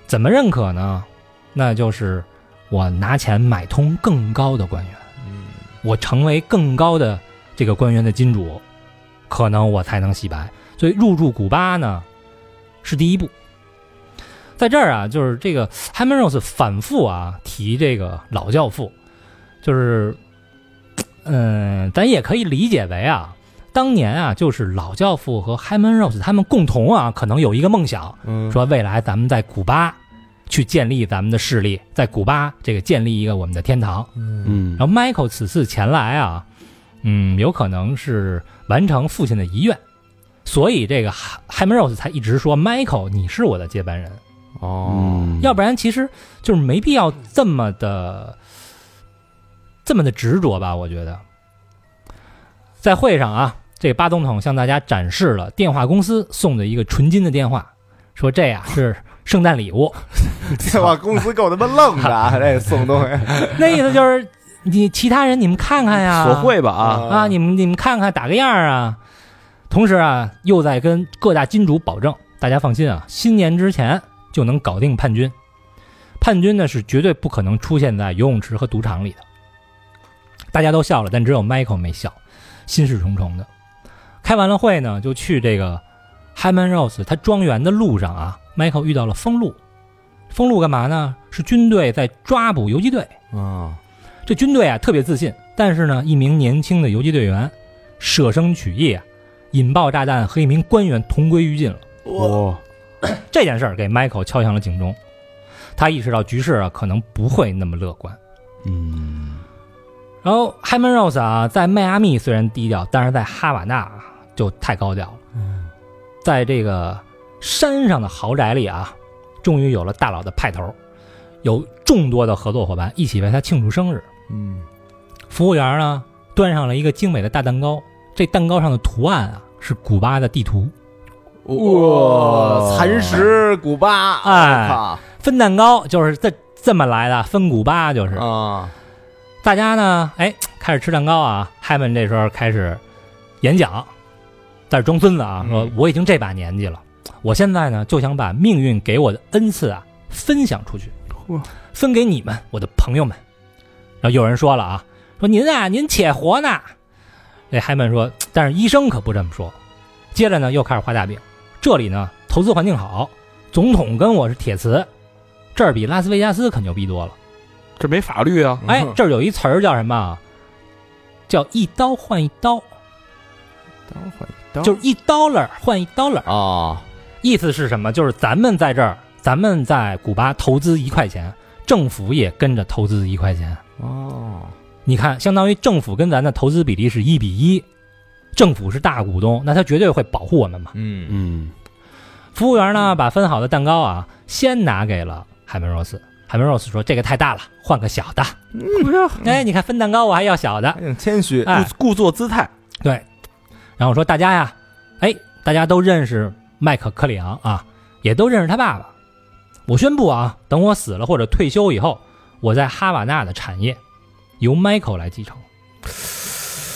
怎么认可呢？那就是我拿钱买通更高的官员，
嗯，
我成为更高的这个官员的金主，可能我才能洗白。所以入驻古巴呢，是第一步。在这儿啊，就是这个 h a m e r Rose 反复啊提这个老教父，就是，嗯，咱也可以理解为啊，当年啊，就是老教父和 h a m e r Rose 他们共同啊，可能有一个梦想，
嗯，
说未来咱们在古巴去建立咱们的势力，在古巴这个建立一个我们的天堂。
嗯，
嗯，
然后 Michael 此次前来啊，嗯，有可能是完成父亲的遗愿，所以这个 h a m e r Rose 才一直说 Michael 你是我的接班人，
哦，
嗯
要不然其实就是没必要这么的这么的执着吧，我觉得。在会上啊，这巴总统向大家展示了电话公司送的一个纯金的电话，说这呀是圣诞礼物，
这把公司够他妈愣的啊，这送东西，
那意思就是你其他人你们看看 呀，
索贿吧啊，
啊，你们你们看看打个样儿啊。同时啊，又在跟各大金主保证，大家放心啊，新年之前就能搞定叛军。叛军呢是绝对不可能出现在游泳池和赌场里的。大家都笑了，但只有 Michael 没笑，心事重重的。开完了会呢，就去这个 Hyman Rose 他庄园的路上啊，Michael 遇到了封路。封路干嘛呢？是军队在抓捕游击队。
啊，
这军队啊特别自信，但是呢，一名年轻的游击队员舍生取义啊，引爆炸弹和一名官员同归于尽了。
哇，
这件事儿给 Michael 敲响了警钟，他意识到局势啊可能不会那么乐观。
嗯，
然后 h a m o n Rose 啊，在迈阿密虽然低调，但是在哈瓦那啊就太高调了。在这个山上的豪宅里啊，终于有了大佬的派头，有众多的合作伙伴一起为他庆祝生日。
嗯，
服务员呢端上了一个精美的大蛋糕，这蛋糕上的图案啊是古巴的地图。
哇，蚕食古巴，
哎
啊我
分蛋糕就是这这么来的，分古巴就是。
靠啊，
大家呢，哎，开始吃蛋糕啊。海文这时候开始演讲，在这装孙子啊，
嗯
说我已经这把年纪了，我现在呢就想把命运给我的恩赐啊分享出去
嚯，
分给你们我的朋友们。然后有人说了啊，说您啊您且活呢。这海文说，但是医生可不这么说。接着呢又开始画大饼，这里呢投资环境好，总统跟我是铁磁，这儿比拉斯维加斯可牛逼多了。
这没法律啊，
哎
嗯，
这儿有一词儿叫什么啊？叫一刀换一刀，
等会儿等
就是一 dollar 换一 dollar。
啊，
意思是什么？就是咱们在这儿，咱们在古巴投资一块钱，政府也跟着投资一块钱。
哦，
你看，相当于政府跟咱的投资比例是一比一，政府是大股东，那他绝对会保护我们嘛。
嗯
嗯，
服务员呢，把分好的蛋糕啊，先拿给了海门罗斯。海门罗斯说：“这个太大了，换个小的。”哎，你看分蛋糕我还要小的
还，挺谦虚，
哎，
故作姿态，
然后说大家呀，哎，大家都认识麦克克里昂啊，也都认识他爸爸。我宣布啊，等我死了或者退休以后，我在哈瓦那的产业由 Michael 来继承。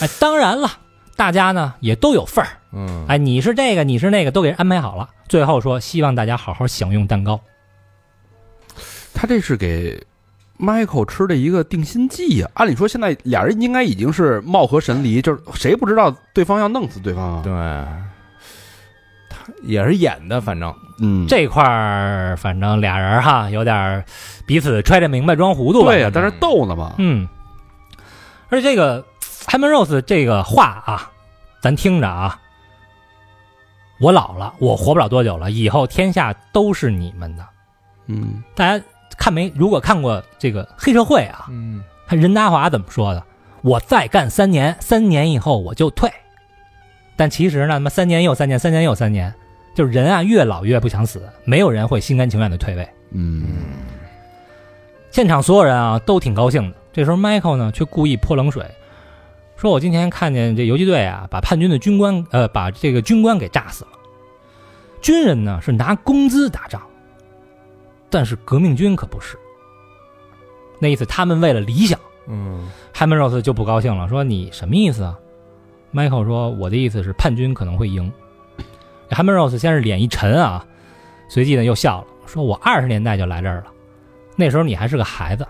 哎，当然了，大家呢也都有份儿。
嗯，
哎，你是这个，你是那个，都给人安排好了。最后说，希望大家好好享用蛋糕。
他这是给 Michael 吃的一个定心剂呀、按理说现在俩人应该已经是貌合神离，就是谁不知道对方要弄死对方啊？
对，他也是演的，反正
嗯，
这块儿反正俩人哈有点儿彼此揣着明白装糊涂吧。
对啊呀、在那逗呢嘛。
嗯，而且这个 h a m m Rose 这个话啊，咱听着啊，我老了，我活不了多久了，以后天下都是你们的。
嗯
大家看没？如果看过这个黑社会啊，
嗯，
看任达华怎么说的：“我再干三年，三年以后我就退。”但其实呢，他妈三年又三年，三年又三年，就是人啊，越老越不想死，没有人会心甘情愿的退位。
嗯
现场所有人啊都挺高兴的。这时候 Michael 呢却故意泼冷水，说我今天看见这游击队啊把叛军的军官呃把这个军官给炸死了。军人呢是拿工资打仗，但是革命军可不是。那意思他们为了理想。
嗯，
h a m r o s 就不高兴了，说你什么意思啊？Michael 说我的意思是叛军可能会赢。h a m r o s 先是脸一沉啊，随即呢又笑了，说我二十年代就来这儿了，那时候你还是个孩子，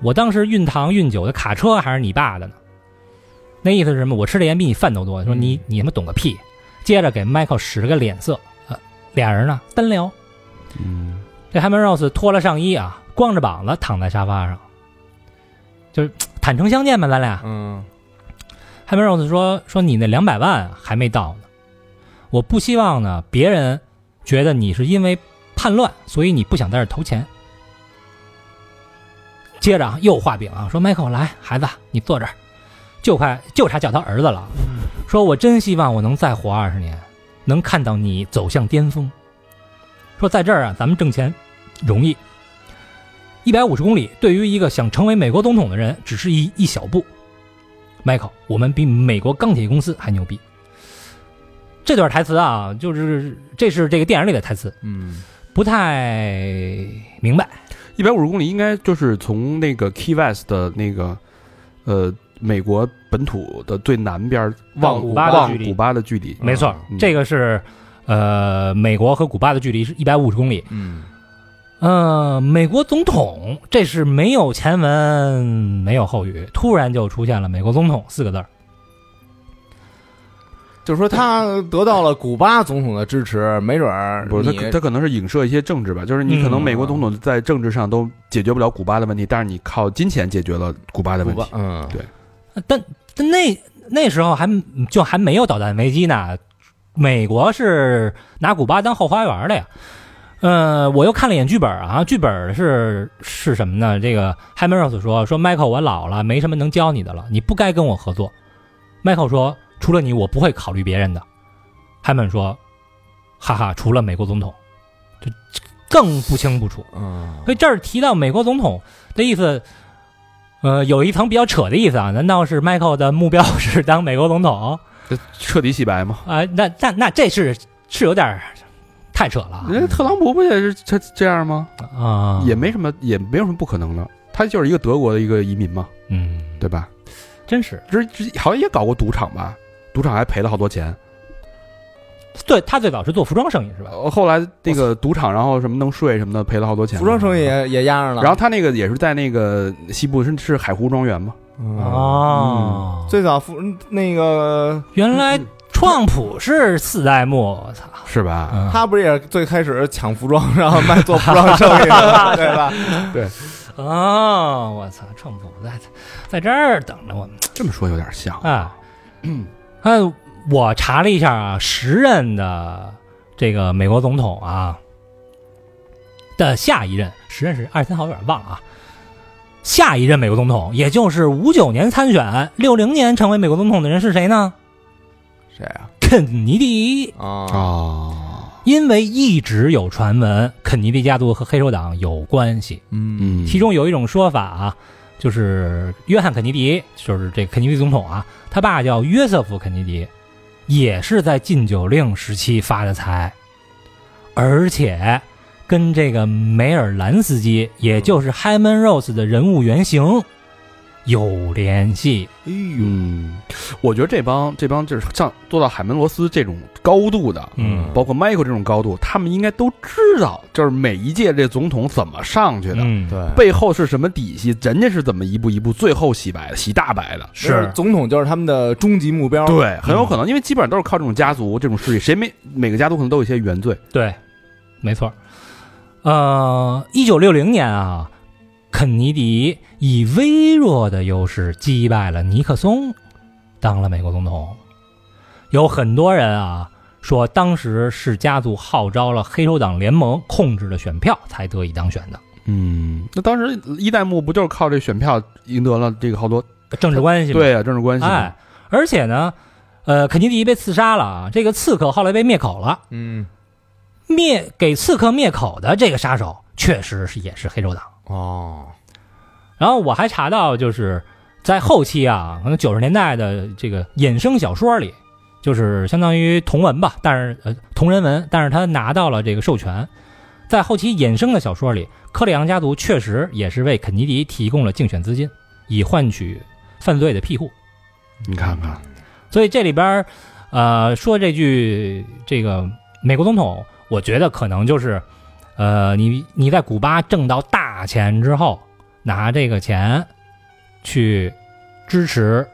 我当时运糖运酒的卡车还是你爸的呢。那意思是什么？我吃的盐比你饭都多。说你你他妈懂个屁！接着给 Michael 使了个脸色，呃，俩人呢单聊，
嗯
这 h a m r o s 脱了上衣啊，光着膀子躺在沙发上，就是坦诚相见吧，咱俩。
嗯，
h a m r o s 说：“说你那两百万还没到呢，我不希望呢别人觉得你是因为叛乱，所以你不想在这儿投钱。”接着啊，又画饼啊，说：“Michael，来，孩子，你坐这儿，就快就差叫他儿子了。说我真希望我能再活二十年，能看到你走向巅峰。说在这儿啊，咱们挣钱容易，一百五十公里对于一个想成为美国总统的人，只是一一小步。” Michael，我们比美国钢铁公司还牛逼。这段台词啊，就是这是这个电影里的台词，
嗯，
不太明白。
一百五十公里应该就是从那个 Key West 的那个呃美国本土的最南边儿
到
往
古巴的
往
距离
古巴的距离，
没错，
嗯
这个是呃，美国和古巴的距离是一百五十公里。
嗯，
呃，美国总统这是没有前文没有后语，突然就出现了“美国总统”四个字儿。
就说他得到了古巴总统的支持，没准儿
不是
你
他，他可能是影射一些政治吧，就是你可能
嗯
美国总统在政治上都解决不了古巴的问题，但是你靠金钱解决了古巴的
古
问
巴
题，。
嗯，
但但那那时候还就还没有导弹危机呢，美国是拿古巴当后花园的呀。呃，我又看了一眼剧本啊，剧本是是什么呢？这个 h a m r o s 说说 Michael，我老了，没什么能教你的了，你不该跟我合作。Michael 说，除了你，我不会考虑别人的。h a m r 说，哈哈，除了美国总统，这这更不清不楚。
嗯，
所以这儿提到美国总统的意思，呃，有一层比较扯的意思啊。难道是 Michael 的目标是当美国总统啊、
这
呃
彻底洗白嘛？
那那那这是是有点儿太扯了
人家特朗普不也是这这样吗？
啊啊！
嗯也没什么，也没有什么不可能的。他就是一个德国的一个移民嘛，
嗯，
对吧？
真是
之之好像也搞过赌场吧，赌场还赔了好多钱。
对他最早是做服装生意是吧？
呃后来那个赌场，然后什么能税什么的，赔了好多钱。
服装生意也也压上了，
然后他那个也是在那个西部是是海湖庄园嘛，
后
哦，
嗯最早服那个
原来川普是四代目，我操！
是吧？
嗯
他不是也最开始抢服装，然后卖做服装生 意的，对吧？
哦，我操，川普在在这儿等着我们
这么说有点像。
啊。嗯，我查了一下啊，时任的这个美国总统啊的下一任，时任是二十三号，有点忘了啊。下一任美国总统，也就是五九年参选、六零年成为美国总统的人是谁呢？
谁啊？
肯尼迪。
啊，
哦，
因为一直有传闻，肯尼迪家族和黑手党有关系。
嗯
嗯，
其中有一种说法啊，就是约翰肯尼迪，就是这肯尼迪总统啊，他爸叫约瑟夫肯尼迪，也是在禁酒令时期发的财，而且跟这个梅尔兰斯基，也就是 Hyman Rose 的人物原型有联系。
哎呦，
嗯，我觉得这帮这帮就是像做到海门罗斯这种高度的，
嗯
包括 Michael 这种高度，他们应该都知道，就是每一届这总统怎么上去的，
嗯，
对，
背后是什么底细，人家是怎么一步一步最后洗白的，洗大白的。
就是
是，
总统就是他们的终极目标，，
对，很有可能，因为基本上都是靠这种家族这种势力，谁没每个家族可能都有一些原罪。
对，没错。呃，一九六零年啊，肯尼迪以微弱的优势击败了尼克松，当了美国总统。有很多人啊说当时是家族号召了黑手党联盟控制的选票才得以当选的。
嗯，那当时一代目不就是靠这选票赢得了这个好多
政治关系嘛，
对啊政治关系吗？
哎，而且呢，呃，肯尼迪被刺杀了啊，这个刺客后来被灭口了，
嗯，
灭给刺客灭口的这个杀手确实是也是黑手党。
哦，
然后我还查到，就是在后期啊，可能九十年代的这个衍生小说里，就是相当于同文吧，但是呃同人文，但是他拿到了这个授权，在后期衍生的小说里，克里昂家族确实也是为肯尼迪提供了竞选资金，以换取犯罪的庇护。
你看看，
所以这里边儿，呃，说这句这个美国总统，我觉得可能就是，呃，你你在古巴挣到大钱之后，拿这个钱去支持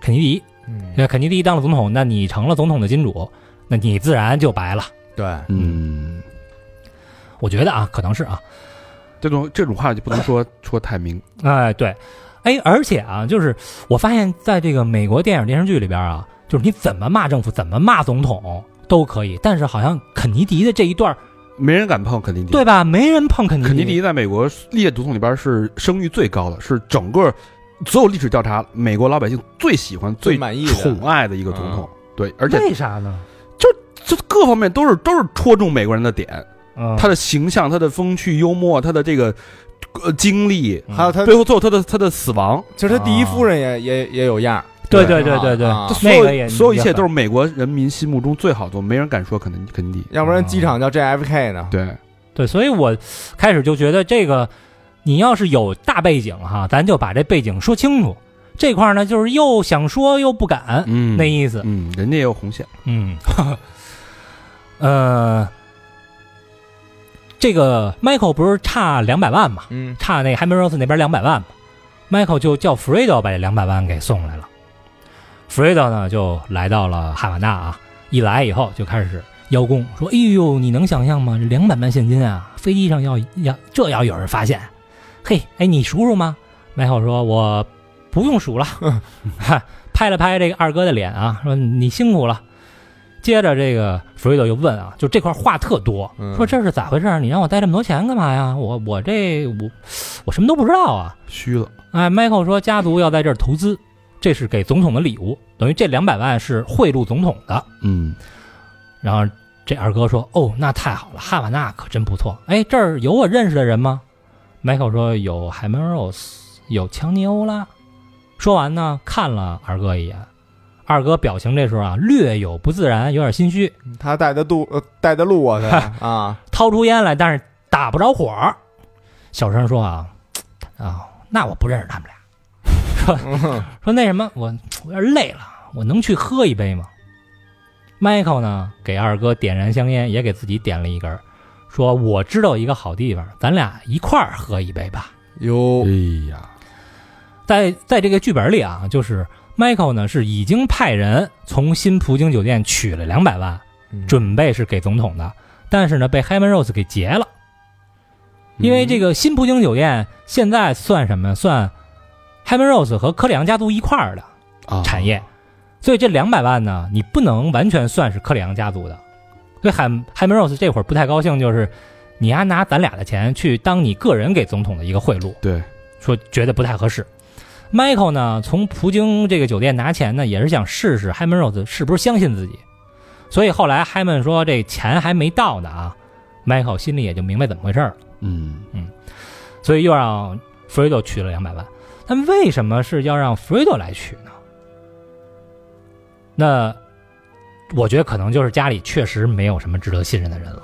肯尼迪，呃
嗯，
那肯尼迪当了总统，那你成了总统的金主，那你自然就白了。
对，
嗯，
我觉得啊，可能是啊，
这种这种话就不能说说太明，
哎，对，哎，而且啊，就是我发现在这个美国电影电视剧里边啊，就是你怎么骂政府，怎么骂总统都可以，但是好像肯尼迪的这一段儿，
没人敢碰肯尼迪。
对，吧？没人碰肯尼迪。
肯尼迪在美国历届总统里边是声誉最高的，是整个所有历史调查美国老百姓最喜欢、
最
最
满意的
宠爱的一个嗯总统。对，而且
为啥呢？
这各方面都是都是戳中美国人的点，
嗯，
他的形象、他的风趣幽默、他的这个呃经历，
嗯
还有他，
最后最后他的他的死亡，
其实他第一夫人也也也有样儿，
对
对
对对对对，
啊
这
啊
所
那个也
有所有一切都
也
是美国人民心目中最好的，没人敢说肯尼肯尼迪。
要不然机场叫 JFK 呢，
对，
对，所以我开始就觉得这个，你要是有大背景哈，咱就把这背景说清楚。这块儿呢，就是又想说又不敢，
嗯，
那意思。
嗯，人家也有红线，
嗯， 呃，这个 Michael 不是差两百万嘛，
嗯，
差那 Hammer Rose 那边两百万嘛，Michael 就叫 Fredo 把这两百万给送来了。Fredo 呢就来到了哈瓦那啊，一来以后就开始邀功，说：“哎呦，你能想象吗？这两百万现金啊，飞机上要要这要有人发现，嘿，哎，你数数吗？”Michael 说：“我不用数了。 哈”拍了拍这个二哥的脸啊，说：“你辛苦了。”接着这个 Fredo 又问啊，就这块话特多，
嗯
说这是咋回事儿？你让我带这么多钱干嘛呀？我我这我我什么都不知道啊！
虚了。
哎，Michael 说家族要在这儿投资，这是给总统的礼物，等于这两百万是贿赂总统的。
嗯，
然后这二哥说：“哦，那太好了，哈瓦那可真不错。哎，这儿有我认识的人吗？”Michael 说：“有海门 Rose，有强尼欧拉。”说完呢，看了二哥一眼，二哥表情这时候啊略有不自然，有点心虚，
他带的路呃带的路啊， 他啊，
掏出烟来，但是打不着火儿。小声说啊啊，那我不认识他们俩。
嗯
说那什么，我我有点累了，我能去喝一杯吗？Michael 呢，给二哥点燃香烟，也给自己点了一根儿，说我知道一个好地方，咱俩一块儿喝一杯吧。哦
哟，
哎呀，
在在这个剧本里啊，就是 Michael 呢是已经派人从新葡京酒店取了两百万，
嗯
准备是给总统的，但是呢被 Hyman Rose 给劫了。因为这
个
个新葡京酒店现在算什么？算 Hyman Rose 和科里昂家族一块儿的
嗯啊
产业，所以这两百万呢，你不能完全算是克里昂家族的。所以海海梅 Rose 这会儿不太高兴，就是你还拿咱俩的钱去当你个人给总统的一个贿赂，
对，
说觉得不太合适。Michael 呢，从葡京这个酒店拿钱呢，也是想试试 Hyman Rose 是不是相信自己。所以后来 Hyman 说这钱还没到呢啊，Michael 心里也就明白怎么回事儿了。
嗯，
所以又让 Fredo 取了两百万。但为什么是要让 Fredo 来取呢？那我觉得可能就是家里确实没有什么值得信任的人了。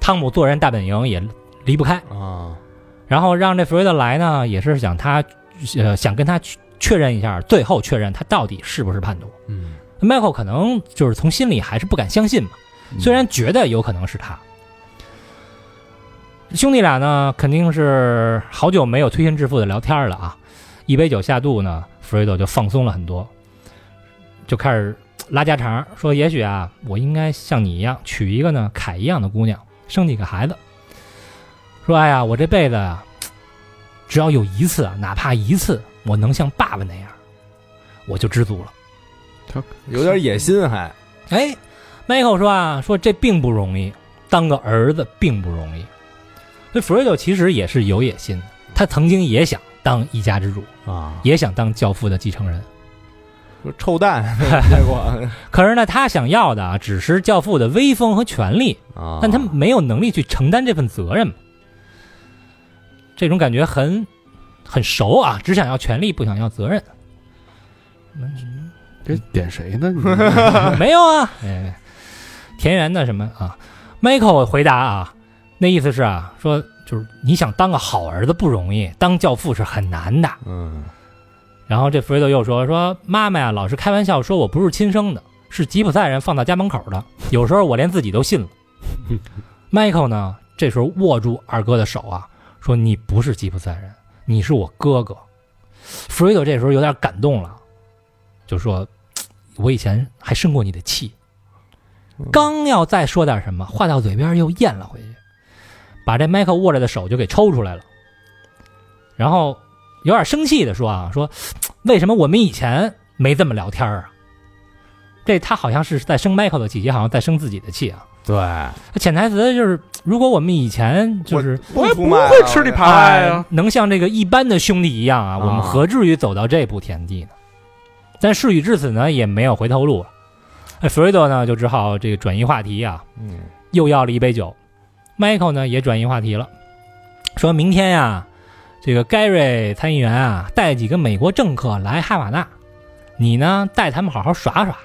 汤姆做人大本营也离不开，
啊，
然后让这 Fredo 来呢，也是想他，呃，想跟他确确认一下，最后确认他到底是不是叛徒。
嗯
Michael 可能就是从心里还是不敢相信嘛。虽然觉得有可能是他。兄弟俩呢，肯定是好久没有推心置腹的聊天了啊！一杯酒下肚呢，弗瑞德就放松了很多，就开始拉家常，说：“也许啊，我应该像你一样，娶一个呢凯一样的姑娘，生几个孩子。”说：“哎呀，我这辈子啊，只要有一次啊，哪怕一次，我能像爸爸那样，我就知足了。”
嗯
有点野心还，
哎 Michael 说啊，说这并不容易，当个儿子并不容易。所以 Fredo 其实也是有野心的，他曾经也想当一家之主，
啊，
也想当教父的继承人。
说臭 蛋泰国
可是呢，他想要的啊，只是教父的威风和权力，
啊，
但他没有能力去承担这份责任嘛。这种感觉很很熟啊，只想要权力，不想要责任。
这点谁呢？ 你
没有啊，哎，田园的什么啊？Michael 回答啊，那意思是啊，说就是你想当个好儿子不容易，当教父是很难的。
嗯
然后这弗瑞德又说说妈妈呀，老是开玩笑说我不是亲生的，是吉普赛人放到家门口的，有时候我连自己都信了。Michael 呢，这时候握住二哥的手啊，说你不是吉普赛人，你是我哥哥。弗瑞德这时候有点感动了，就说：“我以前还生过你的气。”刚要再说点什么，话到嘴边又咽了回去，把这 Michael 握着的手就给抽出来了，然后有点生气的说啊，说为什么我们以前没这么聊天儿啊？这他好像是在生 Michael 的气，也好像在生自己的气啊。
对，
他潜台词就是，如果我们以前就是哎
我也不
不啊会吃你
盘。
牌啊呀。
能像这个一般的兄弟一样啊，我们
啊
何至于走到这步田地呢？但事已至此呢，也没有回头路了。哎，弗瑞德呢，就只好这个转移话题啊，
嗯
又要了一杯酒。Michael 呢也转移话题了，说明天呀、这个 Gary 参议员啊带几个美国政客来哈瓦那，你呢带他们好好耍耍。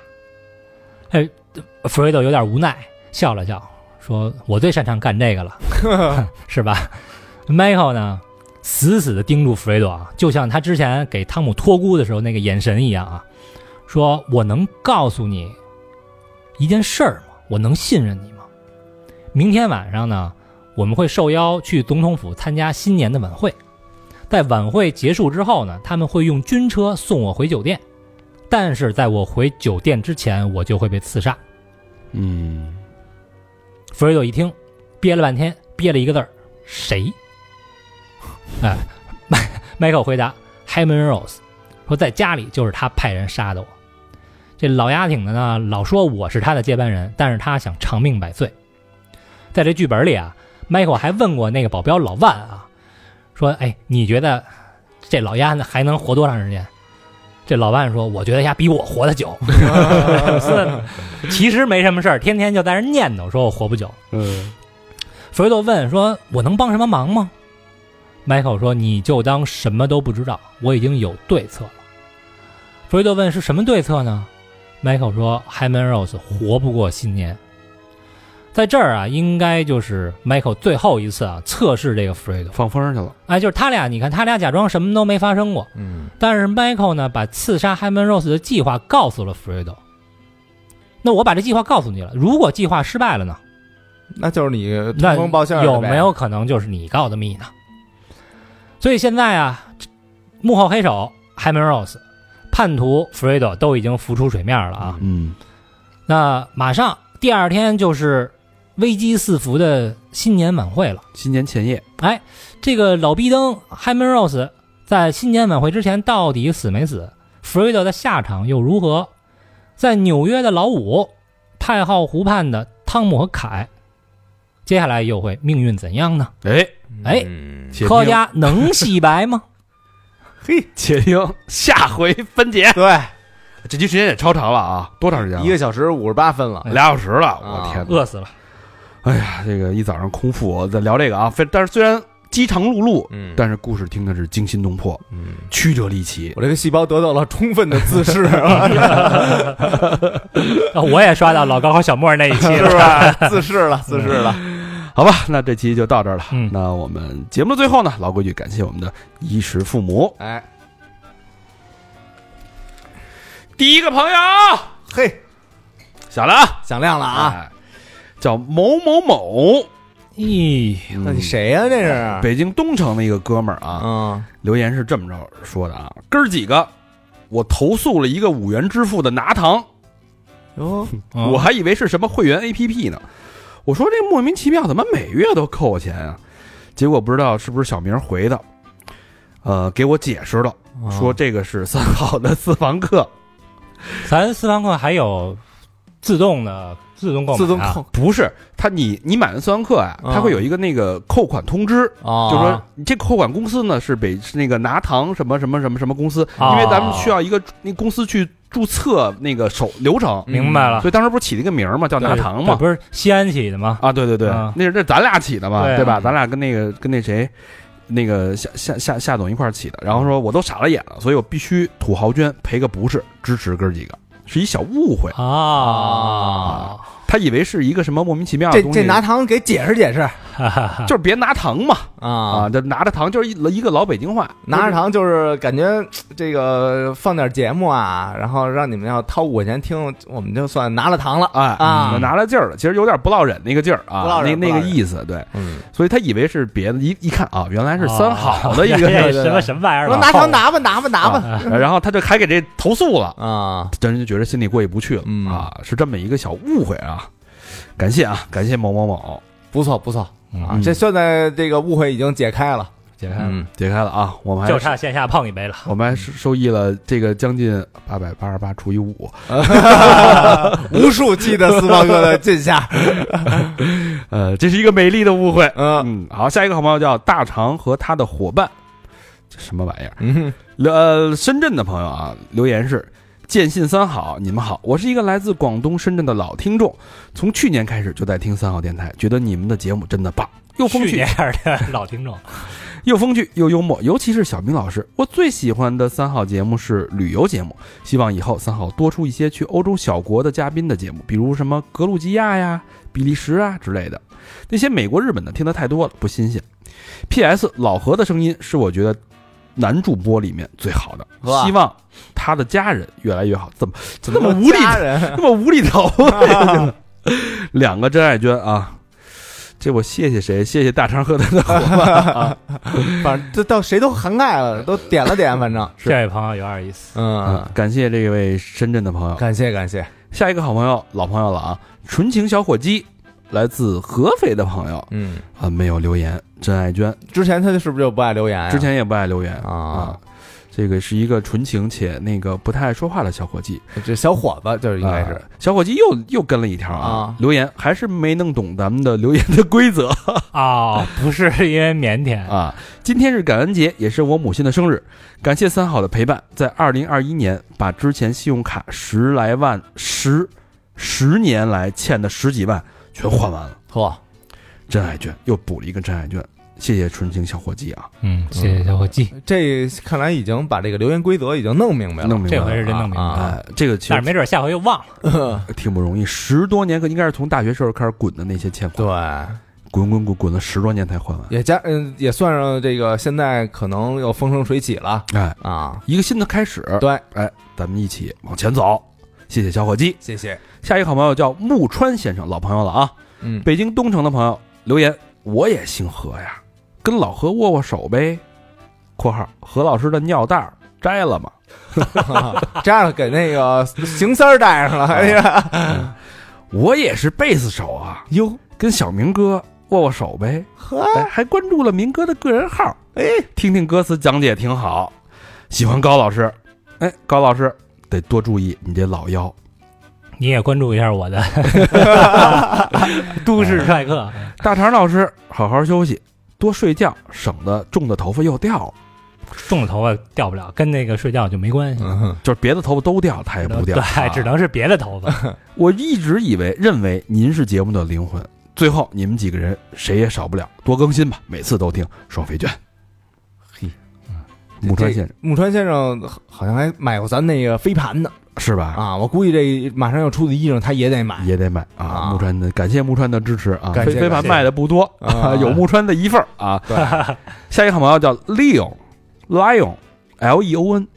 哎，弗瑞德有点无奈，笑了笑，说：“我最擅长干这个了， 是吧？”Michael 呢死死的盯住弗瑞德啊，就像他之前给汤姆托孤的时候那个眼神一样啊，说：“我能告诉你一件事儿吗？我能信任你吗？”明天晚上呢，我们会受邀去总统府参加新年的晚会。在晚会结束之后呢，他们会用军车送我回酒店，但是在我回酒店之前，我就会被刺杀。
嗯，
弗瑞德一听，憋了半天，憋了一个字儿：谁？ 哎， 迈迈克回答：Hyman Rose，说在家里就是他派人杀的我。这老丫挺的呢，老说我是他的接班人，但是他想长命百岁。在这剧本里啊，Michael 还问过那个保镖老万啊，说：“哎，你觉得这老丫呢还能活多长时间？”这老万说：“我觉得丫比我活得久。” 嗯其实没什么事儿，天天就在那儿念叨说我活不久。
嗯，
弗瑞德问说：“我能帮什么忙吗？”Michael 说：“你就当什么都不知道，我已经有对策了。”弗瑞德问：“是什么对策呢？”Michael 说：“Hyman Rose 活不过新年。”在这儿啊，应该就是 Michael 最后一次啊测试这个弗瑞德。
放风去了。
哎，就是他俩，你看他俩假装什么都没发生过，
嗯
但是 Michael 呢，把刺杀 Hyman Rose 的计划告诉了 Fredo。那我把这计划告诉你了，如果计划失败了呢？
那就是你
那
呃通风报信儿的呗
有没有可能就是你告的密呢？所以现在啊，这幕后黑手 Hyman Rose、叛徒 Fredo 都已经浮出水面了啊。
嗯，
那马上第二天就是危机四伏的新年晚会了。
新年前夜，
哎，这个老逼灯 Hyman Rose 在新年晚会之前到底死没死？弗瑞德的下场又如何？在纽约的老五，派号湖畔的汤姆和凯，接下来又会命运怎样呢？
哎，
哎
嗯
且
科学 家能洗白吗？
嘿，
且听下回分解。
对，
这集时间也超长了啊，多长时间了？
一个小时五十八分
哎
了，
俩小时了，
啊
我天哪！
饿死了。
哎呀，这个一早上空腹在聊这个啊，非但是虽然饥肠辘辘，
嗯
但是故事听的是惊心动魄、
嗯，
曲折离奇。
我这个细胞得到了充分的自噬， 是
啊我也刷到老高和小莫那一 期了。
吧？自噬了，自噬了，
好吧，那这期就到这儿了。
嗯
那我们节目的最后呢，老规矩，感谢我们的衣食父母。
哎，
第一个朋友
嘿，
响了啊
响亮了啊！
哎叫某某某，
咦，
嗯
那你谁呀？这是？
北京东城的一个哥们儿啊，
嗯，
留言是这么着说的啊，哥儿几个，我投诉了一个五元支付的拿糖，
哟，
啊嗯
我还以为是什么会员 APP 呢。我说这莫名其妙，怎么每月都扣我钱啊？结果不知道是不是小明回的，呃，给我解释了，
啊
说这个是三好的私房课，
咱私房课还有自动的自动购买、啊，
哦自动扣
不是他你你买的斯兰克啊，
嗯
它会有一个那个扣款通知，
啊，
就说你这扣款公司呢是北是那个拿糖什么什么什么什么公司，
哦
因为咱们需要一个那公司去注册那个手流程，
嗯明白了，
所以当时不是起了一个名儿嘛，叫拿糖
对
嘛。
不是西安起的吗？
啊，对对对
啊，
那是那咱俩起的嘛
对，啊
对吧？咱俩跟那个跟那谁，那个夏夏夏夏总一块儿起的。然后说我都傻了眼了，所以我必须土豪捐赔个不是，支持哥儿几个，是一小误
哦
会。
啊，
他以为是一个什么莫名其妙的
这
东西，
这拿糖给解释啊解释
哈哈哈
就是别拿糖嘛
啊
啊，，这拿着糖就是一一个老北京话，
拿着糖就是感觉这个放点节目啊，然后让你们要掏五块钱听，我们就算拿了糖了。
哎
啊
拿了劲儿了，其实有点不落忍那个劲儿
不
啊，
落
那
忍
那
不
个
落忍
意思，对，
嗯，
所以他以为是别的，一一看啊，原来是三好的一
哎呀
个，
什么什么玩意儿
说
吧，
拿糖拿吧拿吧拿吧
啊然后他就还给这投诉了，
啊，
真就觉得心里过意不去了
嗯
啊，是这么一个小误会啊，感谢啊，感谢某某某，
不错不错啊
嗯，
这现在这个误会已经解开 了。
解开了，
嗯，
解开了啊，我们
就
还
差线下碰一杯了。
我们还收收益了这个将近八百八十八除以五，
无数期的斯巴哥的进下，
呃，这是一个美丽的误会，
嗯
嗯，好，下一个好朋友叫大肠和他的伙伴，这什么玩意儿？
嗯
呃，深圳的朋友啊，留言是：见信三好，你们好，我是一个来自广东深圳的老听众，从去年开始就在听三好电台，觉得你们的节目真的棒，又风
去
趣
年还是的 老听众，
又风趣又幽默，尤其是小明老师，我最喜欢的三好节目是旅游节目，希望以后三好多出一些去欧洲小国的嘉宾的节目，比如什么格鲁吉亚呀、比利时啊之类的。那些美国、日本的听得太多了，不新鲜。P.S. 老何的声音是我觉得男主播里面最好的，
哇
希望他的家人越来越好。怎么怎么那么无厘头
家人，
这么无厘头， 两个真爱娟啊！这我谢谢谁？谢谢大肠和他的伙伴啊！
反正这到谁都涵盖了，都点了点，反正
是
这位朋友有点意思，
嗯，
感谢这位深圳的朋友。
感谢感谢，
下一个好朋友，老朋友了啊，纯情小伙计，来自合肥的朋友
嗯，
啊，没有留言。真爱娟
之前他是不是就不爱留哎言呀？
之前也不爱留言
啊，
这个是一个纯情且那个不太爱说话的小伙计，
这小伙子就是应该是
啊小伙计又又跟了一条
啊
留言还是没弄懂咱们的留言的规则。
哦，不是因为腼腆，
啊，今天是感恩节，也是我母亲的生日，感谢三好的陪伴，在二零二一年把之前信用卡十来万十十年来欠的十几万全还完了，
嚯，
真爱券又补了一个真爱券，谢谢纯情小伙计啊，
嗯，谢谢小伙计，
这看来已经把这个留言规则已经弄明白了
弄明白
这
了
回是真弄明白，
啊，
哎，这个其
但是
实
没准下回又忘了。
挺不容易，十多年可应该是从大学时候开始滚的那些欠款，
对，
滚滚滚滚了十多年才还完，
也加嗯也算上这个现在可能又风生水起了
哎，
啊，
一个新的开始，
对，
哎，咱们一起往前走，谢谢小伙计。
谢谢，
下一个好朋友叫木川先生，老朋友了啊，
嗯，
北京东城的朋友留言，我也姓何呀，跟老何握握手呗。（括号何老师的尿袋儿摘了吗
这样给那个邢三儿带上了，哎呀，）
我也是贝斯手啊，
哟
跟小明哥握握手呗。
呵，
哎，还关注了明哥的个人号，
哎，
听听歌词讲解挺好。喜欢高老师，哎，高老师得多注意你这老腰。
你也关注一下我的呃都市帅哥，
大肠老师，好好休息，多睡觉，省得种的头发又掉了，
种了头发掉不了，跟那个睡觉就没关系。
嗯哎哼
就是别的头发都掉，他也不掉。
啊
啊
对，只能是别的头发。
我一直以为认为您是节目的灵魂，最后你们几个人谁也少不了，多更新吧，每次都听双飞卷。嘿，木川先生
木川先生好好像还买过咱那个飞盘呢
是吧？
啊！我估计这马上要出的衣裳他也得买，
也得买啊！
啊
木川的，感谢木川的支持啊！
感
飞
谢
飞盘
感谢
卖的不多，
啊
有木川的一份儿啊。
对，
下一个好朋友叫 Leon，Lion，L E O N，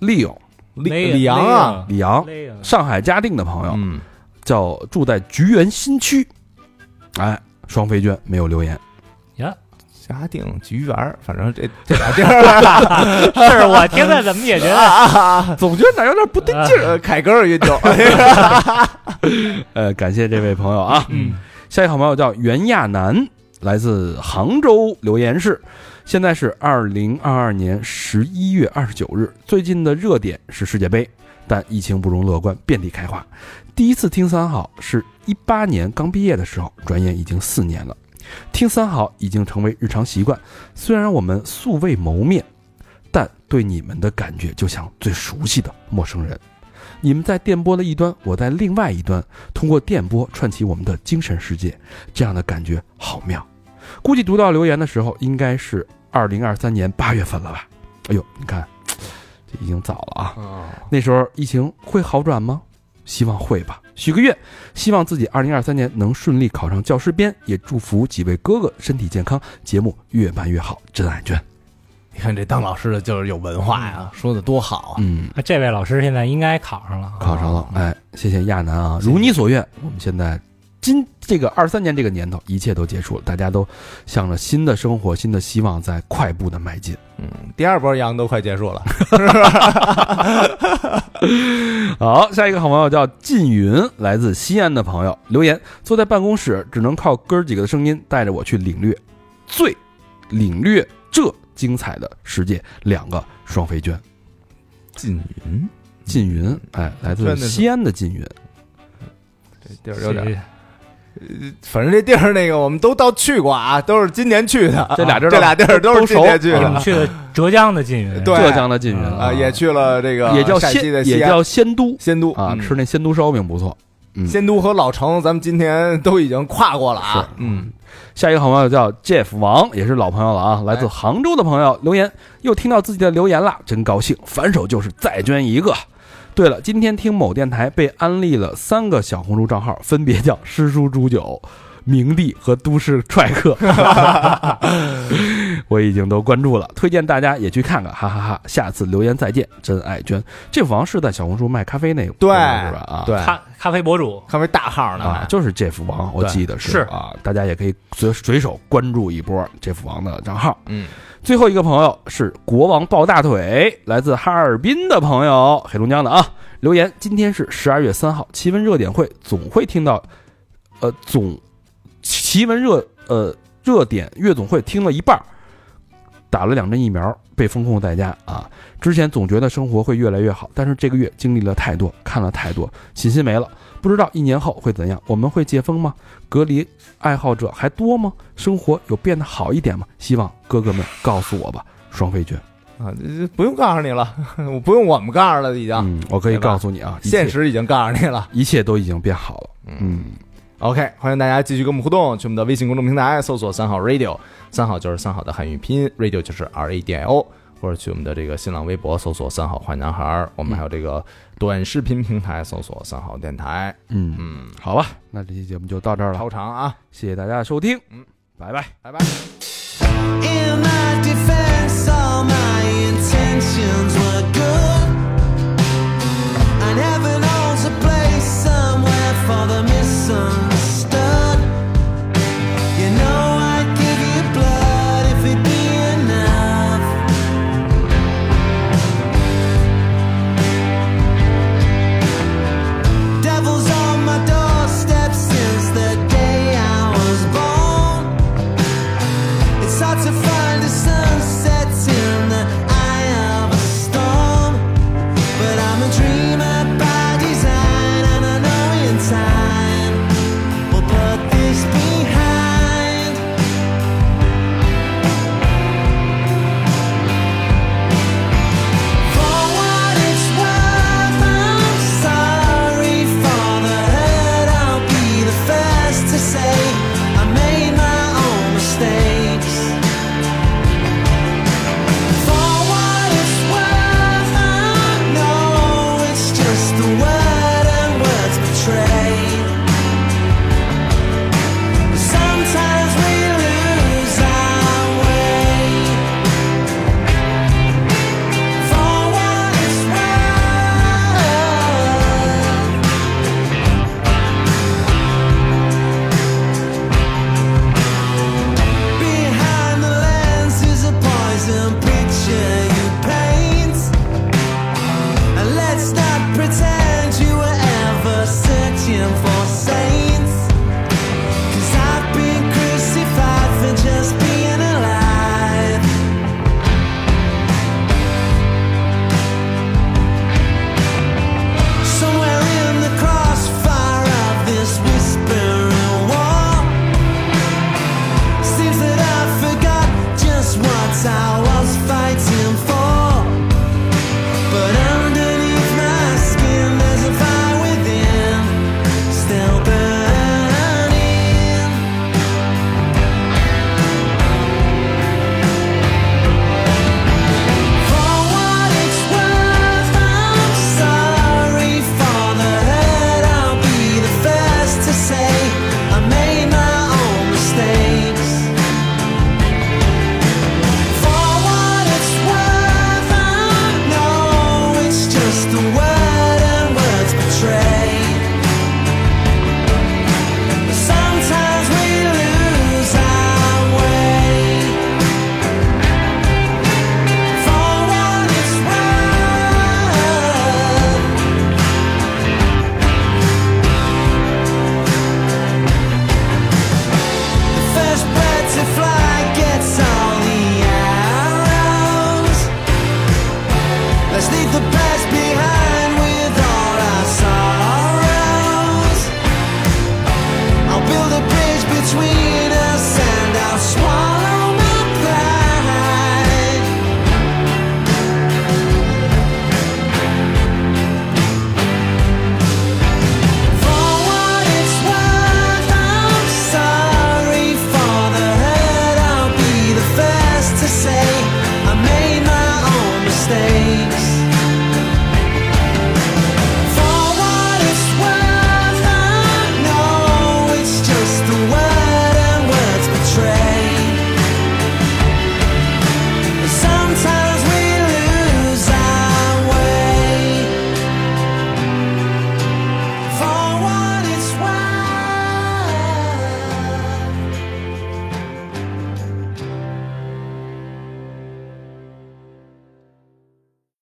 利勇，
李李阳啊，
李阳，
累啊，
上海嘉定的朋友，
嗯，
叫住在菊园新区。哎，双飞娟没有留言，
嘉定菊园儿，反正这这俩地儿
是我听着怎么也觉得
总觉得哪儿有点不对劲儿。
呃凯歌儿 也有，
呃，感谢这位朋友啊。
嗯，
下一个好朋友叫袁亚楠，来自杭州留言室。现在是二零二二年十一月二十九日，最近的热点是世界杯，但疫情不容乐观，遍地开花。第一次听三好是一八年刚毕业的时候，转眼已经四年了。听三好已经成为日常习惯，虽然我们素未谋面，但对你们的感觉就像最熟悉的陌生人。你们在电波的一端，我在另外一端，通过电波串起我们的精神世界，这样的感觉好妙。估计读到留言的时候，应该是二零二三年八月份了吧？哎呦，你看，这已经早了啊！那时候疫情会好转吗？希望会吧。许个愿，希望自己二零二三年能顺利考上教师编，也祝福几位哥哥身体健康，节目越办越好。真爱娟，
你看这当老师的就是有文化呀，说的多好啊！
嗯，
啊这位老师现在应该考上了啊，
考上了，哎，谢谢亚楠啊，如你所愿，我们现在今这个二三年这个年头，一切都结束了，大家都向着新的生活、新的希望在快步的迈进。
嗯，第二波羊都快结束了，
好，下一个好朋友叫靳云，来自西安的朋友留言：坐在办公室，只能靠哥儿几个的声音带着我去领略，最领略这精彩的世界。两个双飞娟，
靳云
靳
嗯
云，哎，来自
真的是
西安的靳云，
这地儿有点，反正这地儿那个我们都到去过啊，都是今年去的，
这俩地儿
这俩地儿都是今年去
你
的
们去的浙江的缙云，
对
浙江的靳云
啊
啊，也去了这个
嗯也叫
陕西的
仙，
西
也
安
叫仙都
仙都
啊，
嗯
吃那仙都烧饼不错。嗯
仙都和老城，咱们今天都已经跨过了啊
是，
嗯，
下一个好朋友叫 Jeff 王，也是老朋友了
哎
啊，来自杭州的朋友留言，又听到自己的留言啦，真高兴，反手就是再捐一个。对了，今天听某电台被安利了三个小红书账号，分别叫诗书煮酒、明帝和都市踹 客，我已经都关注了，推荐大家也去看看，哈哈哈下次留言再见，真爱捐。这王是在小红书卖咖啡那个
对
是吧？啊，
对，
咖咖啡博主，
看为大号呢
啊，
还，
就是 Jeff 王，我
对
记得
是
啊，大家也可以随随手关注一波 Jeff 王的账号。
嗯，
最后一个朋友是国王抱大腿，来自哈尔滨的朋友，黑龙江的啊，留言今天是十二月三号，奇闻热点会总会听到，呃，总奇闻热呃热点夜总会听了一半儿，打了两针疫苗，被封控在家啊。之前总觉得生活会越来越好，但是这个月经历了太多，看了太多，信心没了。不知道一年后会怎样？我们会解封吗？隔离爱好者还多吗？生活有变得好一点吗？希望哥哥们告诉我吧。双飞娟，
啊，这这不用告诉你了， 我不用我们告诉啊了，已经，
嗯，我可以
对吧
告诉你啊，一切
现实已经告诉你 了。
一切都已经变好了。嗯，
OK，欢迎大家继续跟我们互动，去我们的微信公众平台搜索“三好 radio”，三好就是三好的汉语拼音，radio 就是 R A D I O，或者去我们的这个新浪微博搜索“三好坏男孩儿”，我们还有这个短视频平台搜索“三好电台
嗯
嗯，
好吧，那这期节目就到这儿”。了，
超长啊，
谢谢大家的收听，
嗯，
拜拜。
拜拜。
In my defense, all my intentions were good. I never knows a place somewhere for the missing